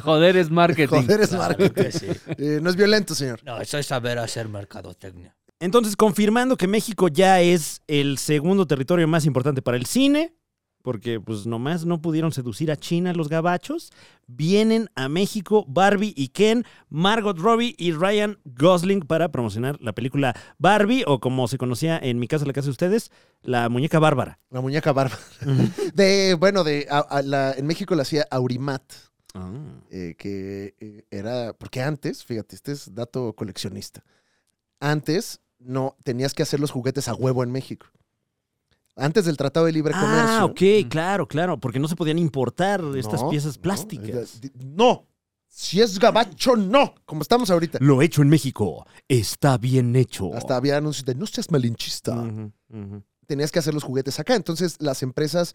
[SPEAKER 7] Joder, es marketing.
[SPEAKER 3] Joder, es
[SPEAKER 9] Claro
[SPEAKER 3] marketing.
[SPEAKER 9] que sí.
[SPEAKER 3] Eh, no es violento, señor.
[SPEAKER 9] No, eso es saber hacer
[SPEAKER 3] [LAUGHS]
[SPEAKER 9] mercadotecnia.
[SPEAKER 2] Entonces, confirmando que México ya es el segundo territorio más importante para el cine, porque pues nomás no pudieron seducir a China los gabachos, vienen a México Barbie y Ken, Margot Robbie y Ryan Gosling para promocionar la película Barbie, o como se conocía en mi casa, la casa de ustedes, la muñeca bárbara.
[SPEAKER 3] La muñeca barba. De, bueno, de a- a la- en México la hacía Aurimat,
[SPEAKER 2] Ah.
[SPEAKER 3] eh, que eh, era. Porque antes, fíjate, este es dato coleccionista. Antes no tenías que hacer los juguetes a huevo en México. Antes del Tratado de Libre Comercio.
[SPEAKER 2] Ah, ok, claro, claro, porque no se podían importar estas
[SPEAKER 3] No,
[SPEAKER 2] piezas
[SPEAKER 3] no,
[SPEAKER 2] plásticas.
[SPEAKER 3] eh, No. Si es gabacho, no. Como estamos ahorita.
[SPEAKER 2] Lo hecho en México está bien hecho.
[SPEAKER 3] Hasta había anuncios de no seas malinchista.
[SPEAKER 2] Ujú, ujú.
[SPEAKER 3] Tenías que hacer los juguetes acá. Entonces, las empresas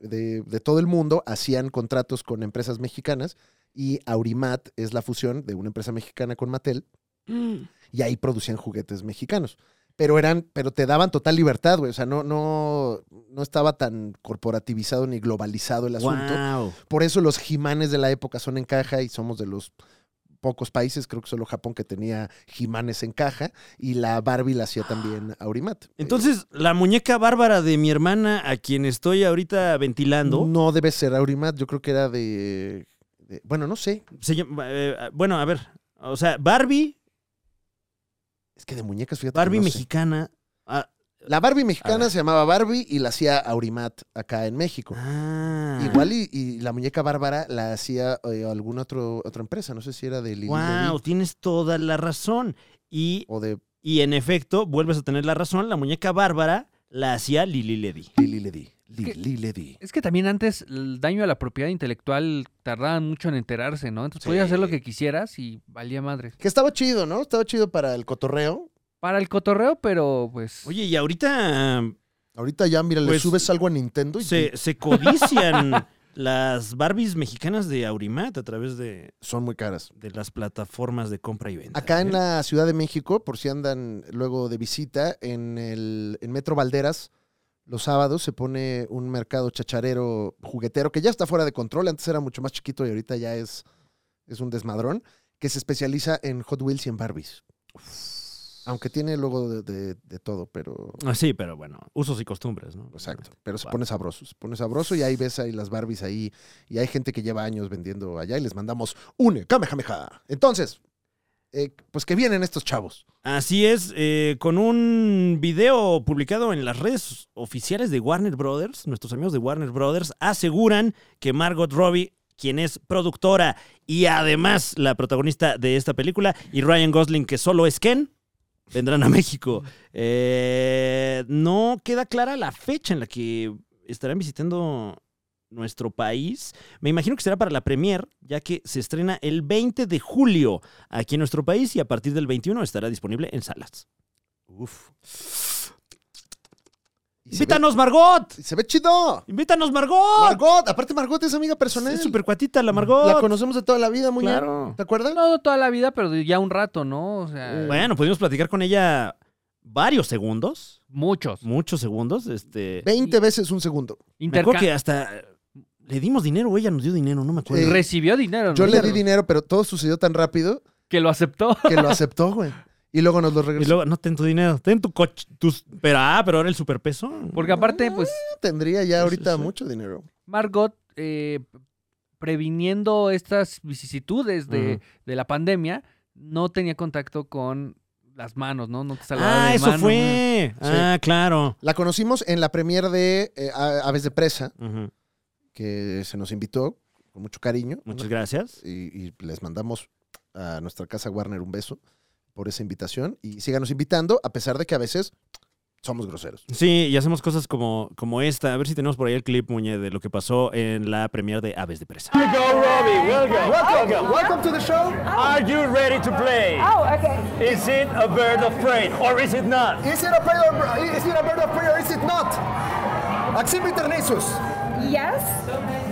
[SPEAKER 3] de, de todo el mundo hacían contratos con empresas mexicanas y Aurimat es la fusión de una empresa mexicana con Mattel
[SPEAKER 2] Mm.
[SPEAKER 3] y ahí producían juguetes mexicanos. Pero eran, pero te daban total libertad, güey. O sea, no, no, no estaba tan corporativizado ni globalizado el asunto.
[SPEAKER 2] Guau.
[SPEAKER 3] Por eso los jimanes de la época son en caja y somos de los pocos países, creo que solo Japón que tenía jimanes en caja y la Barbie la hacía también Aurimat.
[SPEAKER 2] Ah. Entonces, la muñeca bárbara de mi hermana, a quien estoy ahorita
[SPEAKER 3] Eh,
[SPEAKER 2] ventilando,
[SPEAKER 3] no debe ser Aurimat, yo creo que era de, de- bueno, no sé,
[SPEAKER 2] se llama- eh, bueno, a ver, o sea, Barbie,
[SPEAKER 3] es que de muñecas, fíjate. que
[SPEAKER 2] Barbie
[SPEAKER 3] no sé.
[SPEAKER 2] mexicana. Ah,
[SPEAKER 3] La Barbie
[SPEAKER 2] A
[SPEAKER 3] mexicana
[SPEAKER 2] ver.
[SPEAKER 3] se llamaba Barbie y la hacía Aurimat acá en México.
[SPEAKER 2] ah.
[SPEAKER 3] Igual y, y la muñeca Bárbara la hacía eh, alguna otro, otra empresa, no sé si era de Lili
[SPEAKER 2] Wow,
[SPEAKER 3] Levy
[SPEAKER 2] tienes toda la razón. Y,
[SPEAKER 3] o de
[SPEAKER 2] y en efecto, vuelves a tener la razón, la muñeca bárbara la hacía Lily Ledy.
[SPEAKER 3] Lili Ledy. Lili Ledy.
[SPEAKER 7] Es que también antes el daño a la propiedad intelectual tardaban mucho en enterarse, ¿no? Entonces
[SPEAKER 3] Sí.
[SPEAKER 7] podías hacer lo que quisieras y valía madres.
[SPEAKER 3] Que estaba chido, ¿no? Estaba chido para el cotorreo.
[SPEAKER 7] Para el cotorreo, pero pues.
[SPEAKER 2] Oye, y ahorita ah,
[SPEAKER 3] Ahorita ya, mira, le
[SPEAKER 2] Pues,
[SPEAKER 3] subes algo a Nintendo y
[SPEAKER 2] se, se codician [LAUGHS] las Barbies mexicanas de Aurimat a través de,
[SPEAKER 3] son muy caras.
[SPEAKER 2] de las plataformas de compra y venta.
[SPEAKER 3] Acá en
[SPEAKER 2] ¿eh?
[SPEAKER 3] la Ciudad de México, por si andan luego de visita, en el en Metro Valderas, los sábados se pone un mercado chacharero juguetero que ya está fuera de control. Antes era mucho más chiquito y ahorita ya es, es un desmadrón, que se especializa en Hot Wheels y en Barbies. Aunque tiene luego de, de- de todo, pero.
[SPEAKER 2] Ah, Sí, pero bueno, usos y costumbres, ¿no?
[SPEAKER 3] Exacto. Pero se
[SPEAKER 2] Wow.
[SPEAKER 3] pone sabroso. Se pone sabroso y ahí ves ahí las Barbies ahí. Y hay gente que lleva años vendiendo allá y les mandamos une, kamehameha. Entonces, eh, pues que vienen estos chavos.
[SPEAKER 2] Así es, eh, con un video publicado en las redes oficiales de Warner Brothers, nuestros amigos de Warner Brothers aseguran que Margot Robbie, quien es productora y además la protagonista de esta película, y Ryan Gosling, que solo es Ken, vendrán a México. Eh, no queda clara la fecha en la que estarán visitando nuestro país. Me imagino que será para la premier, ya que se estrena el 20 de julio aquí en nuestro país y a partir del 21 estará disponible en salas.
[SPEAKER 3] Uf. Y se, ve,
[SPEAKER 2] ¡Invítanos, Margot!
[SPEAKER 3] y se ve chido.
[SPEAKER 2] ¡Invítanos, Margot!
[SPEAKER 3] Margot, aparte Margot es amiga personal.
[SPEAKER 2] Es súper cuatita la Margot.
[SPEAKER 3] La conocemos de toda la vida, muy
[SPEAKER 2] Claro.
[SPEAKER 3] ¿Te acuerdas?
[SPEAKER 7] No, no toda la vida, pero ya un rato, ¿no? O sea,
[SPEAKER 3] Eh.
[SPEAKER 2] Bueno, pudimos platicar con ella varios segundos,
[SPEAKER 7] muchos.
[SPEAKER 2] muchos segundos. Este,
[SPEAKER 3] Veinte veces un segundo.
[SPEAKER 2] me acuerdo
[SPEAKER 7] Interca-
[SPEAKER 2] que hasta le dimos dinero, o ella nos dio dinero, no me acuerdo.
[SPEAKER 3] Eh,
[SPEAKER 7] Recibió dinero, ¿no?
[SPEAKER 3] Yo le di
[SPEAKER 7] Pero-
[SPEAKER 3] dinero, pero todo sucedió tan rápido
[SPEAKER 7] Que
[SPEAKER 2] [LAUGHS]
[SPEAKER 7] lo aceptó.
[SPEAKER 3] que lo aceptó, güey. Y luego nos lo
[SPEAKER 2] Y
[SPEAKER 3] regresó.
[SPEAKER 2] luego, no ten tu dinero, ten tu coche, tus... Pero, ah, pero ahora el superpeso.
[SPEAKER 7] Porque aparte, pues,
[SPEAKER 3] Tendría ya ahorita
[SPEAKER 2] sí, sí.
[SPEAKER 3] mucho dinero.
[SPEAKER 7] Margot, eh, previniendo estas vicisitudes de,
[SPEAKER 2] Ujú.
[SPEAKER 7] de la pandemia, no tenía contacto con las manos, ¿no? No te saludaba
[SPEAKER 2] Ah,
[SPEAKER 7] de
[SPEAKER 2] eso
[SPEAKER 7] mano.
[SPEAKER 2] fue. Ah, claro.
[SPEAKER 3] La conocimos en la premier de eh, A- Aves de Presa,
[SPEAKER 2] Ujú.
[SPEAKER 3] que se nos invitó con mucho cariño.
[SPEAKER 2] Muchas gracias.
[SPEAKER 3] y, y les mandamos a nuestra casa Warner un beso. por esa invitación y síganos invitando, a pesar de que a veces somos groseros.
[SPEAKER 2] Sí, y hacemos cosas como, como esta. A ver si tenemos por ahí el clip, Muñe, de lo que pasó en la premiere de Aves de Presa.
[SPEAKER 10] Here we go, Robbie. Welcome. Welcome.
[SPEAKER 5] Welcome to the show.
[SPEAKER 10] Are you ready to play?
[SPEAKER 11] Oh, okay.
[SPEAKER 10] Is it a bird of prey or is it not?
[SPEAKER 5] Is it a bird of, is it a bird of prey or is it not? Axim internesus.
[SPEAKER 11] Yes.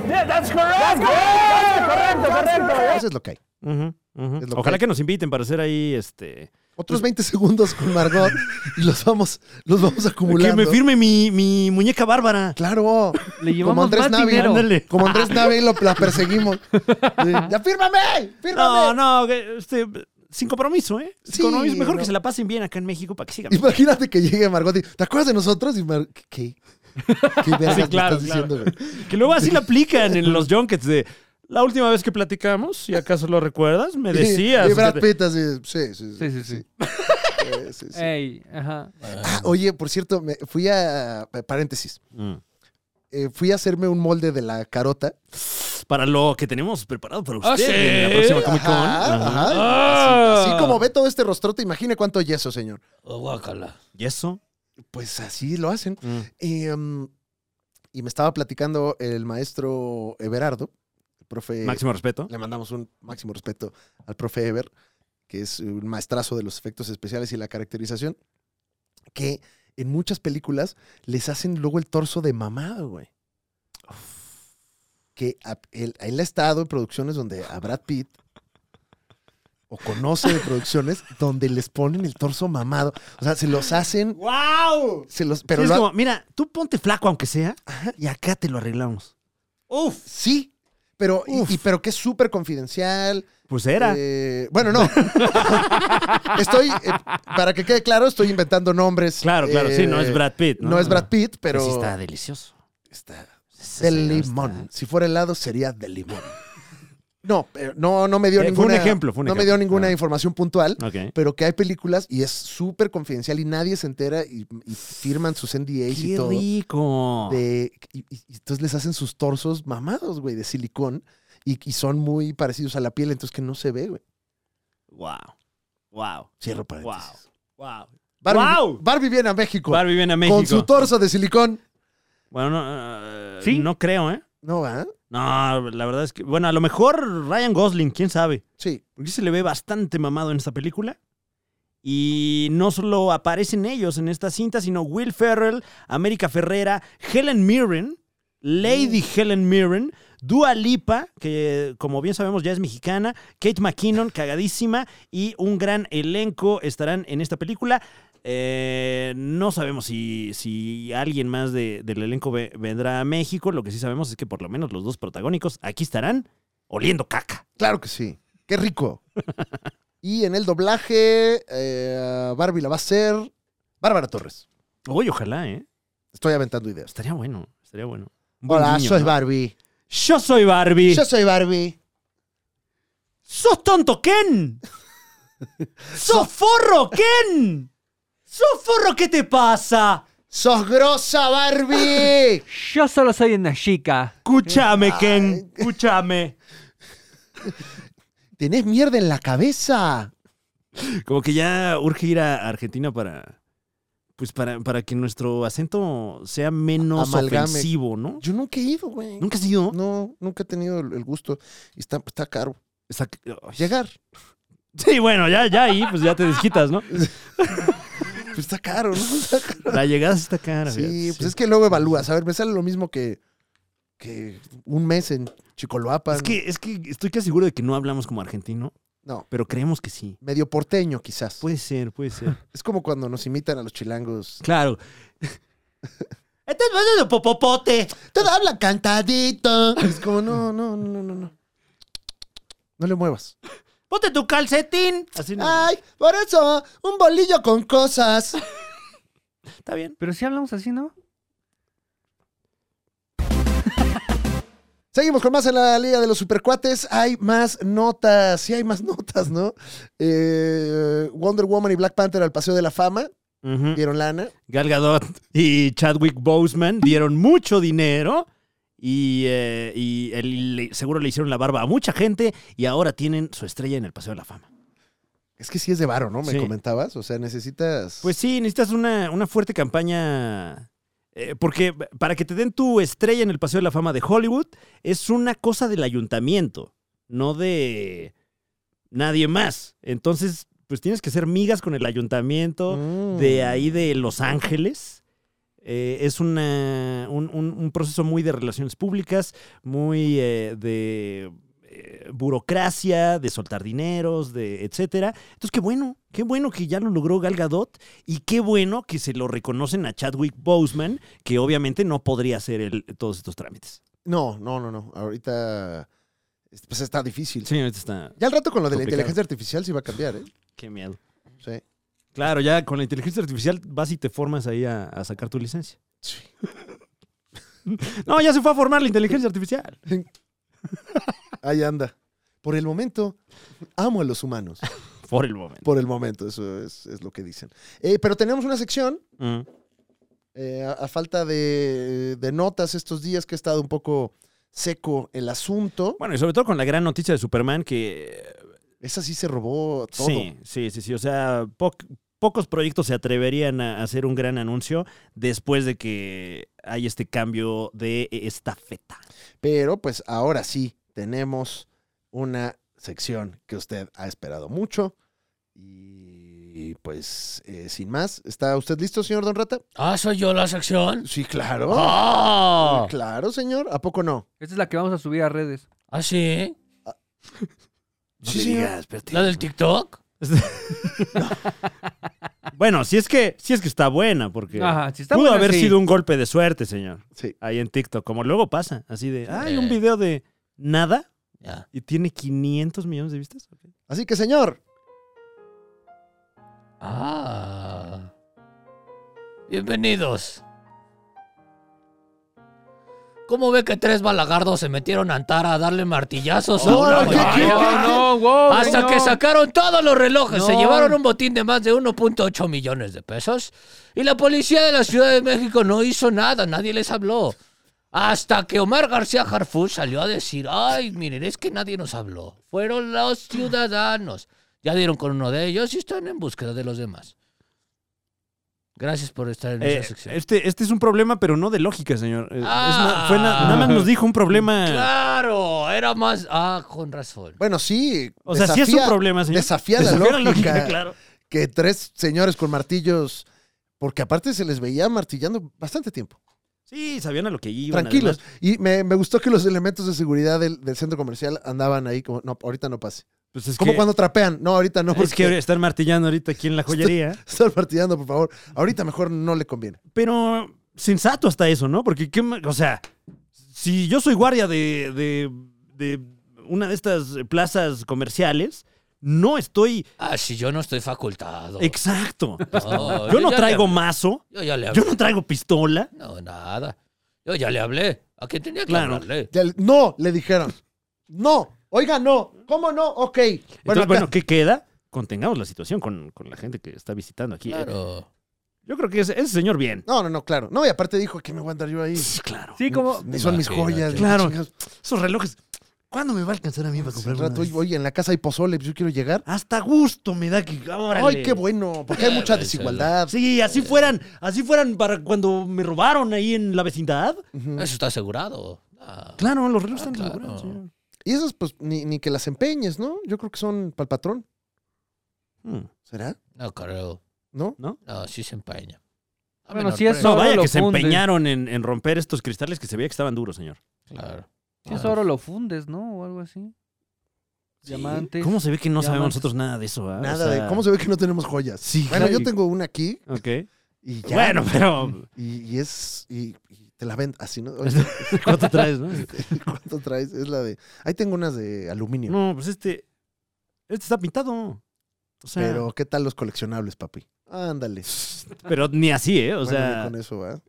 [SPEAKER 10] Yeah, that's correct. Yeah, correcto, correcto.
[SPEAKER 3] Eso es lo que hay.
[SPEAKER 2] Ujú, ujú.
[SPEAKER 3] Es lo que
[SPEAKER 2] Ojalá
[SPEAKER 3] hay.
[SPEAKER 2] que nos inviten para hacer ahí este.
[SPEAKER 3] Otros 20 segundos con Margot y los vamos, los vamos acumulando.
[SPEAKER 2] Que me firme mi, mi muñeca bárbara.
[SPEAKER 3] Claro.
[SPEAKER 7] Le llevamos más
[SPEAKER 3] Navi,
[SPEAKER 7] dinero.
[SPEAKER 2] Ándale.
[SPEAKER 3] Como Andrés Navi lo, la perseguimos. Sí, ¡Ya fírmame! ¡Fírmame!
[SPEAKER 2] No, no, que, este, sin compromiso, ¿eh? Sin
[SPEAKER 3] Sí,
[SPEAKER 2] compromiso. Mejor
[SPEAKER 3] no.
[SPEAKER 2] que se la pasen bien acá en México para que sigan.
[SPEAKER 3] Imagínate que llegue Margot y, ¿te acuerdas de nosotros? Y Mar- ¿qué? ¿Qué vergas me
[SPEAKER 2] claro, claro.
[SPEAKER 3] estás diciendo, güey?
[SPEAKER 2] Que luego
[SPEAKER 3] [LAUGHS]
[SPEAKER 2] así la aplican en los junkets de. La última vez que platicamos, si acaso lo recuerdas, me decías.
[SPEAKER 3] Y, y
[SPEAKER 2] que
[SPEAKER 3] Brad
[SPEAKER 2] te-
[SPEAKER 3] Pitt así, sí, sí,
[SPEAKER 7] Sí,
[SPEAKER 3] sí.
[SPEAKER 7] sí, Eh, sí.
[SPEAKER 3] sí, sí, sí.
[SPEAKER 7] Ey, ajá.
[SPEAKER 9] Eh,
[SPEAKER 3] Ah, oye, por cierto, me fui a... Paréntesis.
[SPEAKER 2] Mm.
[SPEAKER 3] Eh, fui a hacerme un molde de la carota.
[SPEAKER 2] Para lo que tenemos preparado para usted
[SPEAKER 7] Ah, ¿sí?
[SPEAKER 2] en la próxima Comic Con.
[SPEAKER 3] Ajá,
[SPEAKER 2] Ajá.
[SPEAKER 3] ajá.
[SPEAKER 7] Ah.
[SPEAKER 3] Así, así como ve todo este rostrote, imagine cuánto yeso, señor.
[SPEAKER 9] Oh, guácala.
[SPEAKER 2] ¿Y eso?
[SPEAKER 3] Pues así lo hacen.
[SPEAKER 2] Mm.
[SPEAKER 3] Y, um, y me estaba platicando el maestro Everardo, el profe.
[SPEAKER 2] Máximo respeto.
[SPEAKER 3] Le mandamos un máximo respeto al profe Ever, que es un maestrazo de los efectos especiales y la caracterización, que en muchas películas les hacen luego el torso de mamado, güey. Que a- él, él ha estado en producciones donde a Brad Pitt o conoce de producciones donde les ponen el torso mamado. O sea, se los hacen,
[SPEAKER 2] ¡Wow!
[SPEAKER 3] se los,
[SPEAKER 2] Pero
[SPEAKER 3] pero lo ha-
[SPEAKER 2] como, mira, tú ponte flaco aunque sea y acá te lo arreglamos. ¡Uf!
[SPEAKER 3] Sí, pero, y-
[SPEAKER 2] Uf.
[SPEAKER 3] y, pero que es súper confidencial.
[SPEAKER 2] Pues era.
[SPEAKER 3] Eh, bueno, no. [LAUGHS] estoy, eh, para que quede claro, estoy inventando nombres.
[SPEAKER 2] claro, claro. sí, no es
[SPEAKER 3] Eh,
[SPEAKER 2] Brad Pitt.
[SPEAKER 3] No, es Brad Pitt, pero...
[SPEAKER 2] Sí está delicioso.
[SPEAKER 3] está
[SPEAKER 2] Ese
[SPEAKER 3] de
[SPEAKER 2] señor está- Eh,
[SPEAKER 3] limón. Si fuera helado, sería de limón. No, pero no, no me dio
[SPEAKER 2] Eh, fue
[SPEAKER 3] ninguna...
[SPEAKER 2] un ejemplo, fue un
[SPEAKER 3] no me
[SPEAKER 2] ejemplo.
[SPEAKER 3] dio ninguna
[SPEAKER 2] Ah.
[SPEAKER 3] información puntual,
[SPEAKER 2] Ok.
[SPEAKER 3] pero que hay películas y es súper confidencial y nadie se entera y, y firman sus NDAs y
[SPEAKER 2] ¡Qué
[SPEAKER 3] todo.
[SPEAKER 2] rico!
[SPEAKER 3] de- y, y- y entonces les hacen sus torsos mamados, güey, de silicón. Y, y son muy parecidos a la piel, entonces que no se ve, güey.
[SPEAKER 2] ¡Wow! ¡Wow!
[SPEAKER 3] Cierro
[SPEAKER 2] ¡Wow!
[SPEAKER 3] paréntesis.
[SPEAKER 2] ¡Wow!
[SPEAKER 3] Barbie,
[SPEAKER 2] ¡Wow!
[SPEAKER 3] Barbie viene a México.
[SPEAKER 2] Barbie viene a México.
[SPEAKER 3] Con su torso de silicón.
[SPEAKER 2] Bueno, no, eh,
[SPEAKER 7] ¿Sí?
[SPEAKER 2] no creo, ¿eh?
[SPEAKER 3] No va.
[SPEAKER 2] No, la verdad es que. Bueno, a lo mejor Ryan Gosling, quién sabe.
[SPEAKER 3] Sí.
[SPEAKER 2] Porque se le ve bastante mamado en esta película. Y no solo aparecen ellos en esta cinta, sino Will Ferrell, América Ferrera, Helen Mirren, Lady Helen Mirren, Dua Lipa, que como bien sabemos ya es mexicana, Kate McKinnon, cagadísima, y un gran elenco estarán en esta película. Eh, no sabemos si, si alguien más de- del elenco ve- vendrá a México. Lo que sí sabemos es que por lo menos los dos protagónicos aquí estarán oliendo caca.
[SPEAKER 3] Claro que sí.
[SPEAKER 2] [LAUGHS]
[SPEAKER 3] Qué rico. y en el doblaje, eh, Barbie la va a hacer Bárbara Torres.
[SPEAKER 2] Oye, ojalá, ¿eh?
[SPEAKER 3] Estoy aventando ideas.
[SPEAKER 2] Estaría bueno, estaría bueno. Un buen
[SPEAKER 3] Hola,
[SPEAKER 2] guiño,
[SPEAKER 3] soy
[SPEAKER 2] ¿no?
[SPEAKER 3] Barbie.
[SPEAKER 2] Yo soy Barbie.
[SPEAKER 3] Yo soy Barbie.
[SPEAKER 2] ¡Sos tonto,
[SPEAKER 3] [LAUGHS]
[SPEAKER 2] Ken! ¡Sos forro, Ken! ¡Sos forro, qué te pasa!
[SPEAKER 3] ¡Sos grosa, Barbie!
[SPEAKER 2] [LAUGHS]
[SPEAKER 7] Yo solo soy una chica.
[SPEAKER 2] Escúchame, Ken, escúchame.
[SPEAKER 3] ¿Tenés mierda en la cabeza?
[SPEAKER 2] Como que ya urge ir a Argentina para. Pues para, para que nuestro acento sea menos
[SPEAKER 3] Amalgame.
[SPEAKER 2] ofensivo, ¿no?
[SPEAKER 3] Yo nunca he ido, güey.
[SPEAKER 2] Nunca has ido.
[SPEAKER 3] No, nunca he tenido el el gusto. Y está, está caro.
[SPEAKER 2] Está- ay.
[SPEAKER 3] Llegar.
[SPEAKER 2] Sí, bueno, ya, ya ahí, pues ya te desquitas, ¿no?
[SPEAKER 3] Pues está caro, ¿no? [LAUGHS] Está caro.
[SPEAKER 2] La llegada está cara.
[SPEAKER 3] Sí,
[SPEAKER 2] fíjate,
[SPEAKER 3] pues es que luego evalúas. A ver, me sale lo mismo que, que un mes en Chicoloapan.
[SPEAKER 2] Es que, es que estoy casi seguro de que no hablamos como argentino,
[SPEAKER 3] No,
[SPEAKER 2] pero creemos que sí.
[SPEAKER 3] medio porteño quizás.
[SPEAKER 2] Puede ser, puede
[SPEAKER 3] [LAUGHS]
[SPEAKER 2] ser.
[SPEAKER 3] es como cuando nos imitan a los chilangos.
[SPEAKER 2] claro. Estás haciendo popopote.
[SPEAKER 3] Todo habla
[SPEAKER 2] Ah.
[SPEAKER 3] cantadito. Es como, no, no, no, no, no. No le muevas.
[SPEAKER 2] Ponte tu calcetín. Así no.
[SPEAKER 3] Ay, por eso, un bolillo con cosas.
[SPEAKER 2] Está bien.
[SPEAKER 7] Pero si hablamos así, ¿no?
[SPEAKER 3] Seguimos con más en la Liga de los Supercuates. Hay más notas. Sí, hay más [LAUGHS] notas, ¿no? Eh, Wonder Woman y Black Panther al Paseo de la Fama. Dieron lana.
[SPEAKER 2] Gal Gadot y Chadwick Boseman dieron mucho dinero y, eh, y el- le- seguro le hicieron la barba a mucha gente y ahora tienen su estrella en el Paseo de la Fama.
[SPEAKER 3] Es que sí es de varo, ¿no? Me
[SPEAKER 2] Sí.
[SPEAKER 3] comentabas. O sea, necesitas.
[SPEAKER 2] Pues sí, necesitas una, una fuerte campaña. eh, porque para que te den tu estrella en el Paseo de la Fama de Hollywood, es una cosa del ayuntamiento, no de nadie más. Entonces, pues tienes que ser migas con el ayuntamiento de ahí de Los Ángeles. Eh, es una, un, un- un proceso muy de relaciones públicas, muy eh, de eh, burocracia, de soltar dineros, de etcétera. Entonces, qué bueno, qué bueno que ya lo logró Gal Gadot y qué bueno que se lo reconocen a Chadwick Boseman, que obviamente no podría hacer el- todos estos trámites.
[SPEAKER 3] No, no, no, no. Ahorita. Pues está difícil.
[SPEAKER 2] Sí, ahorita este está.
[SPEAKER 3] Ya al rato con lo de la
[SPEAKER 2] Complicado.
[SPEAKER 3] inteligencia artificial sí va a cambiar, ¿eh?
[SPEAKER 2] Qué miedo.
[SPEAKER 3] Sí.
[SPEAKER 2] Claro, ya con la inteligencia artificial vas y te formas ahí a, a sacar tu licencia. [LAUGHS] no, ya se fue a formar la inteligencia artificial.
[SPEAKER 3] Ahí anda. Por el momento, amo a
[SPEAKER 2] [LAUGHS]
[SPEAKER 3] los humanos.
[SPEAKER 2] Por el momento.
[SPEAKER 3] Por el momento, eso es, es lo que dicen. Eh, pero tenemos una sección,
[SPEAKER 2] Mm.
[SPEAKER 3] eh, a, a falta de, de notas estos días que ha estado un poco seco el asunto.
[SPEAKER 2] Bueno, y sobre todo con la gran noticia de Superman que...
[SPEAKER 3] Esa sí se robó todo.
[SPEAKER 2] Sí, sí, sí, sí. O sea, po- pocos proyectos se atreverían a hacer un gran anuncio después de que hay este cambio de estafeta.
[SPEAKER 3] Pero pues ahora sí tenemos una sección que usted ha esperado mucho. Y pues eh, sin más, ¿está usted listo, señor Don Rata?
[SPEAKER 9] Ah, soy yo la sección.
[SPEAKER 3] Sí, claro.
[SPEAKER 9] Ah.
[SPEAKER 3] Sí, Claro, señor. ¿A poco no?
[SPEAKER 7] Esta es la que vamos a subir a redes.
[SPEAKER 9] ¿Ah, sí?
[SPEAKER 3] Sí, señor.
[SPEAKER 9] ¿La del TikTok?
[SPEAKER 2] Bueno, si es que, si es que está buena, porque
[SPEAKER 7] Ajá, si está
[SPEAKER 2] pudo
[SPEAKER 7] buena,
[SPEAKER 2] haber
[SPEAKER 7] sí.
[SPEAKER 2] sido un golpe de suerte, señor.
[SPEAKER 3] Sí.
[SPEAKER 2] Ahí en TikTok, como luego pasa, así de, ah, hay un
[SPEAKER 9] Eh.
[SPEAKER 2] video de nada
[SPEAKER 9] Ya.
[SPEAKER 2] y tiene 500 millones de vistas. Ok.
[SPEAKER 3] Así que, señor,
[SPEAKER 9] Ah. Bienvenidos. ¿Cómo ve que tres balagardos se metieron a Antara a darle martillazos a
[SPEAKER 3] No,
[SPEAKER 9] una
[SPEAKER 3] no, ¿qué,
[SPEAKER 9] muchacha?
[SPEAKER 3] qué, qué?
[SPEAKER 7] No, no, wow.
[SPEAKER 9] Hasta
[SPEAKER 7] no.
[SPEAKER 9] que sacaron todos los relojes, se
[SPEAKER 7] No.
[SPEAKER 9] llevaron un botín de más de 1.8 millones de pesos y la policía de la Ciudad de México no hizo nada, nadie les habló. Hasta que Omar García Harfus salió a decir, ay, miren, es que nadie nos habló. Fueron los ciudadanos. Ya dieron con uno de ellos y están en búsqueda de los demás. Gracias por estar en
[SPEAKER 2] Eh,
[SPEAKER 9] esa sección.
[SPEAKER 2] este, este es un problema, pero no de lógica, señor. Eh, es
[SPEAKER 9] Ah.
[SPEAKER 2] na- fue na- nada más nos dijo un problema.
[SPEAKER 9] Claro, era más... Ah, con razón.
[SPEAKER 3] bueno, sí.
[SPEAKER 2] O sea, sí es un problema, señor.
[SPEAKER 3] Desafía la
[SPEAKER 2] Desafía
[SPEAKER 3] lógica.
[SPEAKER 2] la [LAUGHS] claro.
[SPEAKER 3] Que tres señores con martillos, porque aparte se les veía martillando bastante tiempo.
[SPEAKER 2] Sí, sabían a lo que iban.
[SPEAKER 3] Tranquilos.
[SPEAKER 2] además.
[SPEAKER 3] Y me, me gustó que los elementos de seguridad del, del centro comercial andaban ahí como, no, ahorita no pase.
[SPEAKER 2] Pues es
[SPEAKER 3] como
[SPEAKER 2] que,
[SPEAKER 3] cuando trapean. No, ahorita no, porque
[SPEAKER 2] es que están martillando ahorita aquí en la joyería.
[SPEAKER 3] [LAUGHS] están martillando, por favor. Ahorita mejor no le conviene.
[SPEAKER 2] pero sensato hasta eso, ¿no? Porque, ¿qué, ma- o sea, si yo soy guardia de, de- de una de estas eh, plazas comerciales, no estoy
[SPEAKER 9] Ah, si yo no estoy facultado.
[SPEAKER 2] [LAUGHS] exacto.
[SPEAKER 9] No,
[SPEAKER 2] Yo no
[SPEAKER 9] ya le
[SPEAKER 2] traigo
[SPEAKER 9] hablé.
[SPEAKER 2] mazo,
[SPEAKER 9] Yo ya le hablé.
[SPEAKER 2] yo no traigo pistola.
[SPEAKER 9] No, nada. Yo ya le hablé. ¿A quién tenía que
[SPEAKER 2] Claro.
[SPEAKER 9] hablarle?
[SPEAKER 3] Ya le- no, le dijeron. No. Oiga, no. ¿Cómo no? Ok. Bueno,
[SPEAKER 2] Entonces,
[SPEAKER 3] acá-
[SPEAKER 2] bueno, ¿qué queda? Contengamos la situación con, con la gente que está visitando aquí.
[SPEAKER 9] Claro.
[SPEAKER 2] Yo creo que ese, ese señor bien.
[SPEAKER 3] No, no, no, claro. No, y aparte dijo que me voy a andar yo ahí. Pues,
[SPEAKER 2] Sí, Claro.
[SPEAKER 7] Sí, como.
[SPEAKER 3] Ni son mis
[SPEAKER 9] Imagínate.
[SPEAKER 3] joyas. ni
[SPEAKER 2] Claro.
[SPEAKER 3] chingados.
[SPEAKER 2] Esos relojes. ¿Cuándo me va a alcanzar a mí para comprar
[SPEAKER 3] Al
[SPEAKER 2] una
[SPEAKER 3] rato,
[SPEAKER 2] de
[SPEAKER 3] oye, oye, en la casa hay pozole, pues yo quiero llegar.
[SPEAKER 2] Hasta gusto me da que. ¡Órale!
[SPEAKER 3] Ay, qué bueno, porque hay mucha
[SPEAKER 9] Eh,
[SPEAKER 3] desigualdad.
[SPEAKER 2] Sí, así fueran, así fueran para cuando me robaron ahí en la vecindad.
[SPEAKER 9] Eso está asegurado. Ah,
[SPEAKER 2] Claro, los relojes
[SPEAKER 9] Ah,
[SPEAKER 2] están
[SPEAKER 9] claro.
[SPEAKER 2] asegurados, señor.
[SPEAKER 3] Y esas, pues, ni, ni que las empeñes, ¿no? Yo creo que son para el patrón.
[SPEAKER 2] Hmm.
[SPEAKER 3] ¿Será?
[SPEAKER 9] No creo.
[SPEAKER 3] ¿no?
[SPEAKER 9] No, sí se empeña. A
[SPEAKER 7] Bueno,
[SPEAKER 9] menor
[SPEAKER 7] si es
[SPEAKER 9] precio,
[SPEAKER 2] No,
[SPEAKER 7] Solo
[SPEAKER 2] vaya
[SPEAKER 7] lo
[SPEAKER 2] que se
[SPEAKER 7] funde.
[SPEAKER 2] empeñaron en, en romper estos cristales que se veía que estaban duros, señor.
[SPEAKER 9] Claro.
[SPEAKER 7] Si es oro, lo fundes, ¿no? O algo así. Diamantes.
[SPEAKER 2] ¿Cómo se ve que no
[SPEAKER 7] Ya
[SPEAKER 2] sabemos
[SPEAKER 7] más.
[SPEAKER 2] nosotros nada de eso? ah? O
[SPEAKER 3] Nada
[SPEAKER 2] sea,
[SPEAKER 3] de. ¿Cómo se ve que no tenemos joyas?
[SPEAKER 2] Sí,
[SPEAKER 3] Bueno,
[SPEAKER 2] claro.
[SPEAKER 3] yo tengo una aquí
[SPEAKER 2] Ok.
[SPEAKER 3] y ya.
[SPEAKER 2] Bueno, pero.
[SPEAKER 3] Y, y es. Y, y te la vendo
[SPEAKER 2] [LAUGHS]
[SPEAKER 3] así, ¿no? Oye,
[SPEAKER 2] ¿Cuánto traes, no?
[SPEAKER 3] [LAUGHS] ¿Cuánto traes? Es la de. Ahí tengo unas de aluminio.
[SPEAKER 2] No, pues este. Este está pintado. O sea.
[SPEAKER 3] Pero, ¿qué tal los coleccionables, papi? Ándale.
[SPEAKER 2] pero ni así, ¿eh? [LAUGHS] O
[SPEAKER 3] Bueno,
[SPEAKER 2] sea.
[SPEAKER 3] ni con eso, ¿verdad?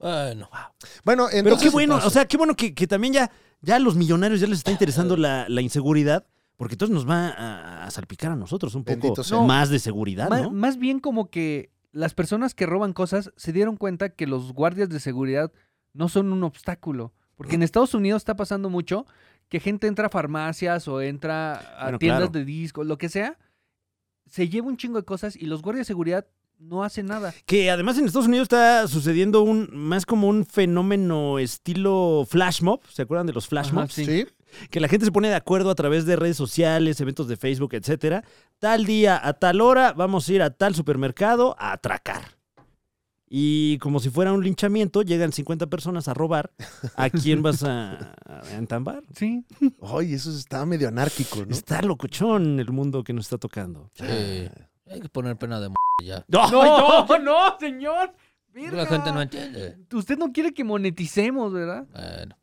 [SPEAKER 9] Bueno,
[SPEAKER 3] Bueno,
[SPEAKER 2] Pero
[SPEAKER 3] entonces.
[SPEAKER 2] qué bueno, o sea, qué bueno que, que también ya, ya a los millonarios ya les
[SPEAKER 3] Ah,
[SPEAKER 2] está interesando la, la inseguridad, porque entonces nos va a, a salpicar a nosotros un poco
[SPEAKER 3] Bendito sea.
[SPEAKER 2] más de seguridad,
[SPEAKER 7] Ma-
[SPEAKER 2] ¿no?
[SPEAKER 7] Más bien como que las personas que roban cosas se dieron cuenta que los guardias de seguridad no son un obstáculo. Porque en Estados Unidos está pasando mucho que gente entra a farmacias o entra a
[SPEAKER 2] Bueno,
[SPEAKER 7] tiendas
[SPEAKER 2] claro.
[SPEAKER 7] de discos, lo que sea, se lleva un chingo de cosas y los guardias de seguridad no hacen nada.
[SPEAKER 2] Que además en Estados Unidos está sucediendo un más como un fenómeno estilo flash mob. ¿Se acuerdan de los flash
[SPEAKER 7] Ajá,
[SPEAKER 2] mobs?
[SPEAKER 7] sí.
[SPEAKER 2] Que la gente se pone de acuerdo a través de redes sociales, eventos de Facebook, etcétera. Tal día, a tal hora, vamos a ir a tal supermercado a atracar. Y como si fuera un linchamiento, llegan 50 personas a robar. ¿A quién vas a, a entambar?
[SPEAKER 7] Sí.
[SPEAKER 3] Ay, eso está medio anárquico,
[SPEAKER 2] [LAUGHS]
[SPEAKER 3] ¿no?
[SPEAKER 2] Está locochón el mundo que nos está tocando. Ah.
[SPEAKER 9] Sí. Hay que poner pena de m ya.
[SPEAKER 2] ¡No!
[SPEAKER 7] [LAUGHS] No,
[SPEAKER 9] [LAUGHS]
[SPEAKER 7] no, señor.
[SPEAKER 9] La gente no entiende.
[SPEAKER 7] Usted no quiere que moneticemos, ¿verdad?
[SPEAKER 9] Bueno,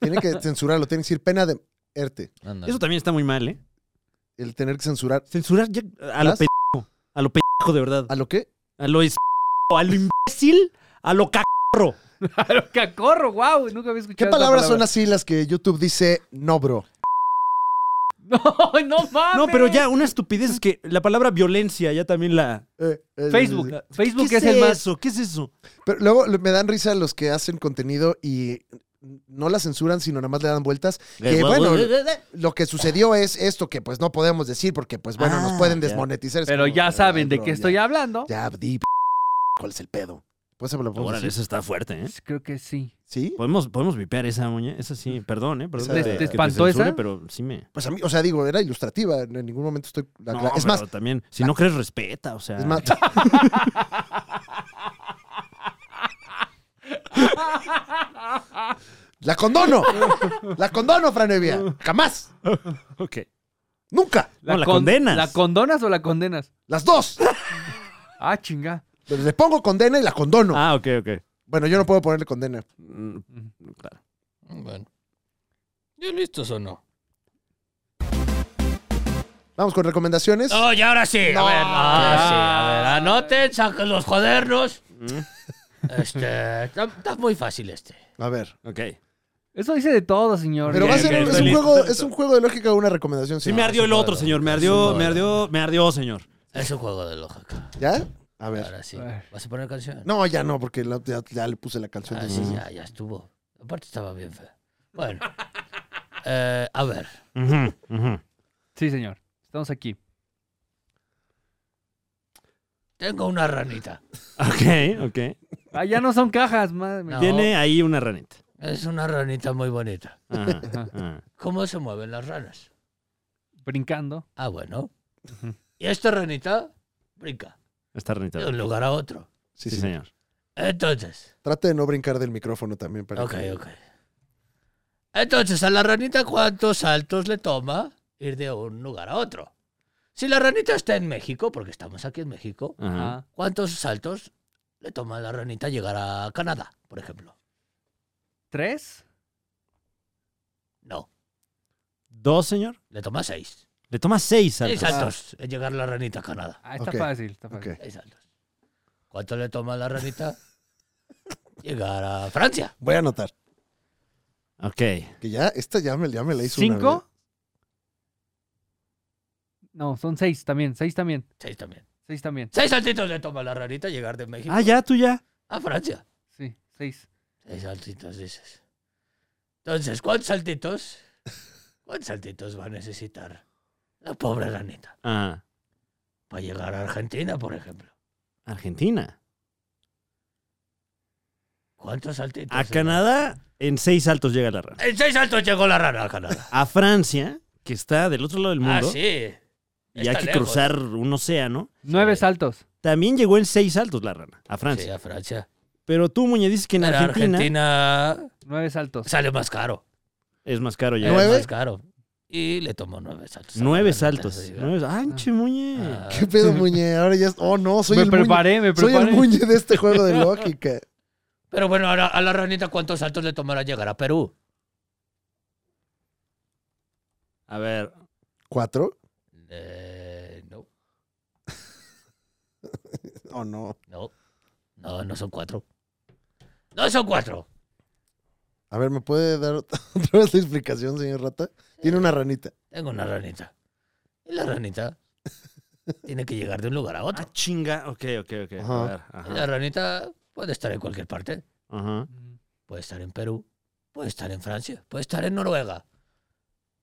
[SPEAKER 3] Tiene que censurarlo, tiene que decir pena de erte.
[SPEAKER 9] ándale.
[SPEAKER 2] Eso también está muy mal, ¿eh?
[SPEAKER 3] El tener que censurar.
[SPEAKER 2] Censurar ya a lo
[SPEAKER 3] ¿Vas?
[SPEAKER 2] pendejo. A lo pendejo, de verdad.
[SPEAKER 3] ¿A lo qué?
[SPEAKER 2] A lo es... A lo imbécil. A lo cacorro.
[SPEAKER 7] Claro, cacorro, wow, nunca había
[SPEAKER 3] ¿Qué
[SPEAKER 7] escuchado. esa
[SPEAKER 3] palabras son
[SPEAKER 7] palabra.
[SPEAKER 3] así las que YouTube dice no, bro?
[SPEAKER 7] [LAUGHS] No, no mames.
[SPEAKER 2] No, pero ya una estupidez es que la palabra violencia ya también la...
[SPEAKER 3] Eh, eh,
[SPEAKER 7] Facebook,
[SPEAKER 3] eh, eh.
[SPEAKER 7] Facebook
[SPEAKER 2] ¿Qué
[SPEAKER 7] es el más.
[SPEAKER 2] eso? ¿Qué es eso?
[SPEAKER 3] Pero luego le- me dan risa los que hacen contenido y no la censuran, sino nada más le dan vueltas. Que Eh, bueno, lo que sucedió es esto que pues no podemos decir porque pues bueno, nos
[SPEAKER 2] Ah,
[SPEAKER 3] pueden
[SPEAKER 2] ya.
[SPEAKER 3] desmonetizar. Es
[SPEAKER 7] Pero
[SPEAKER 3] como,
[SPEAKER 7] ya
[SPEAKER 3] "Ay,
[SPEAKER 7] saben de
[SPEAKER 3] bro,
[SPEAKER 7] qué
[SPEAKER 3] ya,
[SPEAKER 7] estoy hablando.
[SPEAKER 3] Ya, ¿eh? di, p- ¿cuál es el pedo? Pues se me lo podemos
[SPEAKER 2] Órale,
[SPEAKER 3] decir.
[SPEAKER 2] eso está fuerte, ¿eh?
[SPEAKER 7] Pues Creo que sí.
[SPEAKER 3] ¿Sí?
[SPEAKER 2] ¿Podemos, podemos vipear esa uña? Esa sí, perdón, ¿eh? Perdón
[SPEAKER 3] ¿Te-
[SPEAKER 2] que
[SPEAKER 3] te
[SPEAKER 2] que
[SPEAKER 7] espantó
[SPEAKER 2] censure,
[SPEAKER 7] esa?
[SPEAKER 2] Pero sí me...
[SPEAKER 3] Pues a mí, o sea, digo, era ilustrativa, en en ningún momento estoy... la-
[SPEAKER 2] No,
[SPEAKER 3] la- Ah, es,
[SPEAKER 2] pero
[SPEAKER 3] más,
[SPEAKER 2] también, si no crees, respeta, o sea...
[SPEAKER 3] es más,
[SPEAKER 7] [LAUGHS]
[SPEAKER 3] ¡La condono! ¡La condono, Franevia! ¡Jamás!
[SPEAKER 2] Ok.
[SPEAKER 3] ¡Nunca!
[SPEAKER 2] No, la condenas.
[SPEAKER 7] ¿La condonas o la condenas?
[SPEAKER 3] ¡Las dos!
[SPEAKER 7] Ah, chinga.
[SPEAKER 3] Pero Le pongo condena y la condono.
[SPEAKER 2] Ah, ok, ok.
[SPEAKER 3] Bueno, yo no puedo ponerle condena.
[SPEAKER 2] Mm, Claro.
[SPEAKER 9] Bueno. ¿Ya listos o no?
[SPEAKER 3] Vamos con recomendaciones.
[SPEAKER 9] No, ya ahora sí. A ver, ahora Ah, sí. A ver, anoten, saquen los cuadernos. Este, está, está muy fácil este.
[SPEAKER 3] A ver.
[SPEAKER 2] Ok.
[SPEAKER 7] Eso dice de todo, señor.
[SPEAKER 3] Pero
[SPEAKER 2] Ok,
[SPEAKER 3] va a
[SPEAKER 2] ok,
[SPEAKER 3] ser un, es,
[SPEAKER 2] estoy
[SPEAKER 3] un
[SPEAKER 2] listo,
[SPEAKER 3] juego,
[SPEAKER 2] estoy
[SPEAKER 3] es un juego de lógica o una recomendación.
[SPEAKER 2] Sí
[SPEAKER 3] sí.
[SPEAKER 2] me ardió el otro,
[SPEAKER 9] no,
[SPEAKER 2] señor. Me
[SPEAKER 9] no,
[SPEAKER 2] ardió,
[SPEAKER 9] no,
[SPEAKER 2] me
[SPEAKER 9] no.
[SPEAKER 2] ardió, me ardió, señor.
[SPEAKER 9] Es un juego de lógica.
[SPEAKER 3] ¿Ya? A ver.
[SPEAKER 9] Ahora sí.
[SPEAKER 7] A ver.
[SPEAKER 9] ¿Vas a poner canción?
[SPEAKER 3] No, ya no, porque la- ya, ya le puse la canción.
[SPEAKER 9] Ah,
[SPEAKER 3] de-
[SPEAKER 9] sí, ya, ya estuvo. Aparte estaba bien fea.
[SPEAKER 3] [LAUGHS]
[SPEAKER 9] Bueno. Eh, a ver.
[SPEAKER 2] Ujú, ujú.
[SPEAKER 7] Sí, señor. Estamos aquí.
[SPEAKER 9] Tengo una ranita.
[SPEAKER 2] Ok, ok.
[SPEAKER 7] Ah, ya no son cajas, madre mía.
[SPEAKER 9] No.
[SPEAKER 2] Tiene ahí una
[SPEAKER 9] [LAUGHS]
[SPEAKER 2] ranita.
[SPEAKER 9] Es una ranita muy bonita.
[SPEAKER 2] Ajá, ajá.
[SPEAKER 9] ¿Cómo se mueven las ranas?
[SPEAKER 7] Brincando.
[SPEAKER 9] Ah, bueno. Y esta ranita brinca
[SPEAKER 2] Está ranita.
[SPEAKER 9] de un lugar a otro.
[SPEAKER 2] Sí,
[SPEAKER 3] Sí, sí.
[SPEAKER 2] señor.
[SPEAKER 9] Entonces,
[SPEAKER 3] Trate de no brincar del micrófono también. Para
[SPEAKER 9] ok,
[SPEAKER 3] que-
[SPEAKER 9] ok. Entonces, a la ranita, ¿cuántos saltos le toma ir de un lugar a otro? Si la ranita está en México, porque estamos aquí en México,
[SPEAKER 2] Ajá.
[SPEAKER 7] Ah.
[SPEAKER 9] ¿cuántos saltos le toma a la ranita llegar a Canadá, por ejemplo?
[SPEAKER 7] ¿Tres?
[SPEAKER 9] No,
[SPEAKER 2] Dos, señor.
[SPEAKER 9] le toma seis.
[SPEAKER 2] Le toma seis
[SPEAKER 9] Seis
[SPEAKER 2] saltos.
[SPEAKER 9] saltos en llegar la ranita a Canadá.
[SPEAKER 7] Ah, está
[SPEAKER 3] Ok.
[SPEAKER 7] fácil, está fácil.
[SPEAKER 3] Ok.
[SPEAKER 9] Seis saltos. ¿Cuánto le toma a
[SPEAKER 2] [LAUGHS]
[SPEAKER 9] la ranita llegar a Francia?
[SPEAKER 3] Voy a anotar.
[SPEAKER 2] Ok.
[SPEAKER 3] Que ya, esta ya me, ya me la hizo una
[SPEAKER 7] ¿Cinco? No, son seis también, seis también,
[SPEAKER 9] Seis también.
[SPEAKER 7] seis también.
[SPEAKER 9] Seis saltitos le toma a la ranita llegar de México
[SPEAKER 2] Ah, ya, tú ya.
[SPEAKER 9] a Francia.
[SPEAKER 7] Sí, seis.
[SPEAKER 9] Seis saltitos dices. Entonces, ¿cuántos saltitos? ¿Cuántos saltitos va a necesitar la pobre ranita
[SPEAKER 2] Ah,
[SPEAKER 9] para llegar a Argentina, por ejemplo?
[SPEAKER 2] Argentina.
[SPEAKER 9] ¿Cuántos saltitos?
[SPEAKER 2] A Canadá, en seis saltos llega la rana.
[SPEAKER 9] En seis saltos llegó la rana a Canadá.
[SPEAKER 2] A Francia, que está del otro lado del
[SPEAKER 9] ah,
[SPEAKER 2] mundo,
[SPEAKER 9] sí.
[SPEAKER 2] y hay
[SPEAKER 9] Está
[SPEAKER 2] que
[SPEAKER 9] lejos.
[SPEAKER 2] cruzar un océano,
[SPEAKER 7] Nueve saltos.
[SPEAKER 2] también llegó en seis saltos la rana, a
[SPEAKER 9] Sí,
[SPEAKER 2] Francia.
[SPEAKER 9] a Francia.
[SPEAKER 2] Pero tú, Muñe, dices que en
[SPEAKER 9] Pero
[SPEAKER 2] Argentina,
[SPEAKER 9] Argentina...
[SPEAKER 7] Nueve saltos.
[SPEAKER 9] sale más caro.
[SPEAKER 2] es más caro
[SPEAKER 9] Es
[SPEAKER 2] llegar.
[SPEAKER 3] ¿Nueve?
[SPEAKER 9] más caro. Y le tomó nueve saltos. a la
[SPEAKER 2] Nueve
[SPEAKER 9] ranita
[SPEAKER 2] saltos.
[SPEAKER 9] hasta llegar.
[SPEAKER 2] Nueve... ¡Ay, che, Muñe!
[SPEAKER 9] Ah,
[SPEAKER 3] ¿Qué pedo, Muñe? Ahora ya... es- Oh, no, soy
[SPEAKER 7] me
[SPEAKER 3] el Muñe-
[SPEAKER 7] preparé, me
[SPEAKER 3] Soy el
[SPEAKER 7] preparé.
[SPEAKER 3] Muñe de este juego de lógica.
[SPEAKER 9] Pero bueno, ahora a la ranita, ¿cuántos saltos le tomará llegar a Perú?
[SPEAKER 2] A ver,
[SPEAKER 3] ¿Cuatro?
[SPEAKER 9] Eh, no,
[SPEAKER 3] Oh, no.
[SPEAKER 9] no. No, no son cuatro. No son cuatro.
[SPEAKER 3] A ver, ¿me puede dar [LAUGHS] otra otra vez la explicación, señor Rata? Tiene una ranita.
[SPEAKER 9] Tengo una ranita. Y la ranita tiene que llegar de un lugar a
[SPEAKER 2] Ah,
[SPEAKER 9] otro.
[SPEAKER 2] chinga. Ok, ok, ok.
[SPEAKER 3] Ajá.
[SPEAKER 2] A ver,
[SPEAKER 9] Y La
[SPEAKER 2] ajá.
[SPEAKER 9] ranita puede estar en cualquier parte.
[SPEAKER 2] Ajá.
[SPEAKER 9] Puede estar en Perú. Puede estar en Francia. Puede estar en Noruega.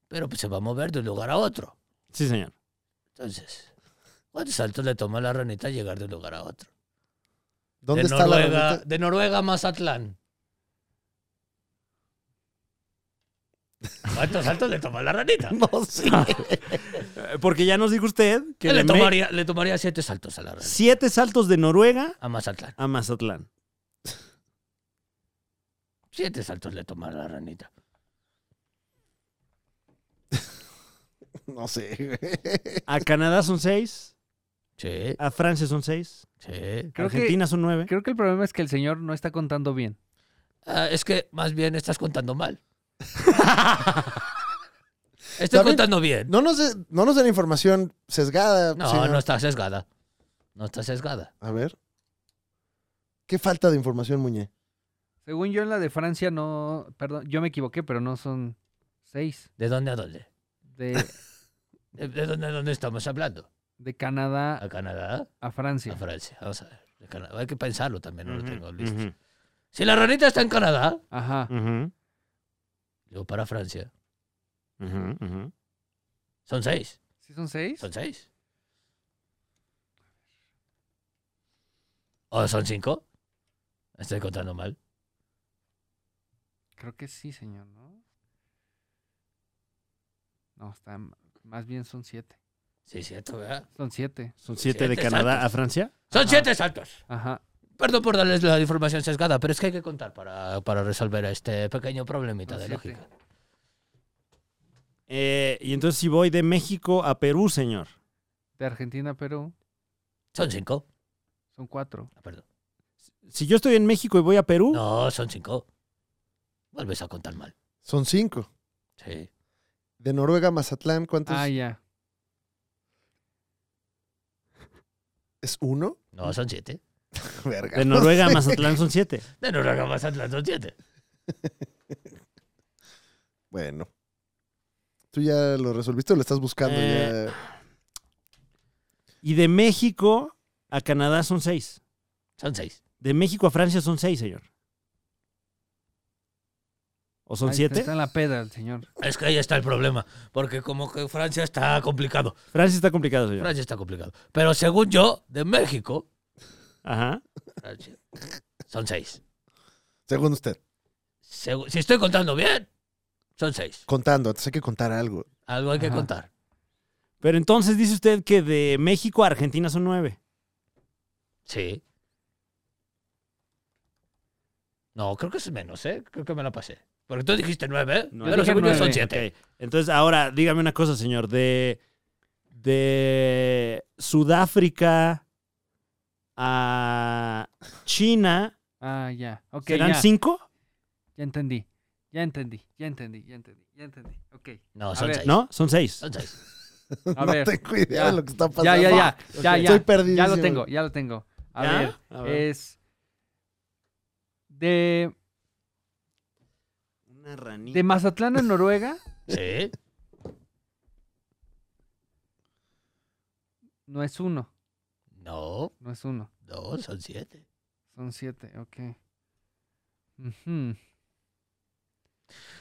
[SPEAKER 9] Pero pues se va a mover de un lugar a otro.
[SPEAKER 2] Sí, señor.
[SPEAKER 9] Entonces, ¿Cuántos saltos le toma a la ranita llegar de un lugar a otro?
[SPEAKER 3] ¿Dónde
[SPEAKER 9] de
[SPEAKER 3] está la
[SPEAKER 9] Noruega,
[SPEAKER 3] ranita?
[SPEAKER 9] De Noruega a Mazatlán. ¿Cuántos saltos le toma a la ranita?
[SPEAKER 3] [LAUGHS] No
[SPEAKER 9] [LAUGHS]
[SPEAKER 3] sé.
[SPEAKER 2] Eh, Porque ya nos dijo usted que
[SPEAKER 9] le,
[SPEAKER 2] de Me-
[SPEAKER 9] tomaría, le tomaría siete saltos a la ranita.
[SPEAKER 2] siete saltos de Noruega
[SPEAKER 9] A Mazatlán.
[SPEAKER 2] a Mazatlán.
[SPEAKER 9] Siete saltos le toma a la ranita.
[SPEAKER 3] No sé,
[SPEAKER 2] [LAUGHS]
[SPEAKER 3] güey.
[SPEAKER 2] A Canadá son seis,
[SPEAKER 9] Sí,
[SPEAKER 2] a Francia son seis, a
[SPEAKER 9] sí.
[SPEAKER 7] Creo que-
[SPEAKER 2] Argentina son nueve.
[SPEAKER 7] Creo que el problema es que el señor no está contando bien.
[SPEAKER 9] Ah, es que más bien estás contando mal. Estoy
[SPEAKER 3] También-
[SPEAKER 9] contando bien.
[SPEAKER 3] No nos, de- no nos den información sesgada.
[SPEAKER 9] No,
[SPEAKER 3] señor.
[SPEAKER 9] no está sesgada. No está sesgada.
[SPEAKER 3] A ver. Qué falta de información, Muñe.
[SPEAKER 7] Según yo, en la de Francia no. Perdón, yo me equivoqué, pero no son seis.
[SPEAKER 9] ¿De dónde a dónde?
[SPEAKER 2] [LAUGHS]
[SPEAKER 7] De,
[SPEAKER 9] ¿De de dónde a dónde estamos hablando?
[SPEAKER 7] de Canadá
[SPEAKER 9] ¿A Canadá?
[SPEAKER 7] a Francia.
[SPEAKER 9] A Francia. Vamos a ver. De Canadá. Hay que pensarlo también, no lo tengo listo.
[SPEAKER 2] Ujú,
[SPEAKER 9] Si la ranita está en Canadá,
[SPEAKER 7] Ajá.
[SPEAKER 2] ujú,
[SPEAKER 9] luego para Francia,
[SPEAKER 2] ujú, ujú.
[SPEAKER 9] son seis.
[SPEAKER 7] ¿Sí son seis?
[SPEAKER 9] Son seis. ¿O son cinco? Estoy contando mal.
[SPEAKER 7] Creo que sí, señor, ¿no? No, está. m- Más bien son siete.
[SPEAKER 9] Sí, cierto, ¿verdad?
[SPEAKER 7] Son siete.
[SPEAKER 2] Son siete de
[SPEAKER 9] Siete
[SPEAKER 2] Canadá
[SPEAKER 9] saltos.
[SPEAKER 2] a Francia.
[SPEAKER 9] Son
[SPEAKER 7] Ajá.
[SPEAKER 9] siete saltos.
[SPEAKER 7] Ajá.
[SPEAKER 9] Perdón por darles la información sesgada, pero es que hay que contar para, para resolver este pequeño problemita
[SPEAKER 7] Son
[SPEAKER 9] de
[SPEAKER 7] siete.
[SPEAKER 9] lógica.
[SPEAKER 2] Eh, y entonces si voy de México a Perú, señor.
[SPEAKER 7] De Argentina a Perú
[SPEAKER 9] Son cinco.
[SPEAKER 7] son cuatro.
[SPEAKER 9] Ah, perdón.
[SPEAKER 2] Si yo estoy en México y voy a Perú,
[SPEAKER 9] No, son cinco. Vuelves a contar mal.
[SPEAKER 3] Son cinco.
[SPEAKER 9] Sí.
[SPEAKER 3] De Noruega a Mazatlán, ¿cuántos?
[SPEAKER 7] Ah, ya.
[SPEAKER 3] ¿Es uno? [LAUGHS]
[SPEAKER 9] No, son siete.
[SPEAKER 3] Verga.
[SPEAKER 2] de Noruega
[SPEAKER 7] [LAUGHS]
[SPEAKER 2] a Mazatlán son siete.
[SPEAKER 9] De Noruega a Mazatlán son siete.
[SPEAKER 3] Bueno. ¿Tú ya lo resolviste o lo estás buscando?
[SPEAKER 2] Eh,
[SPEAKER 3] ya?
[SPEAKER 2] Y de México a Canadá son seis.
[SPEAKER 9] Son seis.
[SPEAKER 2] De México a Francia son seis, señor. ¿O son
[SPEAKER 7] Ahí está,
[SPEAKER 2] siete?
[SPEAKER 7] Está en la peda el señor.
[SPEAKER 9] Es que ahí está el problema, porque como que Francia está complicado.
[SPEAKER 2] Francia está complicado, señor.
[SPEAKER 9] Francia está complicado. Pero según yo, de México,
[SPEAKER 2] Ajá.
[SPEAKER 9] Francia, son seis.
[SPEAKER 3] Según usted,
[SPEAKER 9] Segu- si estoy contando bien, son seis.
[SPEAKER 3] contando, entonces hay que contar algo. [LAUGHS]
[SPEAKER 9] Algo hay que
[SPEAKER 7] Ajá.
[SPEAKER 9] contar.
[SPEAKER 2] Pero entonces dice usted que de México a Argentina son nueve.
[SPEAKER 9] Sí. No, creo que es menos, ¿eh? Creo que me la pasé. Porque tú dijiste nueve, ¿eh?
[SPEAKER 2] No,
[SPEAKER 9] pero
[SPEAKER 7] dije
[SPEAKER 9] según yo son
[SPEAKER 7] nueve.
[SPEAKER 9] siete.
[SPEAKER 2] Ok. Entonces, ahora dígame una cosa, señor. De, de Sudáfrica a China,
[SPEAKER 7] Ah, ya. Ok,
[SPEAKER 2] ¿serán
[SPEAKER 7] ya.
[SPEAKER 2] cinco?
[SPEAKER 7] Ya entendí. Ya entendí. Ya entendí. Ya entendí. Ya entendí. Ok.
[SPEAKER 9] No,
[SPEAKER 7] A
[SPEAKER 9] son
[SPEAKER 7] ver.
[SPEAKER 9] seis.
[SPEAKER 2] ¿No? Son seis.
[SPEAKER 9] Son seis.
[SPEAKER 7] A
[SPEAKER 3] no
[SPEAKER 7] ver,
[SPEAKER 3] tengo idea
[SPEAKER 7] ya.
[SPEAKER 3] de lo que está
[SPEAKER 7] Ya,
[SPEAKER 3] pasando.
[SPEAKER 7] ya, ya. Ya,
[SPEAKER 3] Ok.
[SPEAKER 7] ya.
[SPEAKER 3] Estoy perdido.
[SPEAKER 7] Ya lo tengo. Ya lo tengo. A
[SPEAKER 2] ¿Ya?
[SPEAKER 7] ver.
[SPEAKER 2] A ver.
[SPEAKER 7] Es. De,
[SPEAKER 2] Una ranita.
[SPEAKER 7] de Mazatlán a Noruega.
[SPEAKER 9] Sí.
[SPEAKER 7] No es uno.
[SPEAKER 9] No,
[SPEAKER 7] No es uno.
[SPEAKER 9] no, son siete.
[SPEAKER 7] Son siete. Ok. Ujú.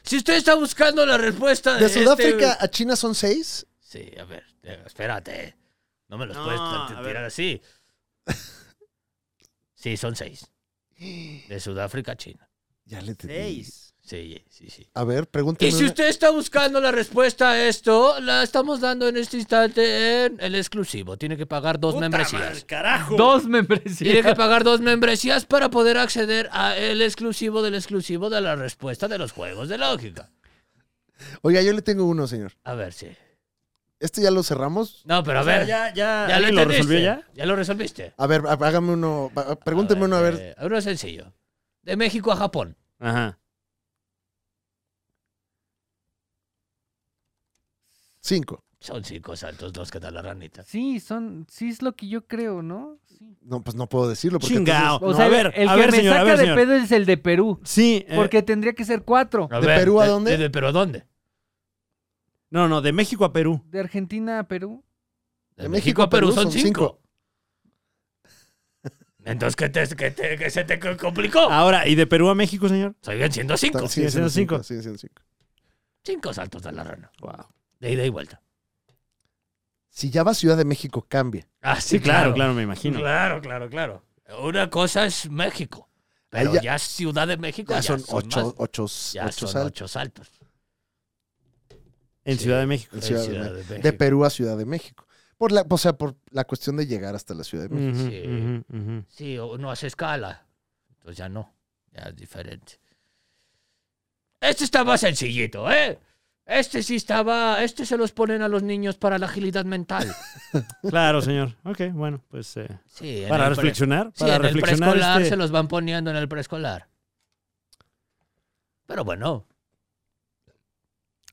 [SPEAKER 9] Si usted está buscando la respuesta de,
[SPEAKER 3] De
[SPEAKER 9] este-
[SPEAKER 3] Sudáfrica a China son seis. [GASPS]
[SPEAKER 9] Sí, a ver, eh, espérate. No me los
[SPEAKER 2] No,
[SPEAKER 9] puedes
[SPEAKER 2] a
[SPEAKER 9] t-
[SPEAKER 2] ver.
[SPEAKER 9] tirar así. Sí, son seis. De Sudáfrica a China.
[SPEAKER 3] Ya le entendí.
[SPEAKER 2] Seis.
[SPEAKER 9] Sí, sí, sí.
[SPEAKER 3] A ver, pregúnteme.
[SPEAKER 9] Y si
[SPEAKER 3] una-
[SPEAKER 9] usted está buscando la respuesta a esto, la estamos dando en este instante en el exclusivo. Tiene que pagar dos
[SPEAKER 2] Puta
[SPEAKER 9] membresías.
[SPEAKER 2] madre, carajo.
[SPEAKER 7] Dos
[SPEAKER 9] Tiene que
[SPEAKER 7] membresías.
[SPEAKER 9] pagar dos membresías para poder acceder a el exclusivo del exclusivo de la respuesta de los juegos de lógica.
[SPEAKER 3] Oiga, yo le tengo uno, señor.
[SPEAKER 9] A ver, sí.
[SPEAKER 3] ¿Este ya lo cerramos?
[SPEAKER 9] No, pero a
[SPEAKER 2] O sea,
[SPEAKER 9] ver. Ya,
[SPEAKER 2] ya, ya,
[SPEAKER 9] lo,
[SPEAKER 2] Ah, ¿alguien lo
[SPEAKER 9] entendiste.
[SPEAKER 2] resolvió ya?
[SPEAKER 9] Ya lo resolviste.
[SPEAKER 3] A ver, há- hágame uno. va- Pregúnteme uno, a ver.
[SPEAKER 9] eh, uno sencillo. De México a Japón.
[SPEAKER 2] Ajá.
[SPEAKER 3] Cinco.
[SPEAKER 9] Son cinco saltos los que da la ranita.
[SPEAKER 7] Sí, son. Sí, es lo que yo creo, ¿no? Sí.
[SPEAKER 3] No, pues no puedo decirlo. Porque
[SPEAKER 2] Chingao.
[SPEAKER 3] entonces-
[SPEAKER 2] No, a ver,
[SPEAKER 7] el
[SPEAKER 2] a
[SPEAKER 7] que
[SPEAKER 2] ver,
[SPEAKER 7] me
[SPEAKER 2] señor, a
[SPEAKER 7] saca
[SPEAKER 2] ver,
[SPEAKER 7] de
[SPEAKER 2] señor.
[SPEAKER 7] pedo es el de Perú.
[SPEAKER 2] Sí. eh,
[SPEAKER 7] Porque tendría que ser cuatro.
[SPEAKER 9] A
[SPEAKER 3] ¿De Perú a dónde?
[SPEAKER 9] ¿De, de Perú a dónde?
[SPEAKER 2] No, no, de México a Perú.
[SPEAKER 7] De Argentina a Perú.
[SPEAKER 9] De, México a Perú son cinco.
[SPEAKER 3] cinco.
[SPEAKER 9] [LAUGHS] Entonces, ¿qué, te- qué te- qué se te complicó?
[SPEAKER 2] Ahora, ¿y de Perú a México, señor?
[SPEAKER 9] Siguen siendo cinco.
[SPEAKER 3] Está-
[SPEAKER 2] Siguen siendo cinco.
[SPEAKER 3] Siguen siendo cinco.
[SPEAKER 9] Cinco saltos de la rana. De ida y vuelta.
[SPEAKER 3] Si ya va a Ciudad de México, cambia.
[SPEAKER 2] Ah, sí, claro, claro, me imagino.
[SPEAKER 9] Claro, claro, claro. Una cosa es México, pero
[SPEAKER 3] Ahí
[SPEAKER 9] ya,
[SPEAKER 3] ya-
[SPEAKER 9] es Ciudad de México.
[SPEAKER 3] Ya, son, ocho,
[SPEAKER 9] más-
[SPEAKER 3] ocho,
[SPEAKER 9] ya
[SPEAKER 3] ocho
[SPEAKER 9] son
[SPEAKER 3] saltos.
[SPEAKER 9] ocho saltos.
[SPEAKER 2] En
[SPEAKER 9] Sí,
[SPEAKER 2] Ciudad de México.
[SPEAKER 3] en
[SPEAKER 9] en
[SPEAKER 3] Ciudad de
[SPEAKER 9] Ciudad de
[SPEAKER 3] México. de,
[SPEAKER 9] México.
[SPEAKER 3] Perú a Ciudad de México. Por la, o sea, por la cuestión de llegar hasta la Ciudad de México.
[SPEAKER 2] Ujú,
[SPEAKER 9] Sí.
[SPEAKER 2] ujú, ujú.
[SPEAKER 9] Sí, o no hace escala. Entonces ya no, ya es diferente. Este está más sencillito, ¿eh? Este sí estaba, este se los ponen a los niños para la agilidad mental.
[SPEAKER 2] Claro, señor. Ok, bueno, pues eh,
[SPEAKER 9] Sí, en
[SPEAKER 2] para
[SPEAKER 9] el pre-
[SPEAKER 2] reflexionar.
[SPEAKER 9] Sí,
[SPEAKER 2] Para
[SPEAKER 9] en el
[SPEAKER 2] reflexionar.
[SPEAKER 9] preescolar
[SPEAKER 2] este-
[SPEAKER 9] se los van poniendo en el preescolar. Pero bueno,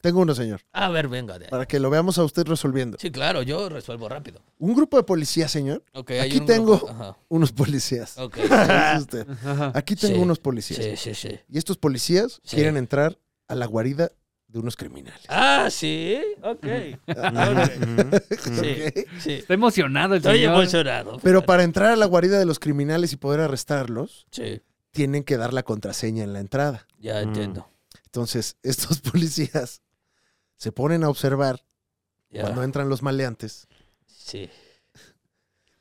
[SPEAKER 3] Tengo uno, señor,
[SPEAKER 9] a ver, venga de ahí.
[SPEAKER 3] para que lo veamos a usted resolviendo.
[SPEAKER 9] Sí, claro, yo resuelvo rápido.
[SPEAKER 3] Un grupo de policías, señor.
[SPEAKER 9] Ok, hay
[SPEAKER 3] Aquí
[SPEAKER 9] un
[SPEAKER 3] tengo
[SPEAKER 9] grupo- Ajá,
[SPEAKER 3] unos policías. [LAUGHS]
[SPEAKER 9] ok.
[SPEAKER 3] Es usted.
[SPEAKER 7] Ajá.
[SPEAKER 3] Aquí tengo
[SPEAKER 9] Sí.
[SPEAKER 3] unos policías.
[SPEAKER 9] Sí, sí, sí.
[SPEAKER 3] Y estos policías
[SPEAKER 9] Sí.
[SPEAKER 3] quieren entrar a la guarida de unos criminales.
[SPEAKER 9] Ah, sí, ok. [LAUGHS] Sí,
[SPEAKER 3] ¿Ok?
[SPEAKER 7] [LAUGHS]
[SPEAKER 9] sí.
[SPEAKER 7] Está emocionado el
[SPEAKER 9] Estoy
[SPEAKER 2] pues,
[SPEAKER 7] señor.
[SPEAKER 2] eh.
[SPEAKER 9] emocionado.
[SPEAKER 3] Pero para entrar a la guarida de los criminales y poder arrestarlos,
[SPEAKER 9] Sí,
[SPEAKER 3] tienen que dar la contraseña en la entrada.
[SPEAKER 9] ya entiendo.
[SPEAKER 3] Entonces, [LAUGHS] estos policías se ponen a observar
[SPEAKER 9] Ya.
[SPEAKER 3] cuando entran los maleantes
[SPEAKER 9] Sí,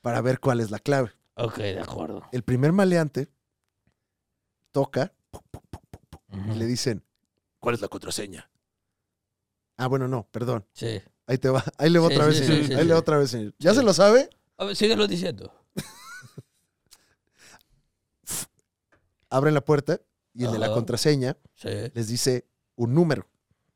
[SPEAKER 3] para ver cuál es la clave.
[SPEAKER 9] ok, de acuerdo.
[SPEAKER 3] El primer maleante toca y le dicen, ¿cuál es la contraseña? Ah, bueno, no, perdón.
[SPEAKER 9] Sí.
[SPEAKER 3] Ahí te va. Ahí le va
[SPEAKER 9] Sí,
[SPEAKER 3] otra
[SPEAKER 9] sí,
[SPEAKER 3] vez,
[SPEAKER 9] sí,
[SPEAKER 3] señor.
[SPEAKER 9] sí,
[SPEAKER 3] Ahí
[SPEAKER 9] sí.
[SPEAKER 3] le va otra vez, señor. ¿Ya
[SPEAKER 9] Sí.
[SPEAKER 3] se lo sabe?
[SPEAKER 9] A ver, síguelo diciendo.
[SPEAKER 3] Abren la puerta y el de la
[SPEAKER 9] Ajá.
[SPEAKER 3] contraseña
[SPEAKER 9] Sí,
[SPEAKER 3] les dice un número,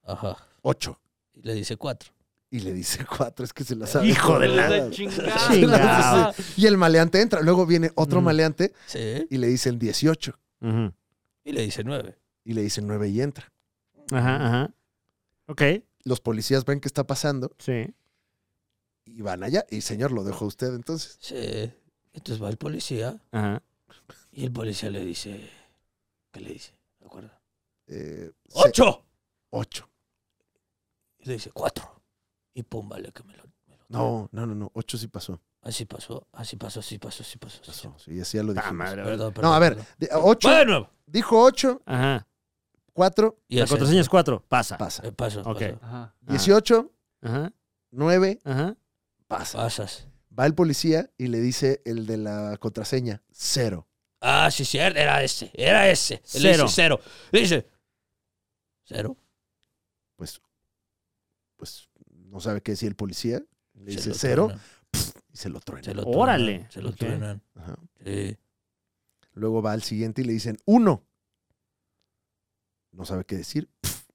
[SPEAKER 9] ajá.
[SPEAKER 3] 8.
[SPEAKER 9] Y le dice cuatro.
[SPEAKER 3] Y le dice 4, es que se la sabe.
[SPEAKER 2] Hijo de
[SPEAKER 7] La
[SPEAKER 2] la-
[SPEAKER 3] [LAUGHS]
[SPEAKER 7] chingada.
[SPEAKER 2] Chingao.
[SPEAKER 3] Y el maleante entra. Luego viene otro
[SPEAKER 2] Mm.
[SPEAKER 3] maleante
[SPEAKER 9] Sí,
[SPEAKER 3] y le dicen 18.
[SPEAKER 2] Ujú.
[SPEAKER 9] y le dice nueve.
[SPEAKER 3] y le dicen 9 y entra.
[SPEAKER 2] Ajá, ajá. Ok,
[SPEAKER 3] Los policías ven qué está pasando
[SPEAKER 2] sí.
[SPEAKER 3] y van allá. Y señor, lo dejó usted entonces.
[SPEAKER 9] Sí. Entonces va el policía
[SPEAKER 2] Ajá.
[SPEAKER 9] y el policía le dice... ¿Qué le dice? ¿De acuerdo?
[SPEAKER 3] Eh, se-
[SPEAKER 9] ¡Ocho!
[SPEAKER 3] ocho.
[SPEAKER 9] Y le dice cuatro. Y pum, vale que me lo... me lo-
[SPEAKER 3] No, no, no, no. Ocho sí pasó.
[SPEAKER 9] Así pasó, así pasó, así pasó, así pasó. Así
[SPEAKER 3] Pasó. Sí, así ya lo dijimos.
[SPEAKER 2] madre.
[SPEAKER 9] Perdón, perdón,
[SPEAKER 3] No, Ah, a ver.
[SPEAKER 9] perdón.
[SPEAKER 3] de- Ocho.
[SPEAKER 9] ¡Va de nuevo!
[SPEAKER 3] Dijo ocho,
[SPEAKER 2] Ajá.
[SPEAKER 3] cuatro,
[SPEAKER 9] Y
[SPEAKER 2] La
[SPEAKER 9] hace-
[SPEAKER 2] contraseña es 4. Pasa.
[SPEAKER 3] pasa.
[SPEAKER 9] Eh, Paso,
[SPEAKER 2] Ok.
[SPEAKER 9] paso.
[SPEAKER 7] Ajá.
[SPEAKER 2] Ajá.
[SPEAKER 3] 18,
[SPEAKER 2] Ajá.
[SPEAKER 3] 9,
[SPEAKER 2] Ajá.
[SPEAKER 3] pasa.
[SPEAKER 9] Pasas.
[SPEAKER 3] Va el policía y le dice el de la contraseña, cero.
[SPEAKER 9] Ah, sí, cierto, era ese, era ese. Y Le
[SPEAKER 2] Cero.
[SPEAKER 9] dice cero. Le dice cero.
[SPEAKER 3] Pues, pues no sabe qué decir el policía. Le
[SPEAKER 9] Se
[SPEAKER 3] dice
[SPEAKER 9] lo
[SPEAKER 3] cero
[SPEAKER 9] truenan,
[SPEAKER 3] y se lo truena.
[SPEAKER 9] se lo
[SPEAKER 2] Órale.
[SPEAKER 9] truenan, Se lo
[SPEAKER 2] Ok.
[SPEAKER 9] truenan. Eh,
[SPEAKER 3] Ajá.
[SPEAKER 9] Sí.
[SPEAKER 3] Luego va al siguiente y le dicen uno. No sabe qué decir. pf,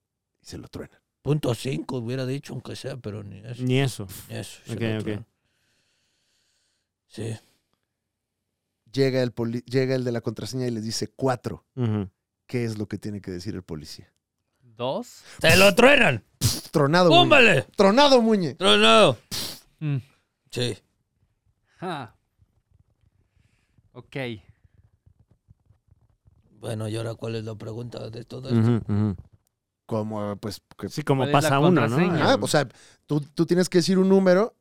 [SPEAKER 3] Y se lo truena.
[SPEAKER 9] Punto cinco hubiera dicho, aunque sea, pero ni eso.
[SPEAKER 2] Ni eso.
[SPEAKER 9] ni eso, se
[SPEAKER 2] Ok,
[SPEAKER 9] lo
[SPEAKER 2] ok.
[SPEAKER 9] truenan. Sí.
[SPEAKER 3] Llega el, poli- llega el de la contraseña y les dice cuatro.
[SPEAKER 2] Ujú.
[SPEAKER 3] ¿Qué es lo que tiene que decir el policía?
[SPEAKER 7] Dos.
[SPEAKER 9] ¡Se lo truenan!
[SPEAKER 3] Pf, Tronado, Muñe.
[SPEAKER 9] ¡Púmbale!
[SPEAKER 3] Tronado, Muñe.
[SPEAKER 9] ¡Tronado!
[SPEAKER 7] Mm.
[SPEAKER 9] Sí.
[SPEAKER 7] Ajá. Ok.
[SPEAKER 9] Bueno, ¿y ahora cuál es la pregunta de todo esto?
[SPEAKER 2] Ujú, ujú.
[SPEAKER 3] Como, pues, que-
[SPEAKER 2] Sí, como
[SPEAKER 7] ¿Cuál es la
[SPEAKER 2] pasa uno, ¿no?
[SPEAKER 7] contraseña?
[SPEAKER 3] Ah, o sea, tú, tú tienes que decir un número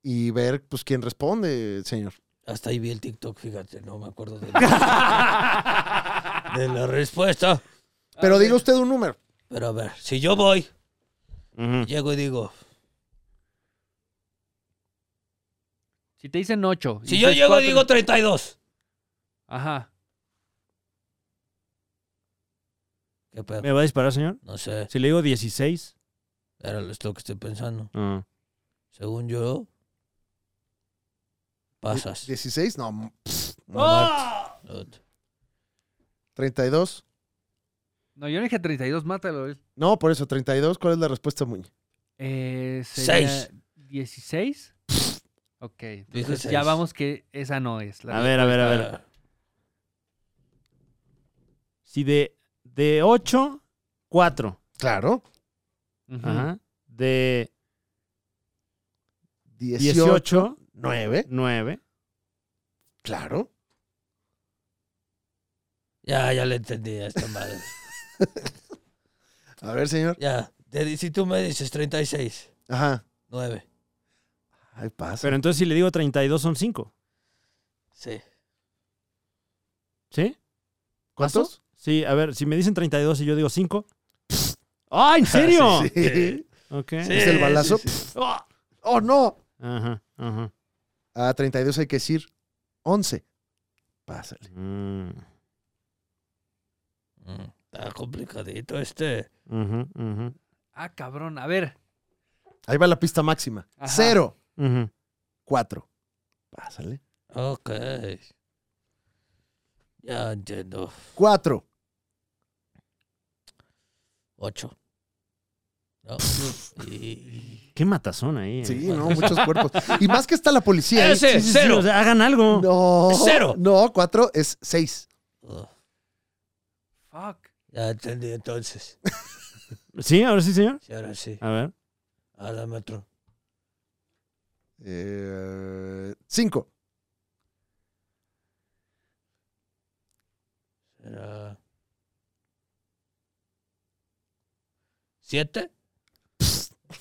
[SPEAKER 3] y ver, pues, quién responde, señor.
[SPEAKER 9] Hasta ahí vi el TikTok, fíjate, no me acuerdo de
[SPEAKER 7] [LAUGHS]
[SPEAKER 9] la, de la respuesta.
[SPEAKER 2] [LAUGHS]
[SPEAKER 3] Pero diga usted un número.
[SPEAKER 9] Pero a ver, si yo voy,
[SPEAKER 2] Ujú.
[SPEAKER 9] llego y digo,
[SPEAKER 7] Si te dicen ocho. y
[SPEAKER 9] si yo
[SPEAKER 7] dices
[SPEAKER 9] llego y
[SPEAKER 7] cuatro-
[SPEAKER 9] digo 32.
[SPEAKER 7] Ajá.
[SPEAKER 9] ¿Qué pedo?
[SPEAKER 2] ¿Me va a disparar, señor?
[SPEAKER 9] No sé,
[SPEAKER 2] Si le digo 16.
[SPEAKER 9] era lo- es lo que estoy pensando.
[SPEAKER 2] Ah.
[SPEAKER 9] Según yo, pasas.
[SPEAKER 3] 16, no. pf, no.
[SPEAKER 9] ¡Ah!
[SPEAKER 3] 32.
[SPEAKER 7] No, yo le dije 32, mátalo. él.
[SPEAKER 3] No, por eso, 32. ¿Cuál es la respuesta, Muñe?
[SPEAKER 7] Eh, sería
[SPEAKER 9] Seis.
[SPEAKER 7] 16. Ok. Entonces
[SPEAKER 9] seis.
[SPEAKER 7] ya vamos que esa no es. la
[SPEAKER 2] A ver, a ver, a ver. Si de, de 8, 4.
[SPEAKER 3] Claro.
[SPEAKER 7] Ujú.
[SPEAKER 2] Ajá. De
[SPEAKER 3] 18,
[SPEAKER 2] 18,
[SPEAKER 3] 9.
[SPEAKER 2] 9.
[SPEAKER 3] Claro.
[SPEAKER 9] Ya, ya le entendí a esta madre.
[SPEAKER 3] A ver, señor.
[SPEAKER 9] ya, te di- si tú me dices 36,
[SPEAKER 3] Ajá.
[SPEAKER 9] 9.
[SPEAKER 3] Ay, pasa.
[SPEAKER 2] Pero entonces si le digo 32 son 5.
[SPEAKER 9] Sí.
[SPEAKER 2] ¿Sí?
[SPEAKER 3] ¿Cuántos?
[SPEAKER 2] Sí, a ver, si me dicen 32 y yo digo 5. ¡Ah, en serio! [LAUGHS]
[SPEAKER 3] Sí.
[SPEAKER 2] Ok.
[SPEAKER 9] [LAUGHS] Sí,
[SPEAKER 3] ¿Es el
[SPEAKER 9] sí,
[SPEAKER 3] balazo?
[SPEAKER 9] sí, sí.
[SPEAKER 2] Ah,
[SPEAKER 3] ¡Oh, no!
[SPEAKER 2] Ajá, ajá.
[SPEAKER 3] A 32 hay que decir 11. Pásale.
[SPEAKER 2] Mm,
[SPEAKER 9] Mm, Está complicadito este.
[SPEAKER 2] ujú, ujú,
[SPEAKER 7] Ah, cabrón. A ver.
[SPEAKER 3] Ahí va la pista máxima.
[SPEAKER 7] Ajá.
[SPEAKER 3] 0,
[SPEAKER 2] ujú.
[SPEAKER 3] 4. Pásale.
[SPEAKER 9] Ok. Ya entiendo.
[SPEAKER 3] 4.
[SPEAKER 9] Ocho. No.
[SPEAKER 2] [LAUGHS]
[SPEAKER 9] Y-
[SPEAKER 2] Qué matazón ahí. eh. Ah,
[SPEAKER 3] Sí, no, muchos cuerpos. Y más que está la policía. ¿eh?
[SPEAKER 9] Ese.
[SPEAKER 2] Sí, sí, sí,
[SPEAKER 9] Cero.
[SPEAKER 2] o sea, hagan algo.
[SPEAKER 3] No.
[SPEAKER 9] Cero.
[SPEAKER 3] No, 4 es 6.
[SPEAKER 9] Oh,
[SPEAKER 7] Fuck.
[SPEAKER 9] ya entendí entonces.
[SPEAKER 2] Sí, ahora sí, señor.
[SPEAKER 9] Sí, ahora sí.
[SPEAKER 2] A ver.
[SPEAKER 9] Ahora me otro.
[SPEAKER 3] 5. Eh, cinco.
[SPEAKER 9] Era... ¿Siete?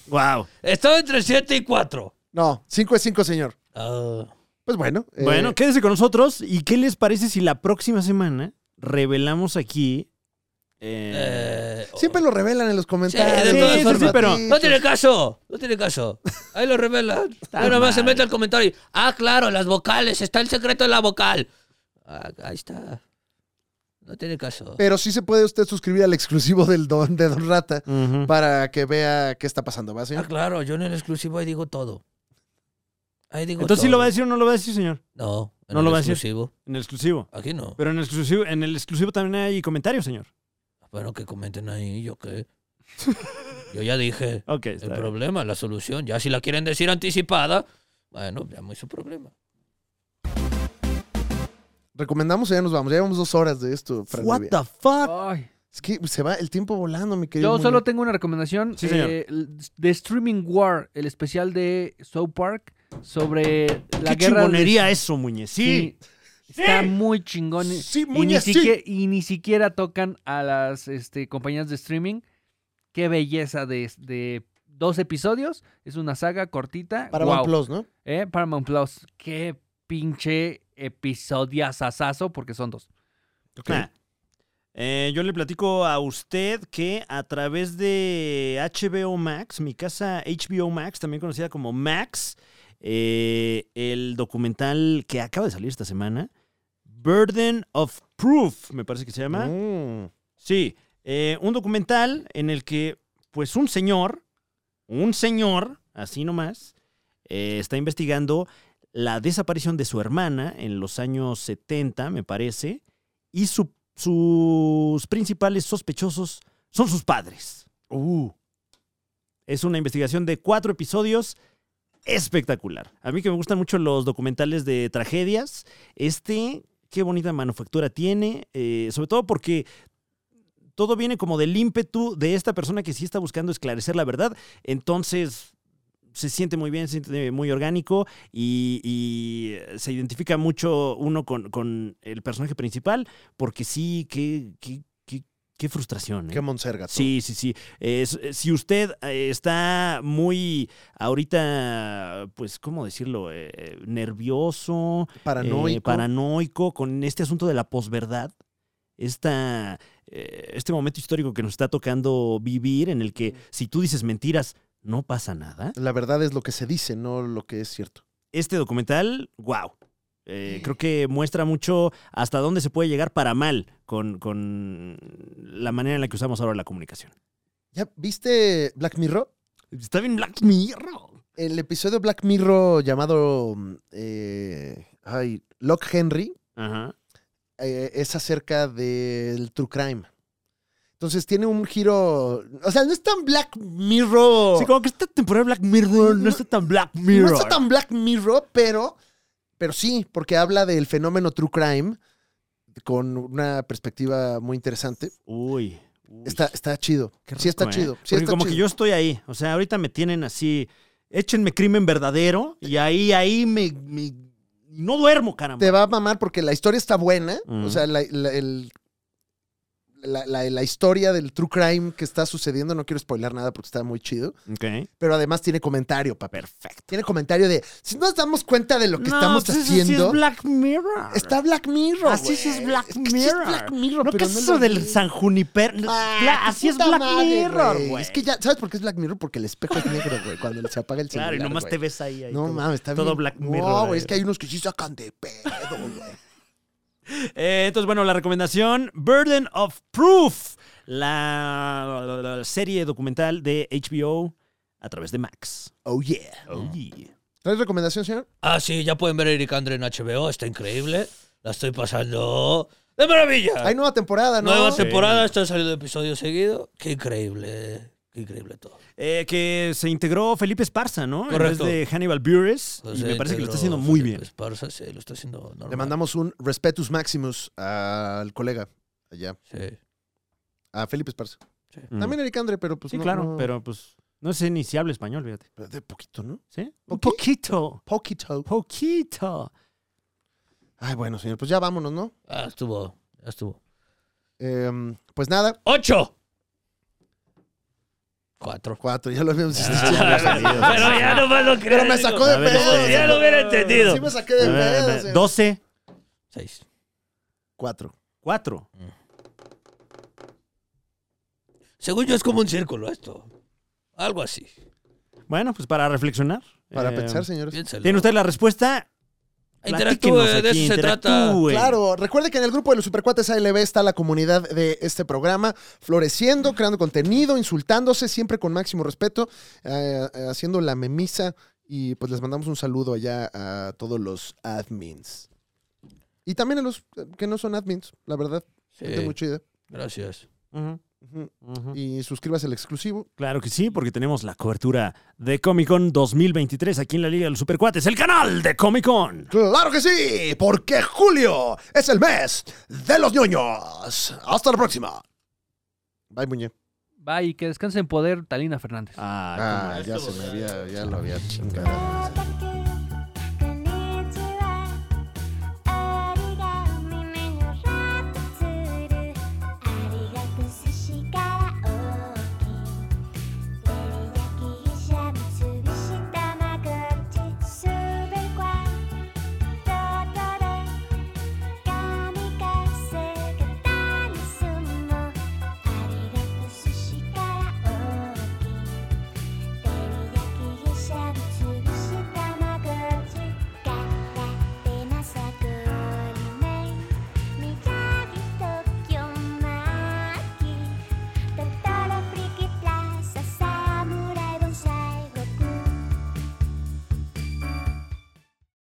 [SPEAKER 2] Wow.
[SPEAKER 9] Estaba entre siete y cuatro.
[SPEAKER 3] No, 5 es 5, señor.
[SPEAKER 9] Ah,
[SPEAKER 3] Pues bueno. eh,
[SPEAKER 2] Bueno, quédese con nosotros. ¿Y qué les parece si la próxima semana revelamos aquí? eh,
[SPEAKER 9] eh,
[SPEAKER 3] Siempre lo revelan en los comentarios.
[SPEAKER 9] Sí, de todas
[SPEAKER 3] los
[SPEAKER 9] formas.
[SPEAKER 2] Sí, pero-
[SPEAKER 9] No tiene caso, no tiene caso. Ahí lo
[SPEAKER 2] [LAUGHS]
[SPEAKER 9] revelan. Ahí nomás se mete al comentario. y, Ah, claro, las vocales. Está el secreto de la vocal. Ah, ahí está. No tiene caso.
[SPEAKER 3] Pero sí se puede usted suscribir al exclusivo del don, de Don Rata
[SPEAKER 2] ujú.
[SPEAKER 3] para que vea qué está pasando, ¿va,
[SPEAKER 9] Ah,
[SPEAKER 3] señor?
[SPEAKER 9] claro, yo en el exclusivo ahí digo todo. Ahí digo
[SPEAKER 2] Entonces, ¿sí
[SPEAKER 9] todo.
[SPEAKER 2] lo va a decir o no lo va a decir, señor?
[SPEAKER 9] No, en
[SPEAKER 2] No
[SPEAKER 9] el
[SPEAKER 2] lo va a decir.
[SPEAKER 9] exclusivo.
[SPEAKER 2] En el exclusivo.
[SPEAKER 9] Aquí no.
[SPEAKER 2] Pero en el exclusivo, en el exclusivo también hay comentarios, señor.
[SPEAKER 9] Bueno, que comenten ahí, yo qué.
[SPEAKER 2] [LAUGHS]
[SPEAKER 9] Yo ya dije.
[SPEAKER 2] Ok,
[SPEAKER 9] El
[SPEAKER 2] está bien.
[SPEAKER 9] problema, la solución. Ya si la quieren decir anticipada, bueno, ya muy su problema.
[SPEAKER 3] Recomendamos o ya nos vamos. Ya llevamos dos horas de esto. Fran
[SPEAKER 2] What
[SPEAKER 3] Evia.
[SPEAKER 2] the fuck?
[SPEAKER 7] Ay.
[SPEAKER 3] Es que se va el tiempo volando, mi querido.
[SPEAKER 7] Yo
[SPEAKER 3] Muñe.
[SPEAKER 7] solo tengo una recomendación.
[SPEAKER 2] Sí, señor.
[SPEAKER 7] eh, de Streaming War, el especial de South Park sobre la
[SPEAKER 2] Qué
[SPEAKER 7] guerra. de-
[SPEAKER 2] chingonería eso, Muñe. Sí.
[SPEAKER 7] Está muy chingón.
[SPEAKER 3] Sí,
[SPEAKER 7] y, ni
[SPEAKER 3] Muñe, sí.
[SPEAKER 7] siquiera, y ni siquiera tocan a las este, compañías de streaming. Qué belleza de, de dos episodios. Es una saga cortita.
[SPEAKER 3] Para
[SPEAKER 7] Guau.
[SPEAKER 3] OnePlus, ¿no?
[SPEAKER 7] ¿Eh? Paramount Plus. Qué pinche episodio porque son dos.
[SPEAKER 2] Nah. Eh, yo le platico a usted que a través de HBO Max, mi casa HBO Max, también conocida como Max, eh, el documental que acaba de salir esta semana, Burden of Proof, me parece que se llama.
[SPEAKER 3] Mm.
[SPEAKER 2] Sí, eh, un documental en el que, pues, un señor, un señor, así nomás, eh, está investigando la desaparición de su hermana en los años 70, me parece, y su- sus principales sospechosos son sus padres. Es una investigación de cuatro episodios espectacular. A mí que me gustan mucho los documentales de tragedias, este, qué bonita manufactura tiene, eh, sobre todo porque todo viene como del ímpetu de esta persona que sí está buscando esclarecer la verdad. Entonces se siente muy bien, se siente muy orgánico y, y se identifica mucho uno con, con el personaje principal porque sí, qué, qué, qué, qué frustración. ¿eh?
[SPEAKER 3] Qué monserga.
[SPEAKER 2] Sí, sí, sí. Es- si usted eh, está muy ahorita, pues, ¿cómo decirlo? Eh, nervioso,
[SPEAKER 3] Paranoico.
[SPEAKER 2] eh, paranoico con este asunto de la posverdad, esta, eh, este momento histórico que nos está tocando vivir en el que si tú dices mentiras no pasa nada.
[SPEAKER 3] La verdad es lo que se dice, no lo que es cierto.
[SPEAKER 2] Este documental, wow. creo que muestra mucho hasta dónde se puede llegar para mal con, con la manera en la que usamos ahora la comunicación.
[SPEAKER 3] ¿Ya viste Black Mirror?
[SPEAKER 2] Está bien Black Mirror.
[SPEAKER 3] El episodio Black Mirror llamado mm, eh, ay, Lock Henry
[SPEAKER 2] Ajá.
[SPEAKER 3] eh, es acerca del True Crime. Entonces tiene un giro. O sea, no es tan Black Mirror.
[SPEAKER 2] Sí, como que esta temporada de Black Mirror no está tan Black Mirror.
[SPEAKER 3] No está tan Black Mirror, pero, pero sí, porque habla del fenómeno True Crime con una perspectiva muy interesante.
[SPEAKER 2] Uy. uy.
[SPEAKER 3] Está, está chido.
[SPEAKER 2] Qué
[SPEAKER 3] sí está
[SPEAKER 2] rico, ¿eh?
[SPEAKER 3] chido. Sí
[SPEAKER 2] Porque
[SPEAKER 3] está
[SPEAKER 2] como
[SPEAKER 3] chido.
[SPEAKER 2] que yo estoy ahí. O sea, ahorita me tienen así. Échenme crimen verdadero y ahí, ahí me. me- no duermo, caramba.
[SPEAKER 3] Te va a mamar porque la historia está buena.
[SPEAKER 2] Mm.
[SPEAKER 3] O sea, la- la- el, la, la- la historia del true crime que está sucediendo. No quiero spoiler nada porque está muy chido.
[SPEAKER 2] Ok.
[SPEAKER 3] Pero además tiene comentario, papá. Perfecto. Tiene comentario de, si nos damos cuenta de lo que
[SPEAKER 2] No,
[SPEAKER 3] estamos
[SPEAKER 2] pues eso sí es
[SPEAKER 3] haciendo...
[SPEAKER 2] Black Mirror.
[SPEAKER 3] Está Black Mirror.
[SPEAKER 2] Así sí es
[SPEAKER 3] güey.
[SPEAKER 2] Black
[SPEAKER 3] que sí
[SPEAKER 2] Mirror.
[SPEAKER 3] es Black Mirror,
[SPEAKER 2] No,
[SPEAKER 3] pero
[SPEAKER 2] ¿qué es
[SPEAKER 3] no
[SPEAKER 2] eso
[SPEAKER 3] lo
[SPEAKER 2] del
[SPEAKER 3] vi.
[SPEAKER 2] San Juniper? Bla-
[SPEAKER 3] Ah,
[SPEAKER 2] así es
[SPEAKER 3] puta
[SPEAKER 2] Black
[SPEAKER 3] madre,
[SPEAKER 2] Mirror,
[SPEAKER 3] güey.
[SPEAKER 2] güey.
[SPEAKER 3] Es que ya, ¿sabes por qué es Black Mirror? Porque el espejo es negro, güey, cuando se apaga el celular.
[SPEAKER 2] Claro, y nomás
[SPEAKER 3] güey.
[SPEAKER 2] te ves ahí. ahí
[SPEAKER 3] No
[SPEAKER 2] todo-
[SPEAKER 3] mames, está
[SPEAKER 2] Todo
[SPEAKER 3] bien-
[SPEAKER 2] Black
[SPEAKER 3] No,
[SPEAKER 2] Mirror. eh.
[SPEAKER 3] güey,
[SPEAKER 2] güey.
[SPEAKER 3] es que hay unos que sí sacan de pedo, güey.
[SPEAKER 2] Eh, entonces, bueno, la recomendación, Burden of Proof, la, la- la- la serie documental de HBO a través de Max.
[SPEAKER 3] Oh, yeah.
[SPEAKER 2] Oh, yeah.
[SPEAKER 3] ¿Traes recomendación, señor?
[SPEAKER 9] Ah, sí, ya pueden ver Eric Andre en HBO, está increíble. La estoy pasando de maravilla.
[SPEAKER 2] Ah.
[SPEAKER 3] Hay nueva temporada, ¿no?
[SPEAKER 9] Nueva temporada, está saliendo episodio seguido. Qué increíble, qué increíble todo.
[SPEAKER 2] Eh, que se integró Felipe Esparza, ¿no? En
[SPEAKER 9] Correcto.
[SPEAKER 2] vez de Hannibal Buress.
[SPEAKER 9] Pues
[SPEAKER 2] y me
[SPEAKER 9] se
[SPEAKER 2] parece que lo está
[SPEAKER 9] integró
[SPEAKER 2] haciendo muy
[SPEAKER 9] Felipe
[SPEAKER 2] bien.
[SPEAKER 9] Esparza, sí, lo está haciendo normal.
[SPEAKER 3] Le mandamos un respetus maximus al colega allá,
[SPEAKER 9] Sí.
[SPEAKER 3] a Felipe Esparza.
[SPEAKER 9] Sí.
[SPEAKER 3] También Eric Andre, pero pues
[SPEAKER 2] Mm. Sí,
[SPEAKER 3] no-
[SPEAKER 2] claro,
[SPEAKER 3] no-
[SPEAKER 2] pero pues no sé ni si habla español, fíjate.
[SPEAKER 3] pero de poquito, ¿no?
[SPEAKER 2] ¿Sí? Un
[SPEAKER 3] Ok.
[SPEAKER 2] poquito.
[SPEAKER 3] Poquito.
[SPEAKER 2] Poquito.
[SPEAKER 3] Ay, bueno, señor, pues ya vámonos, ¿no?
[SPEAKER 9] Ah, estuvo, ya estuvo.
[SPEAKER 3] Em, pues nada,
[SPEAKER 9] ¡Ocho!
[SPEAKER 3] [LAUGHS]
[SPEAKER 9] Cuatro.
[SPEAKER 3] cuatro, ya
[SPEAKER 2] [LAUGHS]
[SPEAKER 3] lo habíamos dicho.
[SPEAKER 9] Pero ya no más lo creo.
[SPEAKER 3] Pero me sacó de
[SPEAKER 2] A ver,
[SPEAKER 3] pedo.
[SPEAKER 2] este,
[SPEAKER 9] Ya lo hubiera entendido.
[SPEAKER 3] Sí me saqué de pedo. o sea.
[SPEAKER 2] 12,
[SPEAKER 9] Seis.
[SPEAKER 3] Cuatro.
[SPEAKER 2] 4.
[SPEAKER 9] Según yo es como un círculo esto. Algo así.
[SPEAKER 2] Bueno, pues para reflexionar.
[SPEAKER 3] Para
[SPEAKER 2] Eh,
[SPEAKER 3] pensar, señores.
[SPEAKER 9] Piénsalo.
[SPEAKER 2] ¿Tiene usted la respuesta?
[SPEAKER 9] Interactúe,
[SPEAKER 2] Platíquenos
[SPEAKER 9] de
[SPEAKER 2] aquí,
[SPEAKER 9] eso se trata.
[SPEAKER 2] interactúe.
[SPEAKER 3] Claro, recuerde que en el grupo de los Supercuates ALB está la comunidad de este programa, floreciendo, creando contenido, insultándose, siempre con máximo respeto, eh, eh, haciendo la memisa. Y pues les mandamos un saludo allá a todos los admins. Y también a los eh, que no son admins, la verdad.
[SPEAKER 9] Sí,
[SPEAKER 3] Gente muy chida.
[SPEAKER 9] Gracias.
[SPEAKER 2] Ujú,
[SPEAKER 3] Ujú.
[SPEAKER 2] ujú.
[SPEAKER 3] Y suscríbase al exclusivo.
[SPEAKER 2] Claro que sí, porque tenemos la cobertura de Comic Con 2023 aquí en la Liga de los Supercuates, el canal de Comic Con.
[SPEAKER 3] ¡Claro que sí! Porque julio es el mes de los ñoños. Hasta la próxima. Bye, Muñe.
[SPEAKER 7] Va y que descanse en poder Talina Fernández.
[SPEAKER 2] Ah,
[SPEAKER 3] Ah, ya se me había, ya lo había chingado.
[SPEAKER 1] Porque